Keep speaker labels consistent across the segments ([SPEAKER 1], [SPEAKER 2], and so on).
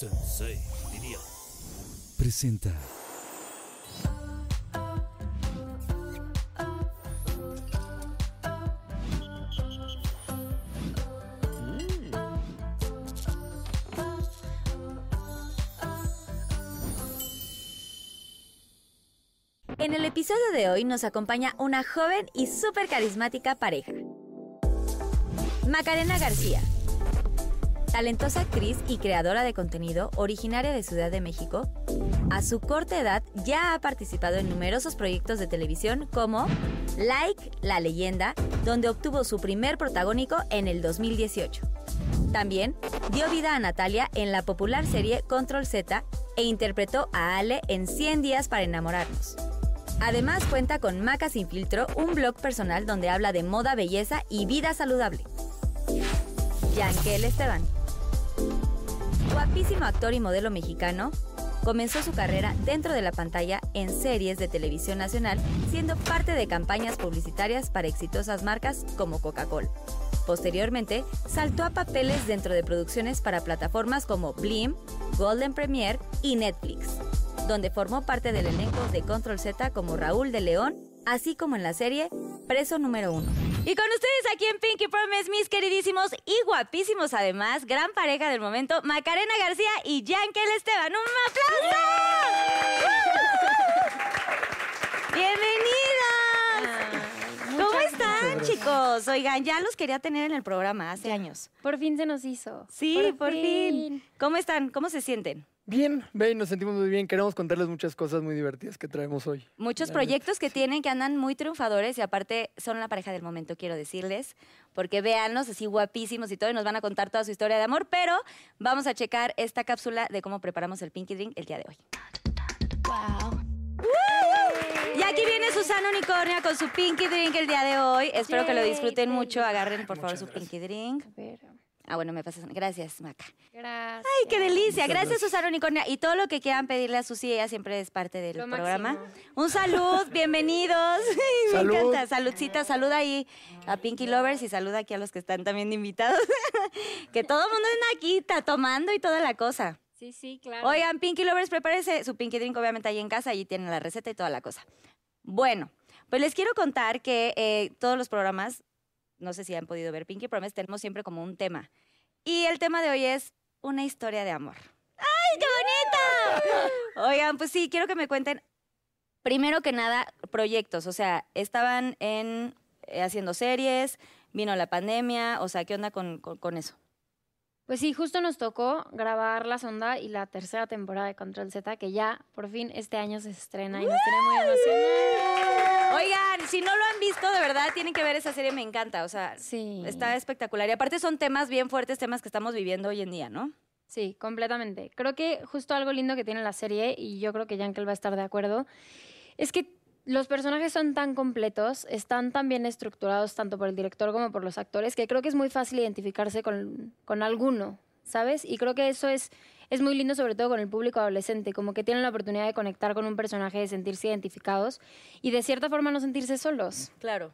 [SPEAKER 1] Sensei, diría.
[SPEAKER 2] presenta
[SPEAKER 3] En el episodio de hoy nos acompaña una joven y súper carismática pareja. Macarena García. Talentosa actriz y creadora de contenido originaria de Ciudad de México, a su corta edad ya ha participado en numerosos proyectos de televisión como Like la leyenda, donde obtuvo su primer protagónico en el 2018. También dio vida a Natalia en la popular serie Control Z e interpretó a Ale en 100 días para enamorarnos. Además cuenta con Maca Sin Filtro, un blog personal donde habla de moda, belleza y vida saludable. Yankel Esteban. Guapísimo actor y modelo mexicano, comenzó su carrera dentro de la pantalla en series de televisión nacional, siendo parte de campañas publicitarias para exitosas marcas como Coca-Cola. Posteriormente, saltó a papeles dentro de producciones para plataformas como Blim, Golden Premier y Netflix, donde formó parte del elenco de Control Z como Raúl de León, así como en la serie Preso número 1. Y con ustedes aquí en Pinky Promise, mis queridísimos y guapísimos además, gran pareja del momento, Macarena García y Yankel Esteban. ¡Un aplauso! ¡Bienvenidas! ¿Cómo están, chicos? Oigan, ya los quería tener en el programa hace años.
[SPEAKER 4] Por fin se nos hizo.
[SPEAKER 3] Sí, por, fin. ¿Cómo están? ¿Cómo se sienten?
[SPEAKER 5] Bien, ve, nos sentimos muy bien. Queremos contarles muchas cosas muy divertidas que traemos hoy.
[SPEAKER 3] Muchos
[SPEAKER 5] La
[SPEAKER 3] proyectos que tienen que andan muy triunfadores y aparte son la pareja del momento, quiero decirles, porque véanlos así guapísimos y todo y nos van a contar toda su historia de amor, pero vamos a checar esta cápsula de cómo preparamos el Pinky Drink el día de hoy.
[SPEAKER 4] Wow.
[SPEAKER 3] Y aquí viene Susana Unicornia con su Pinky Drink el día de hoy. Espero que lo
[SPEAKER 4] Yay,
[SPEAKER 3] disfruten
[SPEAKER 4] baby.
[SPEAKER 3] mucho. Agarren, por favor,
[SPEAKER 5] Muchas
[SPEAKER 3] su
[SPEAKER 5] gracias.
[SPEAKER 3] Pinky Drink.
[SPEAKER 4] A ver.
[SPEAKER 3] Ah, bueno, me pasas. Gracias, Maca.
[SPEAKER 4] Gracias.
[SPEAKER 3] ¡Ay, qué delicia! Gracias, Susana Unicornia. Y todo lo que quieran pedirle a Susi, ella siempre es parte del
[SPEAKER 4] Lo
[SPEAKER 3] programa.
[SPEAKER 4] máximo.
[SPEAKER 3] Un salud, bienvenidos. Me
[SPEAKER 5] Salud.
[SPEAKER 3] encanta. Saludcita, saluda ahí a Pinky Lovers y saluda aquí a los que están también de invitados. que todo el mundo está aquí está tomando y toda la cosa.
[SPEAKER 4] Sí, sí, claro.
[SPEAKER 3] Oigan, Pinky Lovers, prepárense su Pinky Drink, obviamente, ahí en casa. Allí tienen la receta y toda la cosa. Bueno, pues les quiero contar que eh, todos los programas, no sé si han podido ver Pinky Promise, tenemos siempre como un tema. Y el tema de hoy es una historia de amor. ¡Ay, qué bonita! Oigan, pues sí, quiero que me cuenten, primero que nada, proyectos. O sea, estaban en, eh, haciendo series, vino la pandemia, o sea, ¿qué onda con, con- con eso?
[SPEAKER 4] Pues sí, justo nos tocó grabar La Sonda y la tercera temporada de Control Z, que ya por fin este año se estrena y nos tiene muy emocionados.
[SPEAKER 3] Oigan, si no lo han visto, de verdad, tienen que ver esa serie, me encanta. O sea,
[SPEAKER 4] Sí.
[SPEAKER 3] Está espectacular. Y aparte son temas bien fuertes, temas que estamos viviendo hoy en día, ¿no?
[SPEAKER 4] Sí, completamente. Creo que justo algo lindo que tiene la serie, y yo creo que Yankel va a estar de acuerdo, es que los personajes son tan completos, están tan bien estructurados tanto por el director como por los actores, que creo que es muy fácil identificarse con, con alguno, ¿sabes? Y creo que eso es, es muy lindo sobre todo con el público adolescente, como que tienen la oportunidad de conectar con un personaje, de sentirse identificados y de cierta forma no sentirse solos,
[SPEAKER 3] Claro.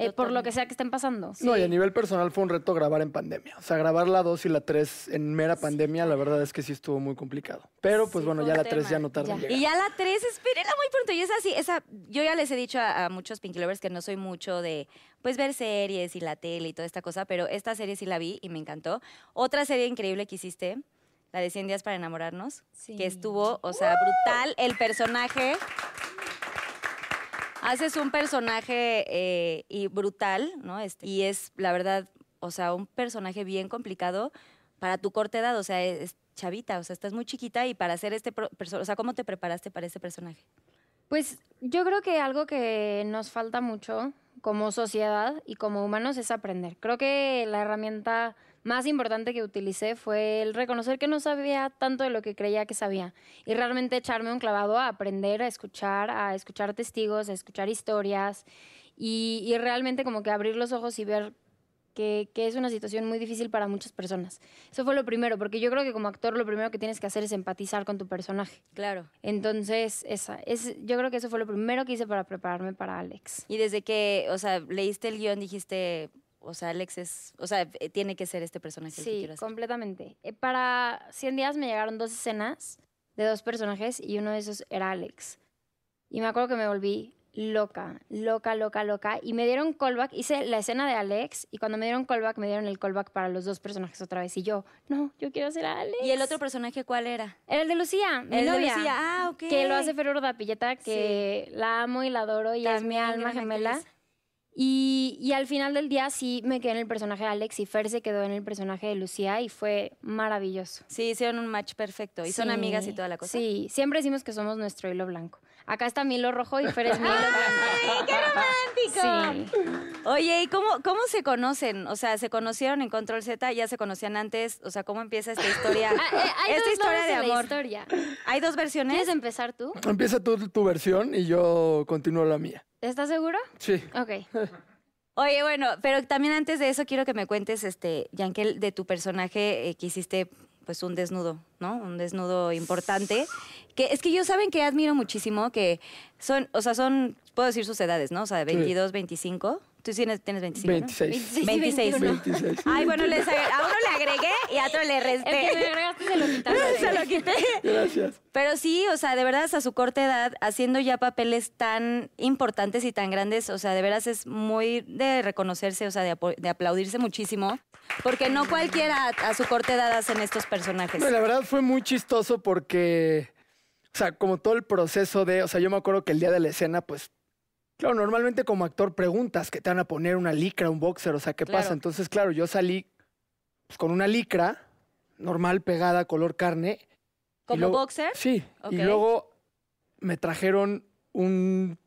[SPEAKER 4] eh, por lo que
[SPEAKER 3] Totalmente.
[SPEAKER 4] sea que estén pasando.
[SPEAKER 5] No, y a nivel personal fue un reto grabar en pandemia. O sea, grabar la 2 y la 3 en mera pandemia, la verdad es que sí estuvo muy complicado. Pero pues
[SPEAKER 3] Sí,
[SPEAKER 5] bueno,
[SPEAKER 3] fue
[SPEAKER 5] ya
[SPEAKER 3] un
[SPEAKER 5] la 3
[SPEAKER 3] tema,
[SPEAKER 5] ya no tarda en
[SPEAKER 4] ya.
[SPEAKER 5] llegar.
[SPEAKER 3] Y ya la 3, espérenla muy pronto. Y es así, esa, yo ya les he dicho a, a muchos Pinky Lovers que no soy mucho de, pues, ver series y la tele y toda esta cosa, pero esta serie sí la vi y me encantó. Otra serie increíble que hiciste, la de 100 días para enamorarnos,
[SPEAKER 4] Sí.
[SPEAKER 3] que estuvo, o sea, brutal. El personaje... Haces un personaje eh, y brutal, ¿no? Este, y es, la verdad, o sea, un personaje bien complicado para tu corta edad, o sea, es chavita, o sea, estás muy chiquita y para hacer este personaje, o sea, ¿cómo te preparaste para este personaje?
[SPEAKER 4] Pues yo creo que algo que nos falta mucho como sociedad y como humanos es aprender. Creo que la herramienta más importante que utilicé fue el reconocer que no sabía tanto de lo que creía que sabía y realmente echarme un clavado a aprender, a escuchar, a escuchar testigos, a escuchar historias y, y realmente como que abrir los ojos y ver que, que es una situación muy difícil para muchas personas. Eso fue lo primero, porque yo creo que como actor lo primero que tienes que hacer es empatizar con tu personaje.
[SPEAKER 3] Claro.
[SPEAKER 4] Entonces, esa, es, yo creo que eso fue lo primero que hice para prepararme para Alex.
[SPEAKER 3] Y desde que, o sea, leíste el guión, dijiste, O sea, Alex es, o sea, eh, tiene que ser este personaje el que
[SPEAKER 4] Sí,
[SPEAKER 3] quiero hacer.
[SPEAKER 4] completamente. Eh, Para 100 días me llegaron dos escenas de dos personajes y uno de esos era Alex. Y me acuerdo que me volví loca, loca, loca, loca. Y me dieron callback, hice la escena de Alex y cuando me dieron callback me dieron el callback para los dos personajes otra vez. Y yo, no, yo quiero ser Alex.
[SPEAKER 3] ¿Y el otro personaje cuál era?
[SPEAKER 4] Era el de Lucía, mi
[SPEAKER 3] el de
[SPEAKER 4] novia,
[SPEAKER 3] Lucía. Ah, ok.
[SPEAKER 4] Que lo hace Ferrero da Pilleta, que la amo y la adoro y es mi
[SPEAKER 3] También
[SPEAKER 4] alma
[SPEAKER 3] gran
[SPEAKER 4] gemela.
[SPEAKER 3] actriz.
[SPEAKER 4] Y, y al final del día sí me quedé en el personaje de Alex y Fer se quedó en el personaje de Lucía y fue maravilloso.
[SPEAKER 3] Sí, hicieron un match perfecto. Y son
[SPEAKER 4] Sí,
[SPEAKER 3] amigas y toda la cosa.
[SPEAKER 4] Sí, siempre decimos que somos nuestro hilo blanco. Acá está mi hilo rojo y Fer es mi hilo
[SPEAKER 3] ¡Ay, qué romántico!
[SPEAKER 4] blanco. Sí.
[SPEAKER 3] Oye, ¿y cómo, cómo se conocen? O sea, ¿se conocieron en Control Z? ¿Ya se conocían antes? O sea, ¿cómo empieza esta historia?
[SPEAKER 4] Ah, eh, hay
[SPEAKER 3] esta
[SPEAKER 4] dos
[SPEAKER 3] historia
[SPEAKER 4] lados
[SPEAKER 3] de
[SPEAKER 4] a la
[SPEAKER 3] amor.
[SPEAKER 4] historia.
[SPEAKER 3] ¿Hay dos versiones?
[SPEAKER 4] ¿Quieres empezar tú?
[SPEAKER 5] Empieza tú tu versión y yo continúo la mía.
[SPEAKER 4] ¿Estás seguro?
[SPEAKER 5] Sí.
[SPEAKER 4] Ok.
[SPEAKER 3] Oye, bueno, pero también antes de eso quiero que me cuentes, este, Yankel, de tu personaje eh, que hiciste pues un desnudo, ¿no? Un desnudo importante. Que es que yo saben que admiro muchísimo que son, o sea, son, puedo decir sus edades, ¿no? O sea, 22, 25. Tú tienes, tienes 25, ¿no?
[SPEAKER 5] 26.
[SPEAKER 3] 26.
[SPEAKER 5] 26.
[SPEAKER 3] Ay, bueno, les agre- a uno le agregué y a otro le resté.
[SPEAKER 4] El que me agregaste se lo quitaste.
[SPEAKER 3] Este. Se lo quité.
[SPEAKER 5] Gracias.
[SPEAKER 3] Pero sí, o sea, de veras a su corta edad, haciendo ya papeles tan importantes y tan grandes, o sea, de veras es muy de reconocerse, o sea, de, apo- de aplaudirse muchísimo, porque no cualquiera a, a su corta edad hacen estos personajes.
[SPEAKER 5] No, la verdad fue muy chistoso porque, o sea, como todo el proceso de, o sea, yo me acuerdo que el día de la escena, pues, claro, normalmente como actor preguntas que te van a poner una licra, un boxer, o sea, ¿qué
[SPEAKER 3] Claro.
[SPEAKER 5] pasa? Entonces, claro, yo salí pues, con una licra normal, pegada, color carne.
[SPEAKER 3] Como
[SPEAKER 5] luego-
[SPEAKER 3] boxer,
[SPEAKER 5] Sí.
[SPEAKER 3] ¿Eh? Ok.
[SPEAKER 5] Y luego me trajeron un,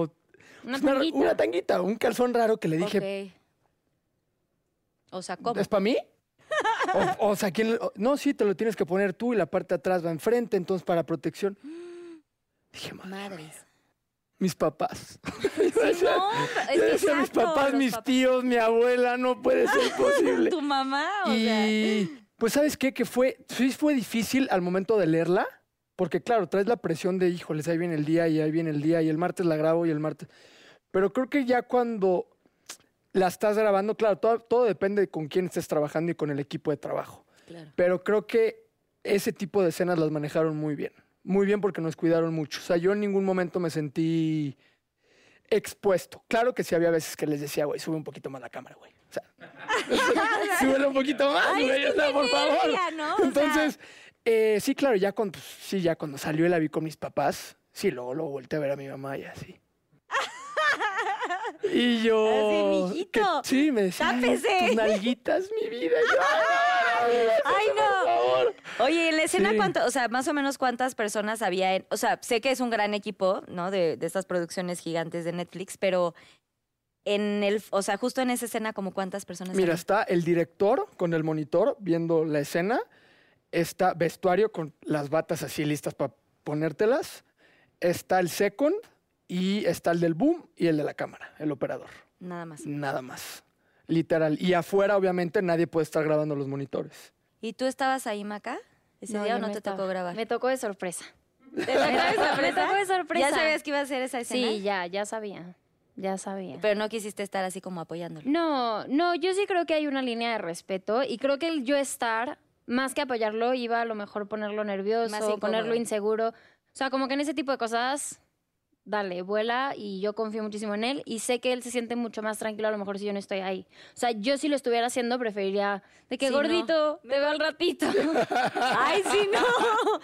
[SPEAKER 4] Una
[SPEAKER 5] pues, una,
[SPEAKER 4] tanguita.
[SPEAKER 5] una tanguita, un calzón raro que le dije,
[SPEAKER 3] o sea, ¿cómo?
[SPEAKER 5] ¿Es para mí? O, o sea, ¿quién, le- o- no, sí, te lo tienes que poner tú y la parte de atrás va enfrente, entonces para protección. Dije, madre,
[SPEAKER 3] Madres.
[SPEAKER 5] mis papás.
[SPEAKER 3] Sí, no,
[SPEAKER 5] Yo
[SPEAKER 3] es que
[SPEAKER 5] decía, mis
[SPEAKER 3] exacto,
[SPEAKER 5] papás,
[SPEAKER 3] los
[SPEAKER 5] mis
[SPEAKER 3] papás.
[SPEAKER 5] tíos, mi abuela, no puede ser posible.
[SPEAKER 3] Tu mamá, o sea.
[SPEAKER 5] Y pues, ¿sabes qué? Que fue, sí fue difícil al momento de leerla, porque claro, traes la presión de, híjoles, ahí viene el día y ahí viene el día y el martes la grabo y el martes. Pero creo que ya cuando la estás grabando, claro, todo, todo depende de con quién estés trabajando y con el equipo de trabajo.
[SPEAKER 3] Claro.
[SPEAKER 5] Pero creo que ese tipo de escenas las manejaron muy bien. Muy bien porque nos cuidaron mucho. O sea, yo en ningún momento me sentí expuesto. Claro que sí había veces que les decía, güey, sube un poquito más la cámara, güey. O sea, súbele un poquito más,
[SPEAKER 3] Ay, es
[SPEAKER 5] güey,
[SPEAKER 3] que
[SPEAKER 5] o sea,
[SPEAKER 3] qué
[SPEAKER 5] por favor.
[SPEAKER 3] nervia, ¿no? O sea-
[SPEAKER 5] Entonces, eh, sí, claro, ya cuando, sí, ya cuando salió y la vi con mis papás, sí, luego lo volteé a ver a mi mamá y así. Y yo...
[SPEAKER 3] Así,
[SPEAKER 5] que-
[SPEAKER 3] mijito,
[SPEAKER 5] sí, me decía, "Ay,
[SPEAKER 3] tápese".
[SPEAKER 5] tus nalguitas, mi vida. Y yo, "Ay,
[SPEAKER 3] Ay, no.
[SPEAKER 5] por favor.
[SPEAKER 3] Oye, ¿en la escena
[SPEAKER 5] Sí.
[SPEAKER 3] cuánto, o sea, más o menos cuántas personas había en, o sea, sé que es un gran equipo, ¿no? De, de estas producciones gigantes de Netflix, pero en el, o sea, justo en esa escena, como cuántas personas
[SPEAKER 5] Mira,
[SPEAKER 3] había?
[SPEAKER 5] está el director con el monitor viendo la escena. Está vestuario con las batas así listas para ponértelas. Está el second y está el del boom y el de la cámara, el operador.
[SPEAKER 3] nada más.
[SPEAKER 5] Nada más. Literal. Y afuera, obviamente, nadie puede estar grabando los monitores.
[SPEAKER 3] ¿Y tú estabas ahí, Maca? ¿Ese día o
[SPEAKER 4] yo
[SPEAKER 3] no
[SPEAKER 4] no
[SPEAKER 3] te
[SPEAKER 4] estaba.
[SPEAKER 3] tocó grabar?
[SPEAKER 4] Me tocó de sorpresa.
[SPEAKER 3] ¿Te tocó de
[SPEAKER 4] Me
[SPEAKER 3] sorpresa?
[SPEAKER 4] tocó de sorpresa.
[SPEAKER 3] ¿Ya sabías que iba a ser esa escena?
[SPEAKER 4] Sí, ya, ya sabía. Ya sabía.
[SPEAKER 3] Pero no quisiste estar así como apoyándolo.
[SPEAKER 4] No, no, yo sí creo que hay una línea de respeto y creo que el yo estar, más que apoyarlo, iba a lo mejor ponerlo
[SPEAKER 3] Más
[SPEAKER 4] nervioso,
[SPEAKER 3] incómodo.
[SPEAKER 4] ponerlo inseguro. O sea, como que en ese tipo de cosas, dale, vuela y yo confío muchísimo en él y sé que él se siente mucho más tranquilo a lo mejor si yo no estoy ahí. O sea, yo si lo estuviera haciendo preferiría de que
[SPEAKER 3] Sí, no.
[SPEAKER 4] gordito, te veo al ratito.
[SPEAKER 3] Ay, sí, no.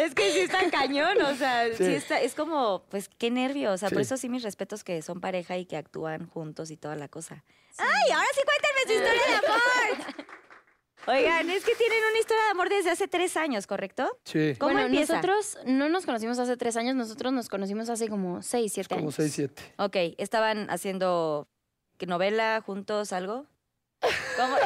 [SPEAKER 3] Es que sí está cañón, o sea, sí,
[SPEAKER 5] Sí.
[SPEAKER 3] está, es como, pues qué nervio. O sea, por
[SPEAKER 5] Sí.
[SPEAKER 3] eso sí mis respetos que son pareja y que actúan juntos y toda la cosa. ¡Ay, ahora sí cuéntenme su historia de amor! Oigan, es que tienen una historia de amor desde hace tres años, ¿correcto?
[SPEAKER 5] Sí.
[SPEAKER 3] ¿Cómo
[SPEAKER 4] bueno,
[SPEAKER 3] empieza?
[SPEAKER 4] nosotros no nos conocimos hace tres años, nosotros nos conocimos hace como seis, siete
[SPEAKER 5] Como
[SPEAKER 4] años.
[SPEAKER 5] 6, 7.
[SPEAKER 3] Ok, estaban haciendo ¿qué, novela juntos, algo. ¿Cómo?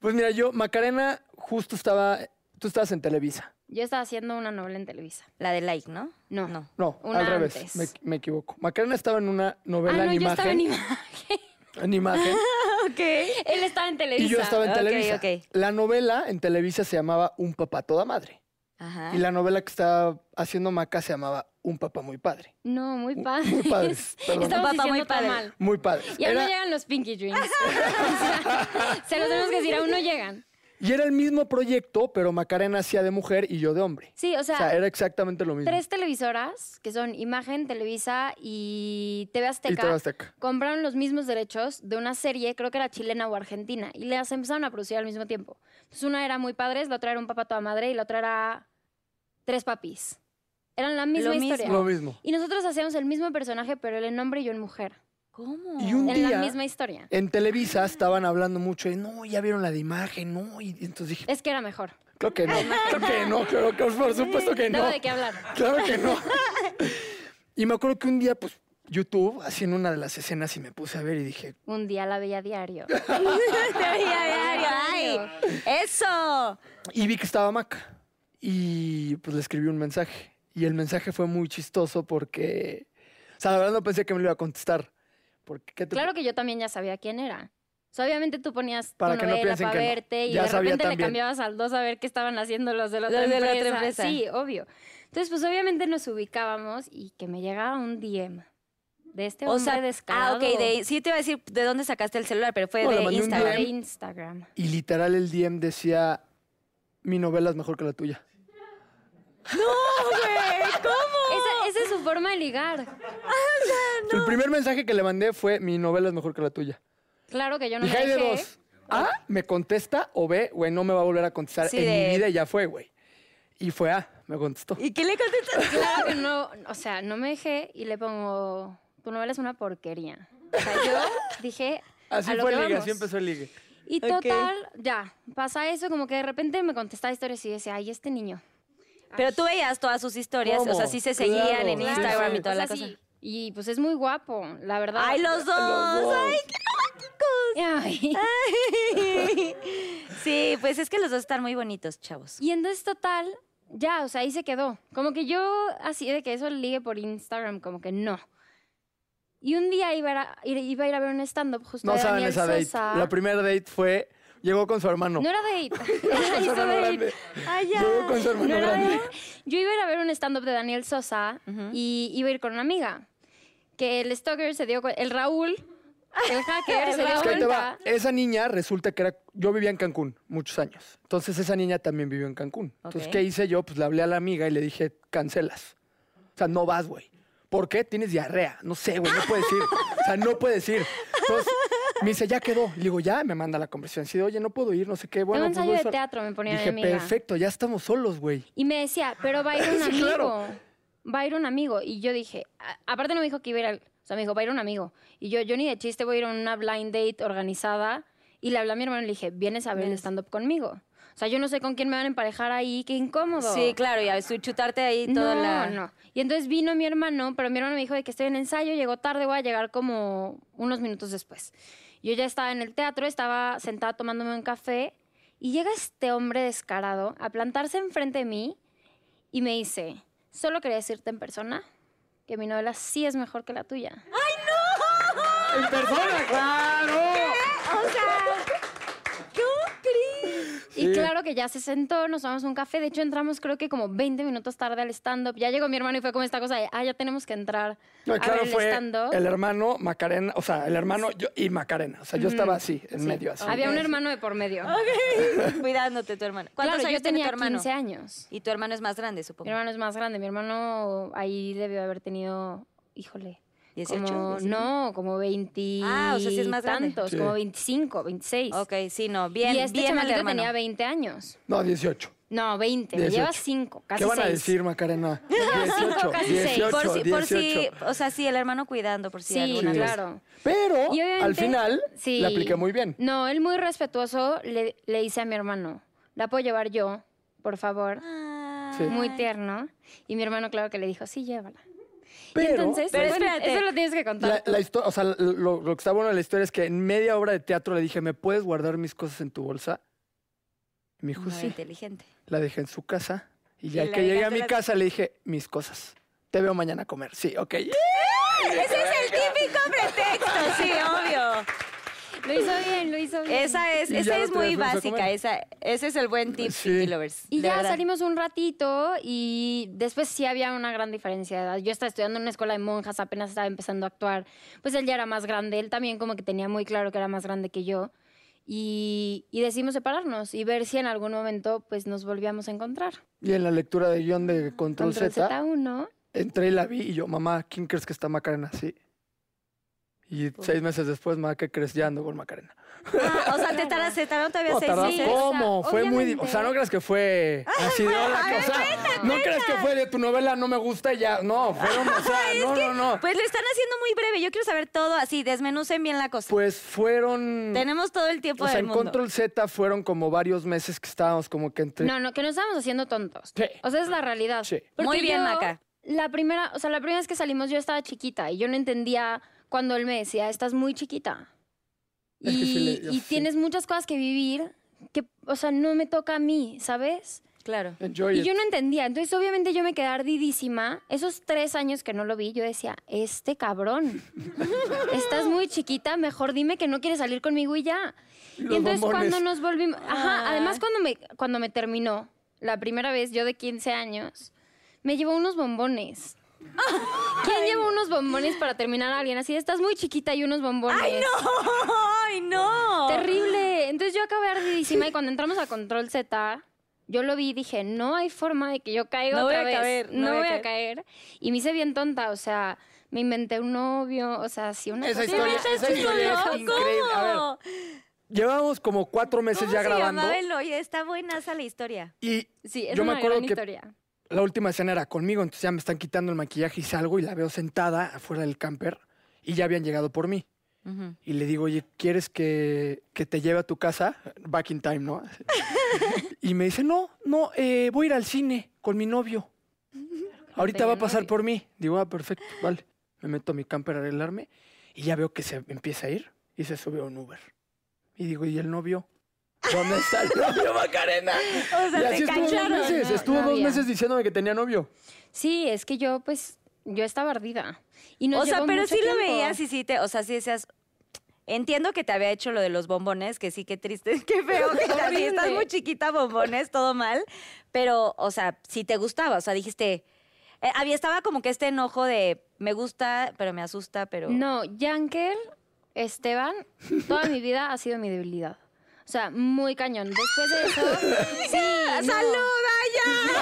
[SPEAKER 5] Pues mira, yo, Macarena, justo estaba. Tú estabas en Televisa.
[SPEAKER 4] Yo estaba haciendo una novela en Televisa.
[SPEAKER 3] La de like, ¿no?
[SPEAKER 4] No.
[SPEAKER 3] No.
[SPEAKER 5] No,
[SPEAKER 4] Una
[SPEAKER 5] al
[SPEAKER 4] antes.
[SPEAKER 5] revés. Me, me equivoco. Macarena estaba en una
[SPEAKER 4] Ah,
[SPEAKER 5] novela
[SPEAKER 4] no,
[SPEAKER 5] en
[SPEAKER 4] yo estaba en
[SPEAKER 5] imagen.
[SPEAKER 4] imagen.
[SPEAKER 5] En imagen.
[SPEAKER 3] Ok.
[SPEAKER 4] Él estaba en Televisa.
[SPEAKER 5] Y yo estaba en
[SPEAKER 3] Ok,
[SPEAKER 5] Televisa.
[SPEAKER 3] ok.
[SPEAKER 5] La novela en Televisa se llamaba Un papá toda madre.
[SPEAKER 3] Ajá.
[SPEAKER 5] Y la novela que está haciendo Maca se llamaba Un papá muy padre.
[SPEAKER 4] No, muy
[SPEAKER 5] Muy
[SPEAKER 4] padres.
[SPEAKER 5] padres, perdón.
[SPEAKER 4] Estamos
[SPEAKER 3] Un papá muy
[SPEAKER 4] diciendo todo
[SPEAKER 3] padre.
[SPEAKER 4] mal.
[SPEAKER 5] Muy padre.
[SPEAKER 4] Y aún no llegan los Pinky Dreams. O sea, se los tenemos que decir, aún no llegan.
[SPEAKER 5] Y era el mismo proyecto, pero Macarena hacía de mujer y yo de hombre.
[SPEAKER 4] Sí, o
[SPEAKER 5] O
[SPEAKER 4] sea,
[SPEAKER 5] sea, era exactamente lo mismo.
[SPEAKER 4] tres televisoras, que son Imagen, Televisa y TV Azteca,
[SPEAKER 5] y te vas de acá.
[SPEAKER 4] compraron los mismos derechos de una serie, creo que era chilena o argentina, y las empezaron a producir al mismo tiempo. Entonces una era muy padres, la otra era un papá toda madre y la otra era tres papis. Eran la misma
[SPEAKER 3] Lo mismo.
[SPEAKER 4] historia.
[SPEAKER 5] Lo mismo.
[SPEAKER 4] Y nosotros hacíamos el mismo personaje, pero él en hombre y yo en mujer.
[SPEAKER 3] ¿Cómo?
[SPEAKER 5] Y un-
[SPEAKER 4] En la
[SPEAKER 5] día- eh,
[SPEAKER 4] misma historia.
[SPEAKER 5] En Televisa estaban hablando mucho de, no, ya vieron la de imagen, no. Y entonces dije,
[SPEAKER 4] Es que era mejor.
[SPEAKER 5] creo que no, creo que no, creo que por supuesto que no.
[SPEAKER 4] Daba de qué hablar.
[SPEAKER 5] Claro que no. Y me acuerdo que un día, pues, YouTube, así en una de las escenas, y me puse a ver y dije,
[SPEAKER 4] Un día la veía diario.
[SPEAKER 3] Te veía diario, ¡Ay! ¡Eso!
[SPEAKER 5] y vi que estaba Maca. Y pues le escribí un mensaje. Y el mensaje fue muy chistoso porque, o sea, la verdad no pensé que me lo iba a contestar. Porque, ¿qué te
[SPEAKER 4] Claro que yo también ya sabía quién era. O sea, obviamente tú ponías
[SPEAKER 5] Para
[SPEAKER 4] tu
[SPEAKER 5] que no
[SPEAKER 4] novela
[SPEAKER 5] piensen
[SPEAKER 4] para
[SPEAKER 5] que no.
[SPEAKER 4] verte y
[SPEAKER 5] Ya
[SPEAKER 4] de
[SPEAKER 5] sabía
[SPEAKER 4] repente le
[SPEAKER 5] también.
[SPEAKER 4] cambiabas al 2 a ver qué estaban haciendo los de la,
[SPEAKER 3] Los
[SPEAKER 4] otra,
[SPEAKER 3] de la
[SPEAKER 4] empresa.
[SPEAKER 3] otra empresa.
[SPEAKER 4] Sí, obvio. Entonces, pues obviamente nos ubicábamos y que me llegaba un DM de este
[SPEAKER 3] O
[SPEAKER 4] hombre
[SPEAKER 3] sea,
[SPEAKER 4] descarado
[SPEAKER 3] ah, ok, de- sí te iba a decir de dónde sacaste el celular, pero fue
[SPEAKER 5] No, le
[SPEAKER 3] de
[SPEAKER 5] mandé un
[SPEAKER 4] de
[SPEAKER 3] Instagram.
[SPEAKER 5] DM.
[SPEAKER 4] Instagram.
[SPEAKER 5] Y literal el DM decía, mi novela es mejor que la tuya.
[SPEAKER 4] Esa, esa es su forma de ligar. Ah,
[SPEAKER 5] El primer mensaje que le mandé fue, mi novela es mejor que la tuya.
[SPEAKER 4] Claro que yo no
[SPEAKER 5] Dije,
[SPEAKER 4] la
[SPEAKER 5] hay de
[SPEAKER 4] dejé.
[SPEAKER 5] dos. A, me contesta, o B, güey, no me va a volver a contestar
[SPEAKER 3] Sí,
[SPEAKER 5] en
[SPEAKER 3] de-
[SPEAKER 5] mi vida y ya fue, güey. Y fue A, me contestó.
[SPEAKER 3] ¿Y qué le contestaste?
[SPEAKER 4] Claro que no, o sea, no me dejé y le pongo, tu novela es una porquería. O sea, yo dije,
[SPEAKER 5] Así
[SPEAKER 4] a lo
[SPEAKER 5] fue
[SPEAKER 4] que
[SPEAKER 5] el ligue,
[SPEAKER 4] vamos.
[SPEAKER 5] así empezó el ligue.
[SPEAKER 4] Y
[SPEAKER 3] Ok.
[SPEAKER 4] total, ya, pasa eso, como que de repente me contestaba historias y yo decía, ay, este niño.
[SPEAKER 3] Pero tú veías todas sus historias, o sea,
[SPEAKER 5] ¿Cómo?
[SPEAKER 3] sí se seguían
[SPEAKER 5] Claro,
[SPEAKER 3] en
[SPEAKER 5] sí,
[SPEAKER 3] Instagram
[SPEAKER 5] sí.
[SPEAKER 3] y toda
[SPEAKER 4] O sea,
[SPEAKER 3] la cosa.
[SPEAKER 4] sí. Y pues es muy guapo, la verdad.
[SPEAKER 3] ¡Ay, los dos!
[SPEAKER 5] dos.
[SPEAKER 3] ¡Ay, qué románticos!
[SPEAKER 4] Ay.
[SPEAKER 3] Sí, pues es que los dos están muy bonitos, chavos.
[SPEAKER 4] Y entonces, total, ya, o sea, ahí se quedó. Como que yo, así de que eso ligue por Instagram, como que no. Y un día iba a ir a, ir- iba a, ir a ver un stand-up justo
[SPEAKER 5] No
[SPEAKER 4] de
[SPEAKER 5] saben
[SPEAKER 4] Daniel
[SPEAKER 5] esa date.
[SPEAKER 4] Sosa.
[SPEAKER 5] La primera date fue, llegó con su hermano.
[SPEAKER 4] No era date.
[SPEAKER 5] Llegó con
[SPEAKER 4] Ay,
[SPEAKER 5] su
[SPEAKER 4] hizo
[SPEAKER 5] hermano
[SPEAKER 4] date. Ah,
[SPEAKER 5] grande.
[SPEAKER 3] ¡Ay,
[SPEAKER 5] Llegó con su hermano
[SPEAKER 4] No era
[SPEAKER 5] grande.
[SPEAKER 4] date. Yo iba a ir a ver un stand-up de Daniel Sosa
[SPEAKER 3] Ujú.
[SPEAKER 4] y iba a ir con una amiga. Que el stalker se dio cuenta, el Raúl, el hacker, se dio
[SPEAKER 5] Es que ahí te va.
[SPEAKER 4] cuenta.
[SPEAKER 5] Esa niña resulta que era. Yo vivía en Cancún muchos años. Entonces esa niña también vivió en Cancún. Entonces,
[SPEAKER 3] Ok.
[SPEAKER 5] ¿qué hice yo? Pues le hablé a la amiga y le dije, cancelas. O sea, no vas, güey. ¿Por qué? Tienes diarrea. No sé, güey, no puedes ir. O sea, no puedes ir. Entonces, me dice, ya quedó. Le digo, ya, me manda la conversación. Sí, oye, no puedo ir, no sé qué. Bueno,
[SPEAKER 4] en un
[SPEAKER 5] pues,
[SPEAKER 4] ensayo
[SPEAKER 5] voy
[SPEAKER 4] de
[SPEAKER 5] sola.
[SPEAKER 4] teatro me ponía mi
[SPEAKER 5] Dije,
[SPEAKER 4] amiga.
[SPEAKER 5] perfecto, ya estamos solos, güey.
[SPEAKER 4] Y me decía, pero va a ir un
[SPEAKER 5] Sí,
[SPEAKER 4] amigo.
[SPEAKER 5] claro.
[SPEAKER 4] Va a ir un amigo. Y yo dije, a- aparte no me dijo que iba a ir al. O sea, me dijo, va a ir un amigo. Y yo, yo ni de chiste voy a ir a una blind date organizada. Y le hablé a mi hermano y le dije, vienes a ver el
[SPEAKER 3] Vienes.
[SPEAKER 4] stand-up conmigo. O sea, yo no sé con quién me van a emparejar ahí, qué incómodo.
[SPEAKER 3] Sí, claro, y a su- chutarte ahí toda
[SPEAKER 4] no,
[SPEAKER 3] la...
[SPEAKER 4] no. Y entonces vino mi hermano, pero mi hermano me dijo de que estoy en ensayo, llegó tarde, voy a llegar como unos minutos después. Yo ya estaba en el teatro, estaba sentada tomándome un café y llega este hombre descarado a plantarse enfrente de mí y me dice, solo quería decirte en persona que mi novela sí es mejor que la tuya.
[SPEAKER 5] ¡En persona, claro!
[SPEAKER 3] ¿Cómo crees?
[SPEAKER 4] Y claro que ya se sentó, nos tomamos un café. De hecho, entramos creo que como 20 minutos tarde al stand-up. Ya llegó mi hermano y fue como esta cosa de, ah, ya tenemos que entrar
[SPEAKER 5] No,
[SPEAKER 4] a
[SPEAKER 5] claro,
[SPEAKER 4] ver el
[SPEAKER 5] fue
[SPEAKER 4] stand-up.
[SPEAKER 5] el hermano Macarena, o sea, el hermano yo- y Macarena. O sea, yo estaba así, en medio así.
[SPEAKER 4] Había un hermano de por medio.
[SPEAKER 3] Cuidándote tu hermano. ¿Cuántos
[SPEAKER 4] Claro,
[SPEAKER 3] años
[SPEAKER 4] yo
[SPEAKER 3] tiene
[SPEAKER 4] tenía
[SPEAKER 3] tu hermano?
[SPEAKER 4] 15 años.
[SPEAKER 3] Y tu hermano es más grande,
[SPEAKER 4] Mi
[SPEAKER 3] supongo.
[SPEAKER 4] hermano es más grande. Mi hermano ahí debió haber tenido, híjole.
[SPEAKER 3] 18,
[SPEAKER 4] como-
[SPEAKER 3] 19.
[SPEAKER 4] No, como 20.
[SPEAKER 3] Ah, o sea, sí es más grande.
[SPEAKER 4] Tantos,
[SPEAKER 5] Sí.
[SPEAKER 4] como 25, 26.
[SPEAKER 3] Ok, sí, no, bien,
[SPEAKER 4] y este
[SPEAKER 3] bien al
[SPEAKER 4] chamaquito
[SPEAKER 3] hermano.
[SPEAKER 4] tenía 20 años.
[SPEAKER 5] No, 18.
[SPEAKER 4] No, 20. Me
[SPEAKER 5] 18.
[SPEAKER 4] lleva 5, casi
[SPEAKER 5] ¿Qué van a
[SPEAKER 4] 6.
[SPEAKER 5] decir, Macarena?
[SPEAKER 4] Cinco,
[SPEAKER 5] 18,
[SPEAKER 4] casi seis.
[SPEAKER 5] 18,
[SPEAKER 3] por si, por si,
[SPEAKER 5] 18.
[SPEAKER 3] o sea, sí, el hermano cuidando, por si
[SPEAKER 4] Sí,
[SPEAKER 3] alguna cosa.
[SPEAKER 4] claro.
[SPEAKER 5] Pero
[SPEAKER 4] Y obviamente-
[SPEAKER 5] al final
[SPEAKER 4] Sí.
[SPEAKER 5] la apliqué muy bien.
[SPEAKER 4] No, él muy respetuoso le, le dice a mi hermano, la puedo llevar yo, por favor.
[SPEAKER 3] Ah,
[SPEAKER 5] Sí.
[SPEAKER 4] Muy tierno. Y mi hermano, claro que le dijo, sí, llévala.
[SPEAKER 5] Pero,
[SPEAKER 4] Entonces,
[SPEAKER 3] Pero
[SPEAKER 4] bueno,
[SPEAKER 3] espérate.
[SPEAKER 4] eso lo tienes que contar.
[SPEAKER 5] la, historia, o sea, lo, lo que está bueno de la historia es que en media hora de teatro le dije, ¿me puedes guardar mis cosas en tu bolsa? Y me dijo,
[SPEAKER 3] Muy
[SPEAKER 5] sí.
[SPEAKER 3] inteligente.
[SPEAKER 5] La dejé en su casa. Y ya
[SPEAKER 3] Y la
[SPEAKER 5] que llegué a
[SPEAKER 3] dejaste
[SPEAKER 5] mi
[SPEAKER 3] las-
[SPEAKER 5] casa le dije, mis cosas. Te veo mañana a comer. Sí, ok.
[SPEAKER 3] Ese es el típico pretexto, sí, obvio.
[SPEAKER 4] Lo Lo hizo bien, lo hizo bien.
[SPEAKER 3] Esa es,
[SPEAKER 5] Y
[SPEAKER 3] esa
[SPEAKER 5] ya no
[SPEAKER 3] es
[SPEAKER 5] te
[SPEAKER 3] muy
[SPEAKER 5] dejas de
[SPEAKER 3] básica,
[SPEAKER 5] comer.
[SPEAKER 3] esa, ese es el buen tip,
[SPEAKER 5] Sí.
[SPEAKER 3] Pinky Lovers.
[SPEAKER 4] Y
[SPEAKER 3] de
[SPEAKER 4] ya
[SPEAKER 3] verdad.
[SPEAKER 4] salimos un ratito y después sí había una gran diferencia de edad. Yo estaba estudiando en una escuela de monjas, apenas estaba empezando a actuar. Pues él ya era más grande, él también como que tenía muy claro que era más grande que yo. Y, y decidimos separarnos y ver si en algún momento pues nos volvíamos a encontrar.
[SPEAKER 5] Y en la lectura de guión de Control,
[SPEAKER 4] Control
[SPEAKER 5] Z,
[SPEAKER 4] Z1.
[SPEAKER 5] entré y la vi y yo, mamá, ¿quién crees que está Macarena? Sí. Y seis meses después, mamá, ¿qué crees? Ya ando con Macarena.
[SPEAKER 3] Ah, o sea, te tardas, se tardaron todavía
[SPEAKER 5] No,
[SPEAKER 3] Pues seis
[SPEAKER 5] tarda-
[SPEAKER 3] meses.
[SPEAKER 5] ¿Cómo?
[SPEAKER 4] o sea,
[SPEAKER 5] fue muy... di- O
[SPEAKER 4] obviamente.
[SPEAKER 5] sea, no creas que fue así de hola, que, o sea, no creas que fue de tu novela no me gusta y ya. No, fueron, o sea, no, no, no.
[SPEAKER 3] Pues lo están haciendo muy breve. Yo quiero saber todo así. Desmenucen bien la cosa.
[SPEAKER 5] Pues fueron...
[SPEAKER 3] Tenemos todo el tiempo
[SPEAKER 5] O sea,
[SPEAKER 3] del
[SPEAKER 5] en
[SPEAKER 3] mundo.
[SPEAKER 5] Control Z fueron como varios meses que estábamos como que entre...
[SPEAKER 4] No, no, que nos estábamos haciendo tontos.
[SPEAKER 5] Sí.
[SPEAKER 4] O sea, es la realidad.
[SPEAKER 5] Sí.
[SPEAKER 4] Porque
[SPEAKER 3] Muy bien,
[SPEAKER 4] yo,
[SPEAKER 3] Maca.
[SPEAKER 4] La primera, o sea, la primera vez que salimos yo estaba chiquita y yo no entendía cuando él me decía, estás muy chiquita. Y,
[SPEAKER 5] Es que sí le- yo
[SPEAKER 4] y
[SPEAKER 5] sí.
[SPEAKER 4] tienes muchas cosas que vivir que, o sea, no me toca a mí, ¿sabes?
[SPEAKER 3] Claro.
[SPEAKER 5] Enjoy
[SPEAKER 4] Y
[SPEAKER 5] it.
[SPEAKER 4] yo no entendía. Entonces, obviamente, yo me quedé ardidísima. Esos tres años que no lo vi, yo decía, este cabrón, estás muy chiquita, mejor dime que no quieres salir conmigo y ya.
[SPEAKER 5] Y
[SPEAKER 4] Y
[SPEAKER 5] los
[SPEAKER 4] entonces
[SPEAKER 5] bombones.
[SPEAKER 4] cuando nos volvimos... Ajá,
[SPEAKER 3] Ah.
[SPEAKER 4] además cuando me, cuando me terminó la primera vez, yo de 15 años, me llevó unos bombones. ¿Quién lleva unos bombones para terminar a alguien? Así de, estás muy chiquita y unos bombones. ¡Ay,
[SPEAKER 3] ¡Ay, no!
[SPEAKER 4] Terrible. Entonces yo acabé ardidísima y cuando entramos a Control Z, yo lo vi y dije, no hay forma de que yo caiga
[SPEAKER 3] No voy
[SPEAKER 4] otra
[SPEAKER 3] a
[SPEAKER 4] vez.
[SPEAKER 3] caer,
[SPEAKER 4] no, voy a caer. Y me hice bien tonta, o sea, me inventé un novio, o sea, sí, una
[SPEAKER 5] Esa
[SPEAKER 4] cosa-
[SPEAKER 5] historia,
[SPEAKER 3] Estás
[SPEAKER 5] esa
[SPEAKER 3] chulo,
[SPEAKER 5] historia es increíble. A ver,
[SPEAKER 3] ¿Cómo?
[SPEAKER 5] Llevábamos como cuatro meses
[SPEAKER 3] ¿Cómo
[SPEAKER 5] ya
[SPEAKER 3] se
[SPEAKER 5] grabando.
[SPEAKER 3] llamaba el hoyo? Está buenaza la historia.
[SPEAKER 5] Y
[SPEAKER 4] Sí, es
[SPEAKER 5] Yo me
[SPEAKER 4] una
[SPEAKER 5] acuerdo
[SPEAKER 4] gran
[SPEAKER 5] que-
[SPEAKER 4] historia.
[SPEAKER 5] la última escena era conmigo, entonces ya me están quitando el maquillaje y salgo y la veo sentada afuera del camper y ya habían llegado por mí. Y le digo, oye, ¿quieres que, que te lleve a tu casa? Back in time, ¿no? y me dice, no, no, eh, voy a ir al cine con mi novio. Ahorita va a pasar por mí. Digo, ah, perfecto, vale. Me meto a mi camper a arreglarme y ya veo que se empieza a ir y se sube a un Uber. Y digo, ¿y el novio? ¿Dónde está el novio, Macarena?
[SPEAKER 3] O sea,
[SPEAKER 5] y
[SPEAKER 3] te
[SPEAKER 5] así estuvo dos
[SPEAKER 3] cacharon.
[SPEAKER 5] meses.
[SPEAKER 4] no,
[SPEAKER 5] estuvo
[SPEAKER 4] no
[SPEAKER 5] dos
[SPEAKER 4] había.
[SPEAKER 5] meses diciéndome que tenía novio.
[SPEAKER 4] Sí, es que yo, pues, yo estaba ardida. Y nos
[SPEAKER 3] O sea,
[SPEAKER 4] llevó
[SPEAKER 3] pero
[SPEAKER 4] mucho
[SPEAKER 3] sí lo
[SPEAKER 4] tiempo.
[SPEAKER 3] veías y sí te, o sea, sí decías, entiendo que te había hecho lo de los bombones, que sí, qué triste, qué feo, que te- así estás
[SPEAKER 4] Horrible.
[SPEAKER 3] muy chiquita, bombones, todo mal, pero, o sea, sí te gustaba, o sea, dijiste, eh, había, estaba como que este enojo de, me gusta, pero me asusta, pero...
[SPEAKER 4] No, Yankel, Esteban, toda mi vida ha sido mi debilidad. O sea, muy cañón. Después de eso. sí, no.
[SPEAKER 3] ¡Saluda ya!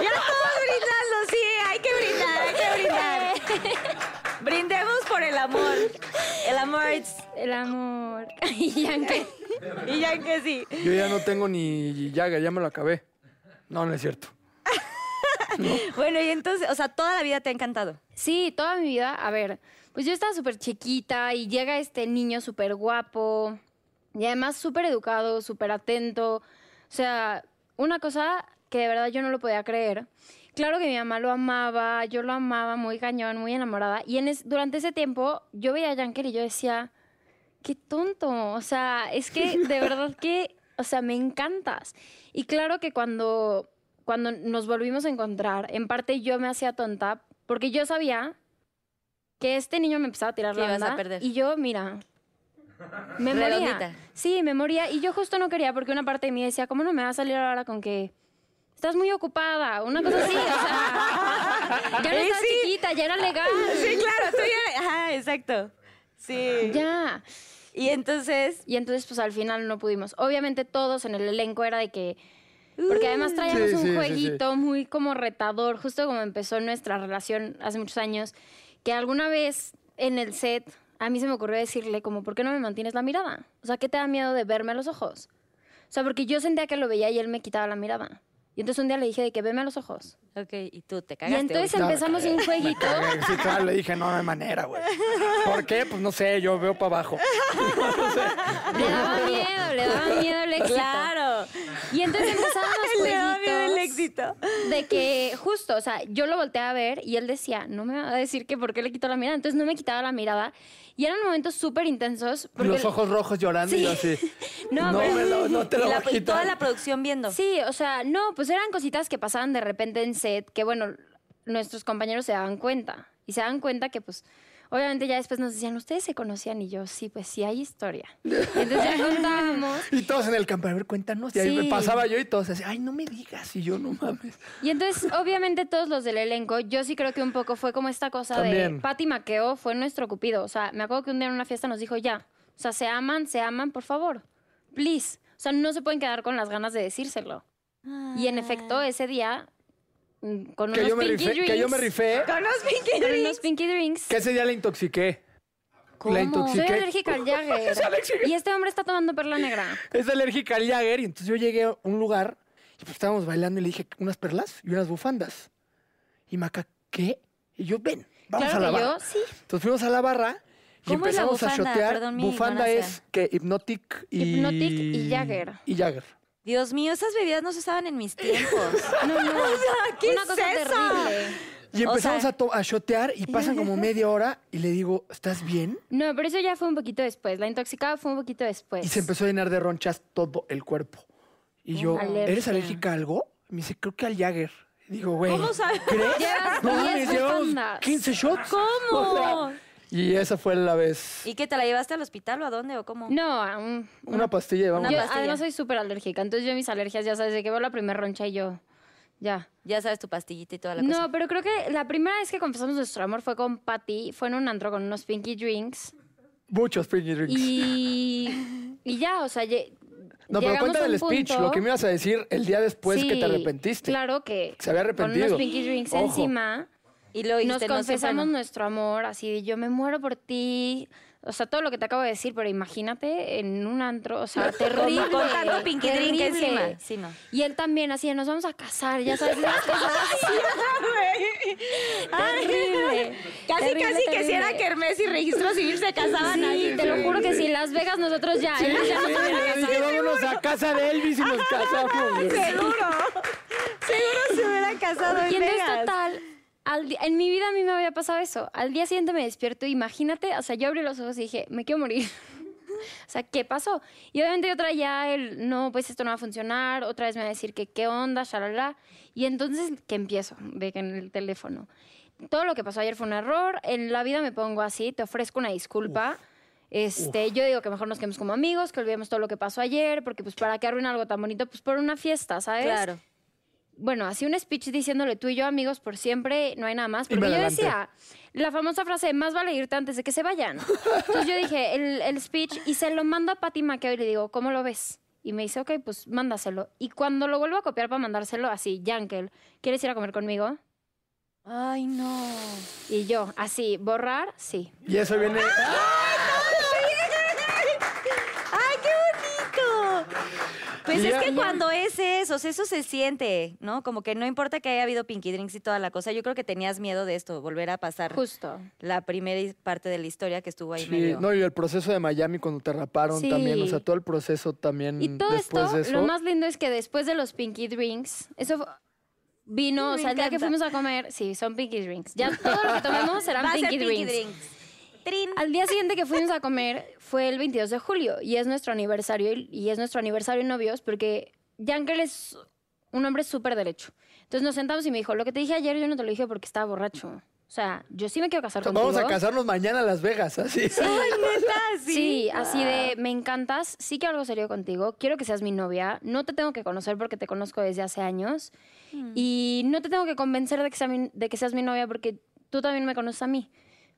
[SPEAKER 3] ya todos brindando, sí, hay que brindar, hay que brindar. Brindemos por el amor. El amor es...
[SPEAKER 4] El amor. y Yankel.
[SPEAKER 3] Y ya que sí.
[SPEAKER 5] Yo ya no tengo ni Jagger, ya me lo acabé. No, no es cierto.
[SPEAKER 3] Bueno, y entonces, o sea, toda la vida te ha encantado.
[SPEAKER 4] Sí, toda mi vida. A ver, pues yo estaba súper chiquita y llega este niño súper guapo y además súper educado, súper atento. O sea, una cosa que de verdad yo no lo podía creer. Claro que mi mamá lo amaba, yo lo amaba muy cañón, muy enamorada. Y en es- durante ese tiempo yo veía a Yankel y yo decía, qué tonto. O sea, es que de verdad que, o sea, me encantas. Y claro que cuando, cuando nos volvimos a encontrar, en parte yo me hacía tonta porque yo sabía que este niño me empezaba a tirar
[SPEAKER 3] Que
[SPEAKER 4] la
[SPEAKER 3] ibas a
[SPEAKER 4] onda
[SPEAKER 3] perder.
[SPEAKER 4] y yo, mira, me
[SPEAKER 3] Redondita.
[SPEAKER 4] moría. Sí, me moría y yo justo no quería porque una parte de mí decía, ¿cómo no me va a salir ahora con que estás muy ocupada? Una cosa así, o sea, ya no
[SPEAKER 3] Eh,
[SPEAKER 4] estás
[SPEAKER 3] sí.
[SPEAKER 4] chiquita, ya era legal.
[SPEAKER 3] Ah, Sí, claro, tú ya. Ajá, exacto. Sí.
[SPEAKER 4] Ya.
[SPEAKER 3] Y entonces.
[SPEAKER 4] Y entonces, pues al final no pudimos. Obviamente, todos en el elenco era de que. Porque además traíamos
[SPEAKER 5] Sí,
[SPEAKER 4] un
[SPEAKER 5] sí, sí,
[SPEAKER 4] jueguito muy como retador, justo como empezó nuestra relación hace muchos años, que alguna vez en el set a mí se me ocurrió decirle como, ¿por qué no me mantienes la mirada? O sea, ¿qué te da miedo de verme a los ojos? O sea, porque yo sentía que lo veía y él me quitaba la mirada. Y entonces un día le dije de que veme a los ojos.
[SPEAKER 3] Ok, y tú te cagaste.
[SPEAKER 4] y entonces
[SPEAKER 5] obvio.
[SPEAKER 4] empezamos un jueguito.
[SPEAKER 5] Jagger, sí, claro, le dije, no, no hay manera, güey. ¿Por qué? Pues no sé, yo veo para abajo.
[SPEAKER 4] le daba miedo, le daba miedo el éxito.
[SPEAKER 3] Claro.
[SPEAKER 4] Y entonces empezamos
[SPEAKER 3] Le daba miedo el
[SPEAKER 4] jueguitos.
[SPEAKER 3] éxito.
[SPEAKER 4] De que justo, o sea, yo lo volteé a ver y él decía, no me va a decir que por qué le quitó la mirada. Entonces no me quitaba la mirada. Y eran momentos súper intensos. porque-
[SPEAKER 5] Los ojos rojos llorando y yo así.
[SPEAKER 4] No,
[SPEAKER 5] no,
[SPEAKER 4] pero-
[SPEAKER 5] me lo- no te
[SPEAKER 3] Y
[SPEAKER 5] lo
[SPEAKER 3] la-
[SPEAKER 5] voy a
[SPEAKER 3] y toda
[SPEAKER 5] quitar.
[SPEAKER 3] la producción viendo.
[SPEAKER 4] Sí, o sea, no, pues eran cositas que pasaban de repente en set que, bueno, nuestros compañeros se daban cuenta. Y se daban cuenta que, pues, Obviamente ya después nos decían, ¿ustedes se conocían? Y yo, sí, pues sí hay historia. Entonces ya contábamos.
[SPEAKER 5] Y todos en el campo, a ver, cuéntanos. Y ahí me
[SPEAKER 4] Sí.
[SPEAKER 5] pasaba yo y todos así, ay, no me digas. Y yo, no mames.
[SPEAKER 4] Y entonces, obviamente, todos los del elenco, yo sí creo que un poco fue como esta cosa
[SPEAKER 5] También.
[SPEAKER 4] de Patti Maqueo fue nuestro cupido. O sea, me acuerdo que un día en una fiesta nos dijo ya. O sea, se aman, se aman, por favor. Please. O sea, no se pueden quedar con las ganas de decírselo. Y
[SPEAKER 3] Ah.
[SPEAKER 4] en efecto,
[SPEAKER 1] Ah.
[SPEAKER 4] ese día, mm, con
[SPEAKER 5] Que
[SPEAKER 4] unos
[SPEAKER 5] yo, me
[SPEAKER 4] pinky
[SPEAKER 5] rifé,
[SPEAKER 4] drinks.
[SPEAKER 5] que yo me rifé,
[SPEAKER 1] Con los Pinky
[SPEAKER 4] con
[SPEAKER 1] Drinks.
[SPEAKER 4] unos pinky drinks.
[SPEAKER 5] que ese día la intoxiqué. La
[SPEAKER 4] Soy
[SPEAKER 5] intoxiqué.
[SPEAKER 4] alérgica al Jagger.
[SPEAKER 5] Soy alérgica.
[SPEAKER 4] y este hombre está tomando perla negra.
[SPEAKER 5] Es alérgica al Jagger. Y entonces yo llegué a un lugar y pues estábamos bailando y le dije unas perlas y unas bufandas. Y Maca, ¿qué? Y yo, ven, vamos
[SPEAKER 4] claro
[SPEAKER 5] a la
[SPEAKER 4] que
[SPEAKER 5] barra.
[SPEAKER 4] yo, sí.
[SPEAKER 5] Entonces fuimos a la barra y
[SPEAKER 3] ¿Cómo es la
[SPEAKER 5] empezamos
[SPEAKER 3] bufanda?
[SPEAKER 5] a shotear.
[SPEAKER 3] Perdón mi
[SPEAKER 5] bufanda es
[SPEAKER 3] ignorancia.
[SPEAKER 5] que Hypnotic y...
[SPEAKER 4] Hypnotic y Jagger.
[SPEAKER 5] Y Jagger.
[SPEAKER 3] Dios mío, esas bebidas no se usaban en mis tiempos.
[SPEAKER 4] No, no.
[SPEAKER 1] ¿qué
[SPEAKER 4] Una
[SPEAKER 1] es
[SPEAKER 4] cosa
[SPEAKER 1] eso?
[SPEAKER 4] terrible.
[SPEAKER 5] Y
[SPEAKER 3] O
[SPEAKER 5] empezamos
[SPEAKER 3] sea-
[SPEAKER 5] a, to- a shotear y pasan como media hora y le digo, ¿estás bien?
[SPEAKER 4] No, pero eso ya fue un poquito después. La intoxicada fue un poquito después.
[SPEAKER 5] Y se empezó a llenar de ronchas todo el cuerpo. Y yo,
[SPEAKER 4] Alergia.
[SPEAKER 5] ¿eres alérgica a algo? Me dice, creo que al Jagger. Y digo, güey.
[SPEAKER 1] ¿Cómo sabes?
[SPEAKER 5] ¿Crees?
[SPEAKER 4] Llevas
[SPEAKER 5] No
[SPEAKER 4] 10
[SPEAKER 5] mames, llevamos
[SPEAKER 4] bufandas.
[SPEAKER 5] 15 shots.
[SPEAKER 1] ¿Cómo?
[SPEAKER 5] O sea, y esa fue la vez.
[SPEAKER 3] ¿Y qué te la llevaste al hospital o a dónde o cómo?
[SPEAKER 4] No, aún.
[SPEAKER 5] Una pastilla llevamos.
[SPEAKER 4] Yo,
[SPEAKER 3] pastilla.
[SPEAKER 4] además soy súper alérgica. Entonces yo mis alergias, ya sabes, de que veo la primera roncha y yo. Ya.
[SPEAKER 3] Ya sabes tu pastillita y toda la cosa.
[SPEAKER 4] No, pero creo que la primera vez que confesamos nuestro amor fue con Patty. Fue en un antro con unos pinky drinks.
[SPEAKER 5] Muchos pinky drinks.
[SPEAKER 4] Y, y ya, o sea, lle-
[SPEAKER 5] no, pero
[SPEAKER 4] llegamos
[SPEAKER 5] cuenta
[SPEAKER 4] a un
[SPEAKER 5] del speech,
[SPEAKER 4] punto-
[SPEAKER 5] lo que me ibas a decir el día después que
[SPEAKER 4] Sí,
[SPEAKER 5] te arrepentiste.
[SPEAKER 4] Claro que.
[SPEAKER 5] Se había arrepentido.
[SPEAKER 4] Con unos pinky drinks
[SPEAKER 5] Ojo.
[SPEAKER 4] encima.
[SPEAKER 3] Y lo
[SPEAKER 4] nos
[SPEAKER 3] dijiste, no, siempre
[SPEAKER 4] confesamos
[SPEAKER 3] no.
[SPEAKER 4] nuestro amor, así de yo me muero por ti. O sea, todo lo que te acabo de decir, pero imagínate en un antro, o sea, terrible.
[SPEAKER 3] Con, con tanto pinky drink
[SPEAKER 4] terrible.
[SPEAKER 3] encima. Sí, no.
[SPEAKER 4] Y él también, así de nos vamos a casar, ya sabes, esas cosas terrible.
[SPEAKER 1] Casi,
[SPEAKER 4] Terrible,
[SPEAKER 1] casi que si
[SPEAKER 4] terrible.
[SPEAKER 1] era Kermés y registro civil se casaban ahí.
[SPEAKER 4] Sí, te lo juro que sí, en Las Vegas nosotros ya. ellos ya nos habían
[SPEAKER 5] Y
[SPEAKER 4] casado.
[SPEAKER 5] dije, vámonos a casa de Elvis y nos casamos. güey.
[SPEAKER 1] Seguro. Seguro se hubiera casado
[SPEAKER 4] Y
[SPEAKER 1] en
[SPEAKER 4] entonces,
[SPEAKER 1] Vegas.
[SPEAKER 4] total, al di- en mi vida a mí me había pasado eso. Al día siguiente me despierto, imagínate, o sea, yo abrí los ojos y dije, me quiero morir. O sea, ¿qué pasó? Y obviamente yo traía el, no, pues esto no va a funcionar, otra vez me va a decir que qué onda, shalala. Y entonces, que empiezo? De que en el teléfono. Todo lo que pasó ayer fue un error, en la vida me pongo así, te ofrezco una disculpa. Este, yo digo que mejor nos quedemos como amigos, que olvidemos todo lo que pasó ayer, porque pues para qué arruinar algo tan bonito, pues por una fiesta, ¿sabes?
[SPEAKER 3] Claro.
[SPEAKER 4] bueno, así un speech diciéndole tú y yo amigos por siempre, no hay nada más.
[SPEAKER 5] Y
[SPEAKER 4] Porque
[SPEAKER 5] me
[SPEAKER 4] yo
[SPEAKER 5] adelanté.
[SPEAKER 4] decía la famosa frase, más vale irte antes de que se vayan. Entonces yo dije el, el speech y se lo mando a Pati Maqueo y le digo, ¿cómo lo ves? Y me dice, ok, pues mándaselo. Y cuando lo vuelvo a copiar para mandárselo así, Yankel, ¿quieres ir a comer conmigo?
[SPEAKER 3] Ay, no.
[SPEAKER 4] Y yo, así, borrar, sí.
[SPEAKER 5] Y eso viene. ah,
[SPEAKER 3] ¡Ay, qué bonito! Pues
[SPEAKER 5] Ya,
[SPEAKER 3] es que
[SPEAKER 5] ya.
[SPEAKER 3] cuando es eso, o sea, eso se siente, ¿no? Como que no importa que haya habido pinky drinks y toda la cosa, yo creo que tenías miedo de esto, volver a pasar
[SPEAKER 4] Justo.
[SPEAKER 3] la primera is- parte de la historia que estuvo ahí
[SPEAKER 5] Sí,
[SPEAKER 3] medio.
[SPEAKER 5] no, y el proceso de Miami cuando te raparon
[SPEAKER 4] Sí.
[SPEAKER 5] también, o sea, todo el proceso también
[SPEAKER 4] Y todo
[SPEAKER 5] Mm, después
[SPEAKER 4] esto,
[SPEAKER 5] de eso.
[SPEAKER 4] lo más lindo es que después de los Pinky Drinks, eso fu- vino, o sea, el día que fuimos a comer, sí, son Pinky Drinks. Ya todo lo que tomemos serán
[SPEAKER 3] Va a
[SPEAKER 4] Pinky,
[SPEAKER 3] ser pinky
[SPEAKER 4] Drinks.
[SPEAKER 3] drinks. Trin.
[SPEAKER 4] Al día siguiente que fuimos a comer fue el 22 de julio y es nuestro aniversario y- y es nuestro aniversario de novios porque Yankel es un hombre súper derecho. Entonces nos sentamos y me dijo, lo que te dije ayer yo no te lo dije porque estaba borracho. O sea, yo sí me quiero casar contigo.
[SPEAKER 5] Vamos a casarnos mañana a Las Vegas, ¿ah? así.
[SPEAKER 4] Sí, así de, me encantas, sí que algo serio contigo, quiero que seas mi novia, no te tengo que conocer porque te conozco desde hace años y no te tengo que convencer de que, sea mi- de que seas mi novia porque tú también me conoces a mí.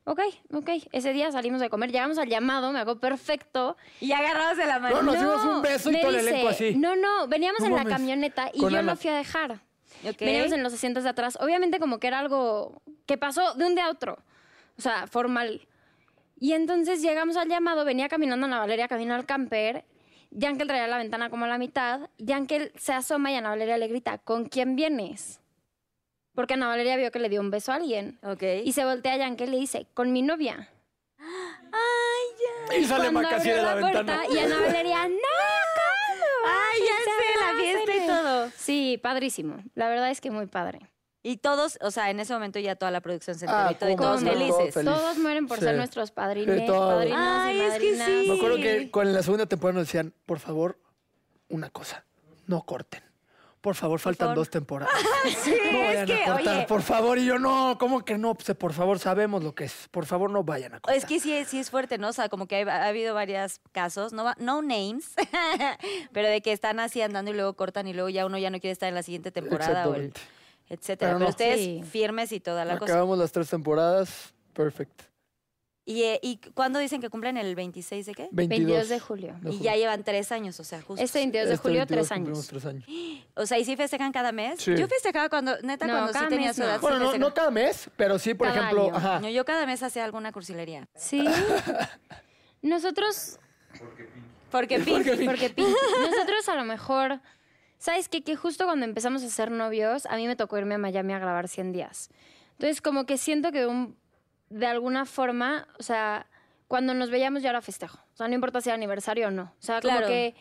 [SPEAKER 4] Ok, ok, ese día salimos de comer, llegamos al llamado, me hago perfecto.
[SPEAKER 3] Y agarrados de la mano.
[SPEAKER 5] No, nos dimos un beso y
[SPEAKER 4] me
[SPEAKER 5] todo el
[SPEAKER 4] dice,
[SPEAKER 5] elenco así.
[SPEAKER 4] No, no, veníamos
[SPEAKER 5] No
[SPEAKER 4] en
[SPEAKER 5] mames.
[SPEAKER 4] la camioneta y
[SPEAKER 5] Con
[SPEAKER 4] yo
[SPEAKER 5] Ana.
[SPEAKER 4] lo fui a dejar.
[SPEAKER 3] Ok.
[SPEAKER 4] Veníamos en los asientos de atrás. Obviamente como que era algo que pasó de un día a otro. O sea, formal. Y entonces llegamos al llamado, venía caminando Ana Valeria, camino al camper. Yankel traía la ventana como a la mitad. Yankel se asoma y Ana Valeria le grita, ¿con quién vienes? Porque Ana Valeria vio que le dio un beso a alguien.
[SPEAKER 3] Ok.
[SPEAKER 4] Y se voltea a Yankel y le dice, con mi novia.
[SPEAKER 5] Y sale
[SPEAKER 4] Cuando
[SPEAKER 5] Macasí
[SPEAKER 4] abrió
[SPEAKER 5] de la,
[SPEAKER 4] puerta
[SPEAKER 5] ventana.
[SPEAKER 4] y Ana Valeria, ¡no!
[SPEAKER 3] Ay, ya sé, la fiesta y todo.
[SPEAKER 4] Sí, padrísimo. La verdad es que muy padre.
[SPEAKER 3] Y todos, o sea, en ese momento ya toda la producción se
[SPEAKER 5] Ah,
[SPEAKER 3] enteró y todo, y
[SPEAKER 5] ¿cómo
[SPEAKER 3] todos
[SPEAKER 5] no?
[SPEAKER 3] felices.
[SPEAKER 5] Feliz.
[SPEAKER 4] Todos mueren por
[SPEAKER 5] Sí.
[SPEAKER 4] ser nuestros
[SPEAKER 5] Sí,
[SPEAKER 4] padrines,
[SPEAKER 5] todos.
[SPEAKER 4] padrinos y
[SPEAKER 1] Ay, es que
[SPEAKER 4] madrinas.
[SPEAKER 1] sí.
[SPEAKER 5] Me acuerdo que con la segunda temporada nos decían, por favor, una cosa, no corten. por favor, faltan
[SPEAKER 3] favor.
[SPEAKER 5] dos temporadas.
[SPEAKER 1] Sí,
[SPEAKER 5] No
[SPEAKER 1] es
[SPEAKER 5] vayan
[SPEAKER 1] que,
[SPEAKER 5] a cortar,
[SPEAKER 1] oye,
[SPEAKER 5] por favor. Y yo, no, ¿cómo que no? Pues, por favor, sabemos lo que es. Por favor, no vayan a cortar.
[SPEAKER 3] Es que sí, sí es fuerte, ¿no? O sea, como que hay- ha habido varios casos, no, va- no names, pero de que están así andando y luego cortan y luego ya uno ya no quiere estar en la siguiente temporada o el,
[SPEAKER 5] Exactamente.
[SPEAKER 3] etcétera. Pero,
[SPEAKER 5] Pero no.
[SPEAKER 3] ustedes
[SPEAKER 4] Sí.
[SPEAKER 3] firmes y toda la cosa.
[SPEAKER 5] Acabamos las tres temporadas. Perfect.
[SPEAKER 3] ¿Y, eh, ¿Y cuándo dicen que cumplen el 26 de qué?
[SPEAKER 5] 22,
[SPEAKER 4] 22 de julio.
[SPEAKER 5] de
[SPEAKER 3] Y ya llevan tres años, o sea, justo.
[SPEAKER 4] Este 22 de
[SPEAKER 5] Este
[SPEAKER 4] julio,
[SPEAKER 5] 22
[SPEAKER 4] tres años.
[SPEAKER 5] cumplimos tres años.
[SPEAKER 3] O sea, ¿y sí festejan cada mes?
[SPEAKER 5] Sí.
[SPEAKER 3] Yo festejaba cuando, neta,
[SPEAKER 4] No,
[SPEAKER 3] cuando sí
[SPEAKER 4] cada
[SPEAKER 3] tenía
[SPEAKER 4] mes
[SPEAKER 3] su
[SPEAKER 4] no.
[SPEAKER 3] edad. sí
[SPEAKER 5] Bueno, no,
[SPEAKER 3] festejaba.
[SPEAKER 5] no cada mes, pero sí, por
[SPEAKER 4] Cada
[SPEAKER 5] ejemplo,
[SPEAKER 4] año.
[SPEAKER 5] ajá.
[SPEAKER 3] No, yo cada mes hacía alguna cursilería.
[SPEAKER 4] Sí. Nosotros,
[SPEAKER 3] Porque
[SPEAKER 5] Porque
[SPEAKER 3] Pinky.
[SPEAKER 5] Pinky.
[SPEAKER 4] porque Pinky- nosotros a lo mejor, ¿sabes qué? Que justo cuando empezamos a ser novios, a mí me tocó irme a Miami a grabar 100 días. Entonces, como que siento que un- de alguna forma, o sea, cuando nos veíamos yo era festejo. O sea, no importa si era aniversario o no. O sea,
[SPEAKER 3] Claro.
[SPEAKER 4] como que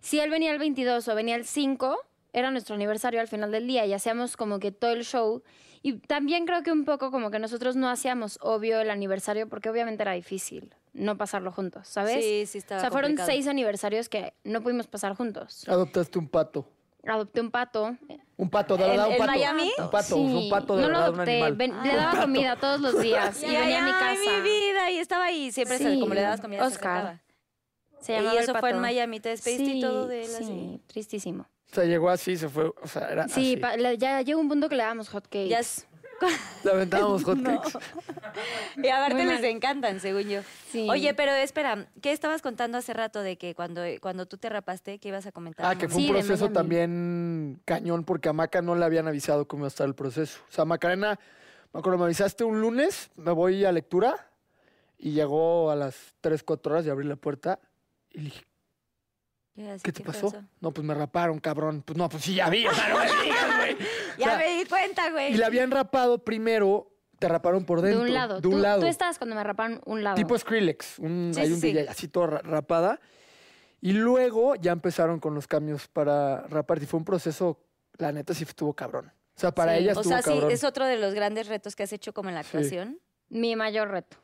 [SPEAKER 4] si él venía el 22 o venía el 5, era nuestro aniversario al final del día y hacíamos como que todo el show. Y también creo que un poco como que nosotros no hacíamos obvio el aniversario porque obviamente era difícil no pasarlo juntos, ¿sabes?
[SPEAKER 3] Sí, sí estaba
[SPEAKER 4] O sea, fueron
[SPEAKER 3] complicado.
[SPEAKER 4] seis aniversarios que no pudimos pasar juntos.
[SPEAKER 5] Adoptaste un pato.
[SPEAKER 4] Adopté un pato.
[SPEAKER 5] Un pato, de verdad,
[SPEAKER 3] ¿En-
[SPEAKER 5] un
[SPEAKER 3] en
[SPEAKER 5] pato.
[SPEAKER 3] Miami?
[SPEAKER 5] Un pato, un pato de
[SPEAKER 4] no lo
[SPEAKER 5] verdad, un
[SPEAKER 4] adopté.
[SPEAKER 5] animal.
[SPEAKER 4] ven- le daba comida todos los días y
[SPEAKER 3] Y ay,
[SPEAKER 4] venía a mi
[SPEAKER 3] ay,
[SPEAKER 4] casa.
[SPEAKER 3] mi vida. Y estaba ahí, siempre se-
[SPEAKER 4] Sí,
[SPEAKER 3] como le dabas comida. se
[SPEAKER 4] Oscar.
[SPEAKER 3] acercaba.
[SPEAKER 4] Se
[SPEAKER 3] Y
[SPEAKER 4] llamaba
[SPEAKER 3] eso
[SPEAKER 4] el
[SPEAKER 3] fue en
[SPEAKER 4] pato.
[SPEAKER 3] Miami, te despediste y
[SPEAKER 4] Sí,
[SPEAKER 3] todo de él
[SPEAKER 4] sí,
[SPEAKER 3] así.
[SPEAKER 4] tristísimo.
[SPEAKER 5] O sea, llegó así, se fue. O sea, era
[SPEAKER 4] Sí,
[SPEAKER 5] así.
[SPEAKER 4] pa- le- ya llegó un punto que le dábamos hotcakes.
[SPEAKER 3] Ya es-
[SPEAKER 5] Le aventábamos hotcakes.
[SPEAKER 3] y aparte
[SPEAKER 4] Muy
[SPEAKER 3] les
[SPEAKER 4] mal.
[SPEAKER 3] encantan, según yo.
[SPEAKER 4] Sí.
[SPEAKER 3] Oye, pero espera, ¿qué estabas contando hace rato de que cuando, cuando tú te rapaste, qué ibas a comentar?
[SPEAKER 5] Ah, que fue
[SPEAKER 4] Sí,
[SPEAKER 5] un
[SPEAKER 4] de
[SPEAKER 5] proceso
[SPEAKER 4] Miami.
[SPEAKER 5] también cañón, porque a Maca no le habían avisado cómo iba a estar el proceso. O sea, Macarena, me acuerdo, me avisaste un lunes, me voy a lectura, y llegó a las 3, 4 horas y abrí la puerta, y le dije,
[SPEAKER 3] Yo así,
[SPEAKER 5] ¿qué te pasó?
[SPEAKER 3] pasó?
[SPEAKER 5] No, pues me raparon, cabrón. Pues no, pues sí, ya vi, o sea, no me digas, güey.
[SPEAKER 3] Ya
[SPEAKER 5] O sea,
[SPEAKER 3] me di cuenta, güey.
[SPEAKER 5] Y la habían rapado primero, te raparon por
[SPEAKER 4] de
[SPEAKER 5] dentro.
[SPEAKER 4] un lado.
[SPEAKER 5] De un
[SPEAKER 4] tú,
[SPEAKER 5] lado.
[SPEAKER 4] tú estabas cuando me raparon un lado.
[SPEAKER 5] Tipo Skrillex, un,
[SPEAKER 3] Ah, Sí,
[SPEAKER 5] hay
[SPEAKER 3] sí,
[SPEAKER 5] un
[SPEAKER 3] sí.
[SPEAKER 5] DJ así toda ra- rapada. Y luego ya empezaron con los cambios para rapar. Y fue un proceso, la neta sí estuvo cabrón. O sea, para
[SPEAKER 4] Sí,
[SPEAKER 5] ella
[SPEAKER 3] o
[SPEAKER 5] estuvo
[SPEAKER 3] sea, sí,
[SPEAKER 5] cabrón.
[SPEAKER 3] es otro de los grandes retos que has hecho como en la
[SPEAKER 5] Sí.
[SPEAKER 3] actuación.
[SPEAKER 4] Mi mayor reto.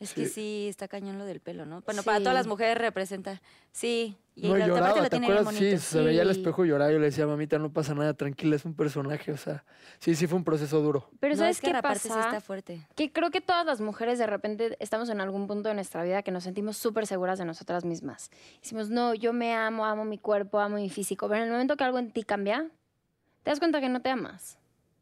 [SPEAKER 3] Es que
[SPEAKER 5] Sí.
[SPEAKER 3] sí, está cañón lo del pelo, ¿no? Bueno, para todas
[SPEAKER 4] Sí.
[SPEAKER 3] las mujeres representa. Sí, y
[SPEAKER 5] no
[SPEAKER 3] la otra parte
[SPEAKER 5] lloraba,
[SPEAKER 3] lo
[SPEAKER 5] ¿te
[SPEAKER 3] tiene bien
[SPEAKER 5] acuerdas? Sí,
[SPEAKER 3] bonito.
[SPEAKER 5] se veía al
[SPEAKER 4] sí.
[SPEAKER 5] espejo y lloraba. Yo le decía, mamita, no pasa nada, tranquila, es un personaje. O sea, sí, sí fue un proceso duro.
[SPEAKER 4] Pero
[SPEAKER 3] No,
[SPEAKER 4] ¿sabes
[SPEAKER 3] es que
[SPEAKER 4] qué
[SPEAKER 3] raparte
[SPEAKER 4] pasa?
[SPEAKER 3] sí está fuerte.
[SPEAKER 4] Que creo que todas las mujeres de repente estamos en algún punto de nuestra vida que nos sentimos súper seguras de nosotras mismas. Decimos, no, yo me amo, amo mi cuerpo, amo mi físico. Pero en el momento que algo en ti cambia, te das cuenta que no te amas.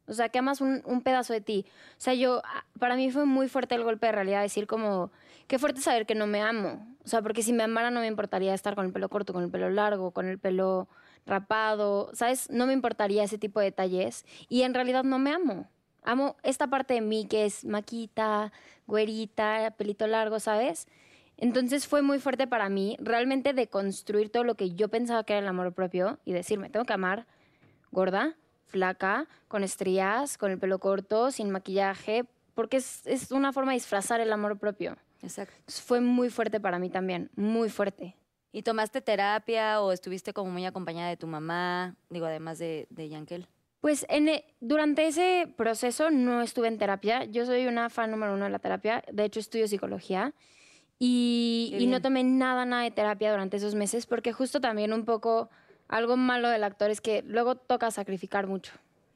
[SPEAKER 4] O sea, que amas un, un pedazo de ti. O sea, yo, a- para mí fue muy fuerte el golpe de realidad, decir como, qué fuerte saber que no me amo. O sea, porque si me amara no me importaría estar con el pelo corto, con el pelo largo, con el pelo rapado, ¿sabes? No me importaría ese tipo de detalles. Y en realidad no me amo. Amo esta parte de mí que es maquita, güerita, pelito largo, ¿sabes? Entonces fue muy fuerte para mí realmente deconstruir todo lo que yo pensaba que era el amor propio y decirme, tengo que amar gorda, flaca, con estrías, con el pelo corto, sin maquillaje, porque es, es una forma de disfrazar el amor propio.
[SPEAKER 3] Exacto.
[SPEAKER 4] Entonces, fue muy fuerte para mí también, muy fuerte.
[SPEAKER 3] ¿Y tomaste terapia o estuviste como muy acompañada de tu mamá? Digo, además de, de Yankel.
[SPEAKER 4] Pues en e- durante ese proceso no estuve en terapia. Yo soy una fan número uno de la terapia. De hecho, estudio psicología. Y,
[SPEAKER 3] Qué
[SPEAKER 4] y no
[SPEAKER 3] bien.
[SPEAKER 4] tomé nada, nada de terapia durante esos meses porque justo también un poco algo malo del actor es que luego toca sacrificar mucho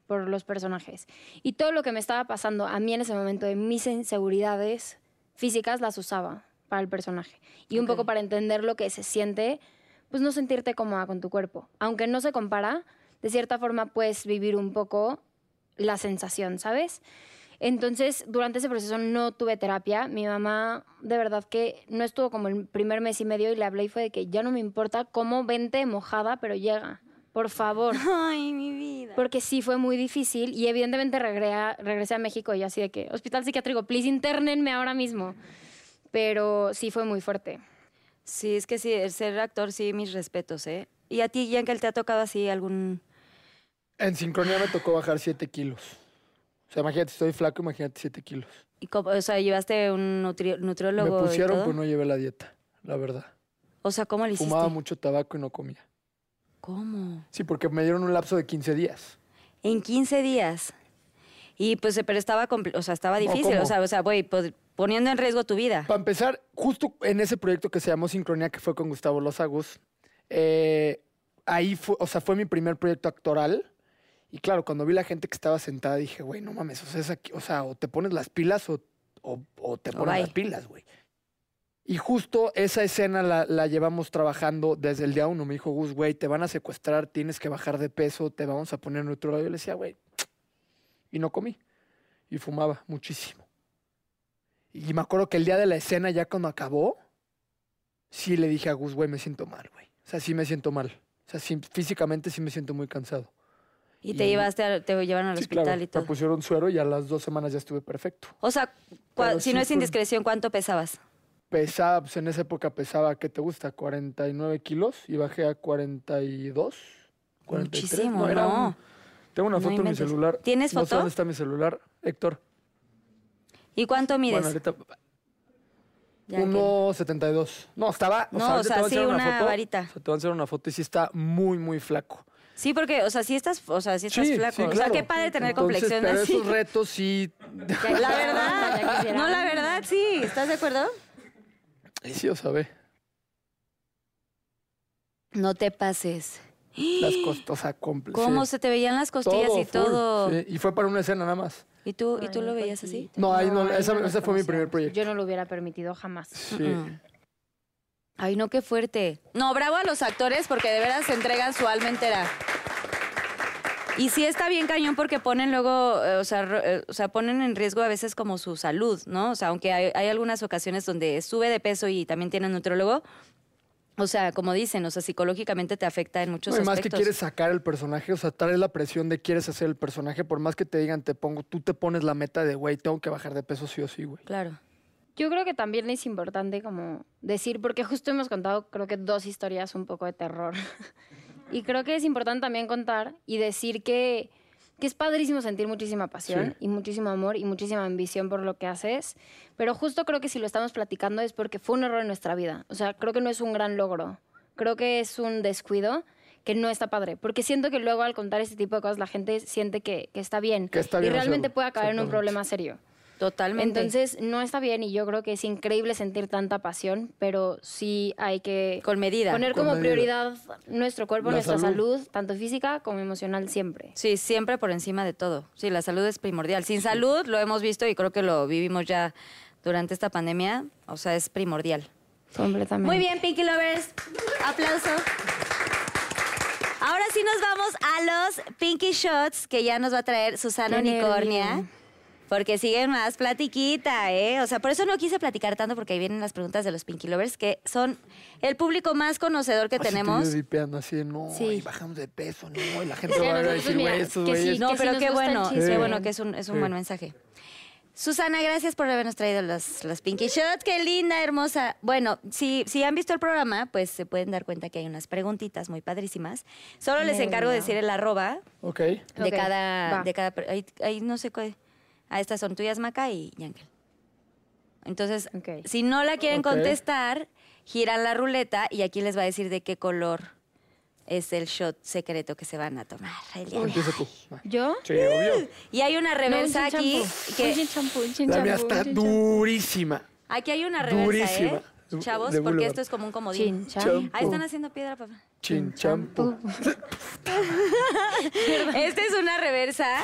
[SPEAKER 4] por los personajes. Y todo lo que me estaba pasando a mí en ese momento de mis inseguridades físicas las usaba para el personaje. Y un
[SPEAKER 3] Ok.
[SPEAKER 4] poco para entender lo que se siente, pues no sentirte cómoda con tu cuerpo. Aunque no se compara, de cierta forma puedes vivir un poco la sensación, ¿sabes? Entonces, durante ese proceso no tuve terapia. Mi mamá, de verdad que no estuvo como el primer mes y medio y le hablé y fue de que ya no me importa cómo vente mojada, pero llega. Por favor.
[SPEAKER 3] Ay, mi vida.
[SPEAKER 4] Porque sí fue muy difícil y evidentemente regre- regresé a, México y yo así de que, hospital psiquiátrico, please internenme ahora mismo. Pero sí fue muy fuerte.
[SPEAKER 3] Sí, es que sí, el ser actor, sí, mis respetos, ¿eh? ¿Y a ti, Yankel, te ha tocado así algún...?
[SPEAKER 5] En sincronía me tocó bajar 7 kilos. O sea, imagínate, estoy flaco, imagínate 7 kilos.
[SPEAKER 3] y cómo- o sea, ¿llevaste un nutri-
[SPEAKER 5] Me
[SPEAKER 3] nutriólogo y
[SPEAKER 5] pusieron,
[SPEAKER 3] todo?
[SPEAKER 5] pues no llevé la dieta, la verdad.
[SPEAKER 3] O sea, ¿cómo lo hiciste?
[SPEAKER 5] Fumaba mucho tabaco y no comía.
[SPEAKER 3] ¿Cómo?
[SPEAKER 5] Sí, porque me dieron un lapso de 15 días.
[SPEAKER 3] En 15 días. Y pues, pero estaba, compl- o sea, estaba
[SPEAKER 5] No,
[SPEAKER 3] difícil. O
[SPEAKER 5] ¿cómo?
[SPEAKER 3] sea, o sea, güey, pues, poniendo en riesgo tu vida.
[SPEAKER 5] Para empezar, justo en ese proyecto que se llamó Sincronía, que fue con Gustavo Los Agus, eh, ahí fue, o sea, fue mi primer proyecto actoral. Y claro, cuando vi la gente que estaba sentada, dije, güey, no mames, o sea, es aquí- o, sea, o te pones las pilas o, o- o te
[SPEAKER 3] O
[SPEAKER 5] pones
[SPEAKER 3] bye.
[SPEAKER 5] las pilas, güey. Y justo esa escena la, la llevamos trabajando desde el día uno. Me dijo, Gus, güey, te van a secuestrar, tienes que bajar de peso, te vamos a poner en otro lado. Yo le decía, güey, y no comí. Y fumaba muchísimo. Y me acuerdo que el día de la escena, ya cuando acabó, sí le dije a Gus, güey, me siento mal, güey. O sea, sí me siento mal. O sea, sí, físicamente sí me siento muy cansado.
[SPEAKER 3] Y te
[SPEAKER 5] Y-
[SPEAKER 3] llevaste, al- te llevaron al
[SPEAKER 5] Sí,
[SPEAKER 3] hospital
[SPEAKER 5] claro, pues,
[SPEAKER 3] y todo.
[SPEAKER 5] Me pusieron suero y a las dos semanas ya estuve perfecto.
[SPEAKER 3] O sea, cua-
[SPEAKER 5] Pero
[SPEAKER 3] si
[SPEAKER 5] sí
[SPEAKER 3] no es
[SPEAKER 5] fue-
[SPEAKER 3] indiscreción, ¿cuánto pesabas?
[SPEAKER 5] Pesaba, pues en esa época pesaba, ¿qué te gusta? 49 kilos y bajé a 42. 43.
[SPEAKER 3] Muchísimo,
[SPEAKER 5] era
[SPEAKER 3] no.
[SPEAKER 5] un- tengo una
[SPEAKER 3] No
[SPEAKER 5] foto en mi
[SPEAKER 3] inventes.
[SPEAKER 5] celular.
[SPEAKER 3] ¿Tienes
[SPEAKER 5] No sé
[SPEAKER 3] foto?
[SPEAKER 5] dónde está mi celular, Héctor.
[SPEAKER 3] ¿Y cuánto mides?
[SPEAKER 5] Bueno, ahorita
[SPEAKER 3] Ya que-
[SPEAKER 5] 1.72. No, estaba.
[SPEAKER 3] No,
[SPEAKER 5] ahorita
[SPEAKER 3] o sea,
[SPEAKER 5] te voy a
[SPEAKER 3] sí,
[SPEAKER 5] enseñar
[SPEAKER 3] una
[SPEAKER 5] foto,
[SPEAKER 3] varita.
[SPEAKER 5] o sea, te voy a enseñar una foto y sí está muy, muy flaco.
[SPEAKER 3] Sí, porque, o sea, sí estás, o sea, sí estás
[SPEAKER 5] Sí,
[SPEAKER 3] flaco.
[SPEAKER 5] sí,
[SPEAKER 3] O sea,
[SPEAKER 5] claro.
[SPEAKER 3] qué padre tener
[SPEAKER 5] Entonces,
[SPEAKER 3] complexión
[SPEAKER 5] pero
[SPEAKER 3] así.
[SPEAKER 5] esos retos sí.
[SPEAKER 1] La verdad. No, la verdad, sí.
[SPEAKER 3] ¿Estás de acuerdo?
[SPEAKER 5] Sí, o sea, ve.
[SPEAKER 3] No te pases.
[SPEAKER 5] Las costosas completas.
[SPEAKER 3] ¿Cómo se te veían las costillas y todo?
[SPEAKER 5] y fue para una escena nada más.
[SPEAKER 3] ¿Y tú, ¿y
[SPEAKER 4] Ay,
[SPEAKER 3] tú lo
[SPEAKER 4] mi
[SPEAKER 3] veías así?
[SPEAKER 4] patito.
[SPEAKER 5] No, ahí no,
[SPEAKER 4] ahí
[SPEAKER 5] esa-
[SPEAKER 4] nos
[SPEAKER 5] ese fue mi
[SPEAKER 4] conocíamos.
[SPEAKER 5] primer proyecto.
[SPEAKER 4] Yo no lo hubiera permitido jamás.
[SPEAKER 5] Sí.
[SPEAKER 3] Mm. Ay, no, qué fuerte. No, bravo a los actores porque de veras se entregan su alma entera. Y sí está bien cañón porque ponen luego, eh, o sea, ro- eh, o sea, ponen en riesgo a veces como su salud, ¿no? O sea, aunque hay, hay algunas ocasiones donde sube de peso y también tienen nutriólogo, o sea, como dicen, o sea, psicológicamente te afecta en muchos
[SPEAKER 5] No, y más que
[SPEAKER 3] aspectos.
[SPEAKER 5] quieres sacar el personaje, o sea, traes la presión de quieres hacer el personaje, por más que te digan, te pongo, tú te pones la meta de, güey, tengo que bajar de peso sí o sí, güey.
[SPEAKER 3] Claro.
[SPEAKER 4] Yo creo que también es importante como decir, porque justo hemos contado creo que dos historias un poco de terror. y creo que es importante también contar y decir que, que es padrísimo sentir muchísima pasión
[SPEAKER 5] Sí.
[SPEAKER 4] y muchísimo amor y muchísima ambición por lo que haces. Pero justo creo que si lo estamos platicando es porque fue un error en nuestra vida. O sea, creo que no es un gran logro. Creo que es un descuido que no está padre. Porque siento que luego al contar este tipo de cosas la gente siente que, que está bien.
[SPEAKER 5] Que está
[SPEAKER 4] y
[SPEAKER 5] bien
[SPEAKER 4] realmente
[SPEAKER 5] hacerlo,
[SPEAKER 4] puede acabar en un
[SPEAKER 5] exactamente.
[SPEAKER 4] problema serio.
[SPEAKER 3] Totalmente.
[SPEAKER 4] Entonces, no está bien y yo creo que es increíble sentir tanta pasión, pero sí hay que
[SPEAKER 3] con medida.
[SPEAKER 4] poner
[SPEAKER 5] Con
[SPEAKER 4] como
[SPEAKER 5] medida.
[SPEAKER 4] prioridad nuestro cuerpo,
[SPEAKER 5] La
[SPEAKER 4] nuestra
[SPEAKER 5] salud.
[SPEAKER 4] salud. tanto física como emocional siempre.
[SPEAKER 3] Sí, siempre por encima de todo. Sí, la salud es primordial. Sin salud lo hemos visto y creo que lo vivimos ya durante esta pandemia. O sea, es primordial.
[SPEAKER 4] Completamente.
[SPEAKER 3] Muy bien, Pinky Lovers. Aplauso. Ahora sí nos vamos a los Pinky Shots que ya nos va a traer Susana
[SPEAKER 4] Qué
[SPEAKER 3] Unicornia.
[SPEAKER 4] nervio.
[SPEAKER 3] Porque siguen más platiquita, ¿eh? O sea, por eso no quise platicar tanto porque ahí vienen las preguntas de los Pinky Lovers que son el público más conocedor que
[SPEAKER 5] Así te
[SPEAKER 3] tenemos.
[SPEAKER 5] ves vipeando, así de, no,
[SPEAKER 4] Sí.
[SPEAKER 5] y bajamos de peso, no, y la gente
[SPEAKER 4] Sí,
[SPEAKER 5] va a
[SPEAKER 4] nosotros,
[SPEAKER 5] decir,
[SPEAKER 4] mira,
[SPEAKER 5] güey, estos
[SPEAKER 4] que sí,
[SPEAKER 5] güeyes.
[SPEAKER 3] No,
[SPEAKER 4] que sí
[SPEAKER 3] pero
[SPEAKER 4] nos
[SPEAKER 3] qué
[SPEAKER 4] gusta el
[SPEAKER 3] bueno,
[SPEAKER 4] chisme.
[SPEAKER 3] qué bueno que es un, es un
[SPEAKER 5] Sí.
[SPEAKER 3] buen mensaje. Susana, gracias por habernos traído las, las Pinky Shots. Qué linda, hermosa. Bueno, si, si han visto el programa, pues se pueden dar cuenta que hay unas preguntitas muy padrísimas. Solo les
[SPEAKER 4] Me
[SPEAKER 3] encargo de
[SPEAKER 4] veo.
[SPEAKER 3] decir el arroba
[SPEAKER 5] Ok.
[SPEAKER 3] de
[SPEAKER 4] Ok,
[SPEAKER 3] cada...
[SPEAKER 4] va.
[SPEAKER 3] De cada per- ahí, ahí no sé cuál... Ah, estas son tuyas, Maca y Yankel. Entonces,
[SPEAKER 4] Ok.
[SPEAKER 3] si no la quieren
[SPEAKER 5] Ok.
[SPEAKER 3] contestar, giran la ruleta y aquí les va a decir de qué color es el shot secreto que se van a tomar. el día de
[SPEAKER 5] Empieza tú. Ah.
[SPEAKER 4] ¿Yo?
[SPEAKER 5] Sí, obvio.
[SPEAKER 3] y hay una
[SPEAKER 4] No, un
[SPEAKER 3] reversa
[SPEAKER 4] chin
[SPEAKER 3] aquí.
[SPEAKER 4] champú, un
[SPEAKER 3] Que,
[SPEAKER 4] chin champú, un chin
[SPEAKER 5] La mía
[SPEAKER 4] champú, un
[SPEAKER 5] está
[SPEAKER 4] chin
[SPEAKER 5] durísima.
[SPEAKER 3] aquí hay una reversa,
[SPEAKER 5] Durísima.
[SPEAKER 3] ¿eh? Chavos,
[SPEAKER 5] De
[SPEAKER 3] porque
[SPEAKER 5] Boulevard.
[SPEAKER 3] esto es como un
[SPEAKER 4] champú.
[SPEAKER 3] comodín.
[SPEAKER 4] Chin champú.
[SPEAKER 3] Ahí están haciendo piedra, papá.
[SPEAKER 5] Chin champú.
[SPEAKER 3] Esta es una reversa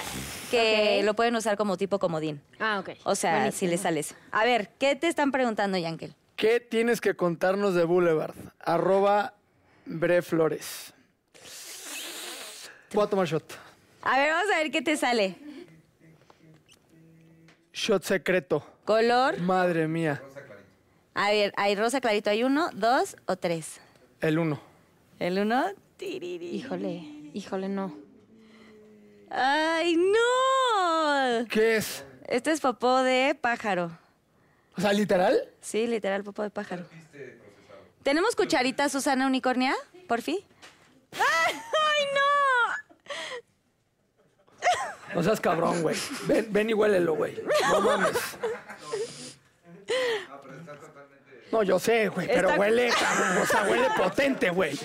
[SPEAKER 3] que
[SPEAKER 4] Ok.
[SPEAKER 3] lo pueden usar como tipo comodín.
[SPEAKER 4] Ah, ok.
[SPEAKER 3] O sea, si
[SPEAKER 4] Buenísimo.
[SPEAKER 3] les sales. A ver, ¿qué te están preguntando, Yankel?
[SPEAKER 5] ¿Qué tienes que contarnos de Boulevard? Arroba Bre Flores. Voy a tomar shot.
[SPEAKER 3] A ver, vamos a ver qué te sale.
[SPEAKER 5] Shot secreto.
[SPEAKER 3] Color.
[SPEAKER 5] Madre mía.
[SPEAKER 3] A ver, hay rosa clarito. ¿Hay uno, dos o tres?
[SPEAKER 5] El uno.
[SPEAKER 3] El uno. tiriri.
[SPEAKER 4] Híjole, híjole, no.
[SPEAKER 3] ¡Ay, no!
[SPEAKER 5] ¿Qué es?
[SPEAKER 3] Este es popó de pájaro.
[SPEAKER 5] O sea, literal.
[SPEAKER 3] Sí, literal, popo de pájaro. ¿Tenemos cucharita, Susana Unicornia? ¿Por fin? ¡Ay, ay, no!
[SPEAKER 5] No seas cabrón, güey. Ven, ven y huélelo, güey. No mames. No, yo sé, güey, pero
[SPEAKER 3] Está-
[SPEAKER 5] huele, cabrón. O sea, huele potente, güey.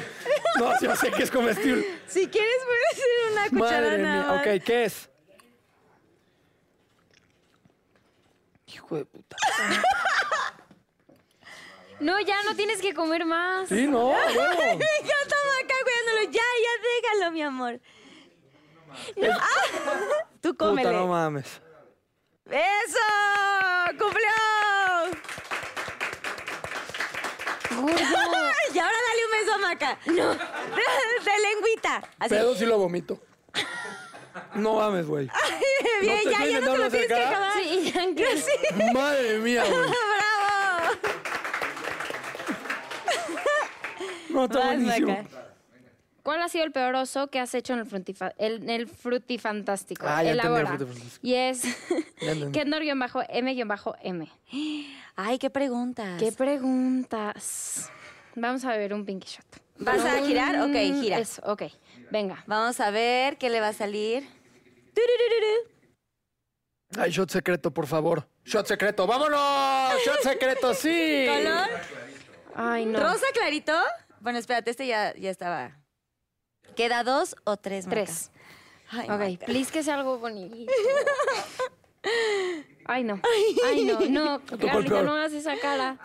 [SPEAKER 5] No, yo sé que es comestible.
[SPEAKER 3] Si quieres, puedes hacer una cucharada.
[SPEAKER 5] Madre mía.
[SPEAKER 3] nada más.
[SPEAKER 5] Ok, ¿qué es? Hijo de puta.
[SPEAKER 4] No, ya no tienes que comer más.
[SPEAKER 5] Sí, no, bueno.
[SPEAKER 3] Me encanta Maca cuidándolo.
[SPEAKER 1] ya déjalo, mi amor. No. Ah, tú
[SPEAKER 5] Puta, no
[SPEAKER 1] cómele.
[SPEAKER 5] mames.
[SPEAKER 1] ¡Eso! ¡Cumplió!
[SPEAKER 4] Gordo.
[SPEAKER 1] Y ahora dale un beso a Maca. No. De lengüita. Así.
[SPEAKER 5] Pero sí lo vomito. No mames, güey.
[SPEAKER 1] Bien,
[SPEAKER 5] te
[SPEAKER 1] ya,
[SPEAKER 5] estoy
[SPEAKER 1] ya no te lo
[SPEAKER 5] intentando
[SPEAKER 1] tienes que
[SPEAKER 5] acercar.
[SPEAKER 1] acabar.
[SPEAKER 4] Sí, ya que-
[SPEAKER 5] Madre mía, güey.
[SPEAKER 1] ¡Bravo!
[SPEAKER 5] No, está
[SPEAKER 1] Vas,
[SPEAKER 5] buenísimo.
[SPEAKER 1] Maca.
[SPEAKER 4] ¿Cuál ha sido el peor oso que has hecho en el, frutifa- el- en el frutifantástico?
[SPEAKER 5] Ah, ya entendí el
[SPEAKER 4] Elabora.
[SPEAKER 5] frutifantástico.
[SPEAKER 4] Y es
[SPEAKER 5] Ya entendí.
[SPEAKER 4] Kendor-M-M.
[SPEAKER 3] Ay, qué preguntas.
[SPEAKER 4] ¿Qué preguntas? Vamos a ver un pinky shot.
[SPEAKER 3] ¿Vas a girar? Ok,
[SPEAKER 4] Mm,
[SPEAKER 3] gira.
[SPEAKER 4] Eso, ok. Venga.
[SPEAKER 3] Vamos a ver qué le va a salir.
[SPEAKER 5] Ay, shot secreto, por favor. Shot secreto, vámonos. Shot secreto, sí.
[SPEAKER 3] ¿Color?
[SPEAKER 4] Ay, no.
[SPEAKER 3] ¿Rosa clarito? Bueno, espérate, este ya, ya estaba. ¿Queda dos o tres, Maca?
[SPEAKER 4] Tres.
[SPEAKER 3] Ay,
[SPEAKER 4] Ok,
[SPEAKER 3] Maca.
[SPEAKER 4] please que sea algo bonito. Ay, no. Ay, no. No, Carlita,
[SPEAKER 5] peor.
[SPEAKER 4] no hagas esa cara.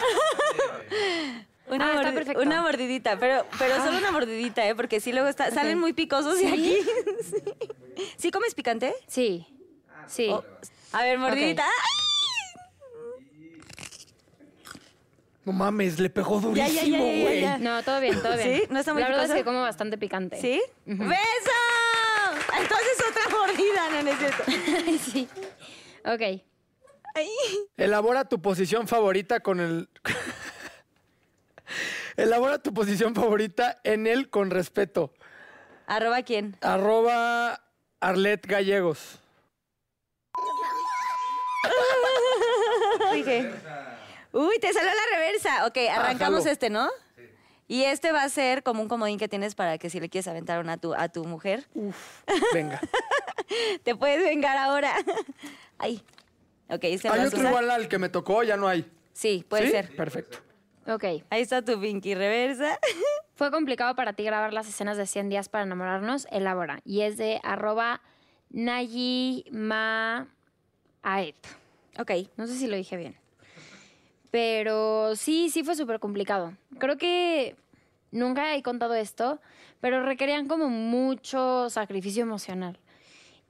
[SPEAKER 1] Una,
[SPEAKER 4] Ah, está
[SPEAKER 1] mordi-
[SPEAKER 4] perfecto.
[SPEAKER 1] una mordidita, pero, pero solo una mordidita, ¿eh? Porque sí luego está- salen muy picosos de aquí. sí. ¿Sí comes picante?
[SPEAKER 4] Sí. Sí.
[SPEAKER 3] Oh.
[SPEAKER 1] A ver, mordidita.
[SPEAKER 5] No mames, le pegó
[SPEAKER 1] Ya, ya, ya,
[SPEAKER 5] durísimo,
[SPEAKER 1] ya, ya,
[SPEAKER 5] güey.
[SPEAKER 1] ya.
[SPEAKER 4] No, todo bien, todo bien.
[SPEAKER 1] ¿Sí? ¿No está muy
[SPEAKER 4] La verdad es
[SPEAKER 1] picoso?
[SPEAKER 4] que como bastante picante.
[SPEAKER 1] ¿Sí? ¡Beso! Entonces otra mordida, no, no es cierto.
[SPEAKER 4] Ay, sí. Ok.
[SPEAKER 1] Ay.
[SPEAKER 5] Elabora tu posición favorita con el. Elabora tu posición favorita en él con respeto.
[SPEAKER 1] ¿Arroba quién?
[SPEAKER 5] Arroba Arlet Gallegos.
[SPEAKER 1] Dije. Uy, te salió la reversa. Ok, arrancamos
[SPEAKER 5] Ah, jalo.
[SPEAKER 1] este, ¿no? Y este va a ser como un comodín que tienes para que si le quieres aventar una a tu, a tu mujer,
[SPEAKER 5] Venga.
[SPEAKER 1] te puedes vengar ahora. Ay. Ok, este lo
[SPEAKER 5] Hay
[SPEAKER 1] vas a
[SPEAKER 5] otro
[SPEAKER 1] usar.
[SPEAKER 5] igual al que me tocó, ya no hay.
[SPEAKER 1] Sí, puede
[SPEAKER 5] ¿Sí?
[SPEAKER 1] ser.
[SPEAKER 5] Perfecto.
[SPEAKER 4] Ok.
[SPEAKER 1] Ahí está tu Pinky reversa.
[SPEAKER 4] Fue complicado para ti grabar las escenas de 100 días para enamorarnos. Elabora. Y es de arroba Nayimaet.
[SPEAKER 1] Ok.
[SPEAKER 4] No sé si lo dije bien. Pero sí, sí fue súper complicado. Creo que nunca he contado esto, pero requerían como mucho sacrificio emocional.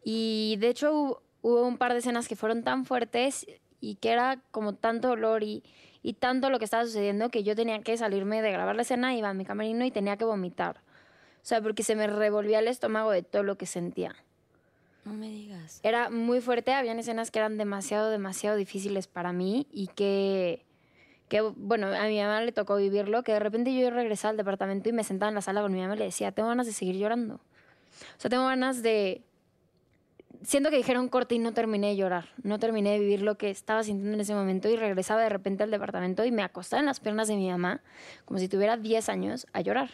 [SPEAKER 4] Y de hecho hu- hubo un par de escenas que fueron tan fuertes y que era como tanto dolor y, y tanto lo que estaba sucediendo que yo tenía que salirme de grabar la escena, iba a mi camerino y tenía que vomitar. O sea, porque se me revolvía el estómago de todo lo que sentía
[SPEAKER 3] No me digas.
[SPEAKER 4] era muy fuerte. Habían escenas que eran demasiado, demasiado difíciles para mí y que, que, bueno, a mi mamá le tocó vivirlo, que de repente yo regresaba al departamento y me sentaba en la sala con mi mamá y le decía, tengo ganas de seguir llorando. O sea, tengo ganas de... Siento que dijeron corte y no terminé de llorar, no terminé de vivir lo que estaba sintiendo en ese momento y regresaba de repente al departamento y me acostaba en las piernas de mi mamá, como si tuviera 10 años, a llorar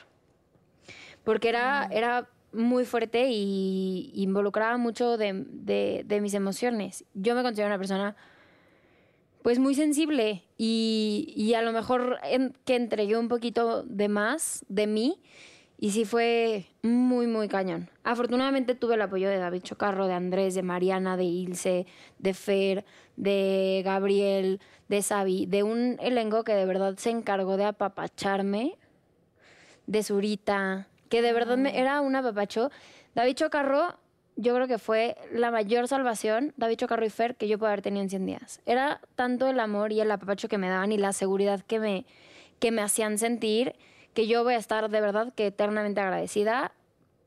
[SPEAKER 4] porque era, era muy fuerte y involucraba mucho de, de- de mis emociones. Yo me considero una persona pues muy sensible y, y a lo mejor en- que entregué un poquito de más de mí y sí fue muy, muy cañón. Afortunadamente tuve el apoyo de David Chocarro, de Andrés, de Mariana, de Ilse, de Fer, de Gabriel, de Sabi, de un elenco que de verdad se encargó de apapacharme de Zurita, que de verdad me- era un apapacho. David Chocarro, yo creo que fue la mayor salvación, David Chocarro y Fer, que yo puedo haber tenido en 100 días. Era tanto el amor y el apapacho que me daban y la seguridad que me, que me hacían sentir, que yo voy a estar de verdad que eternamente agradecida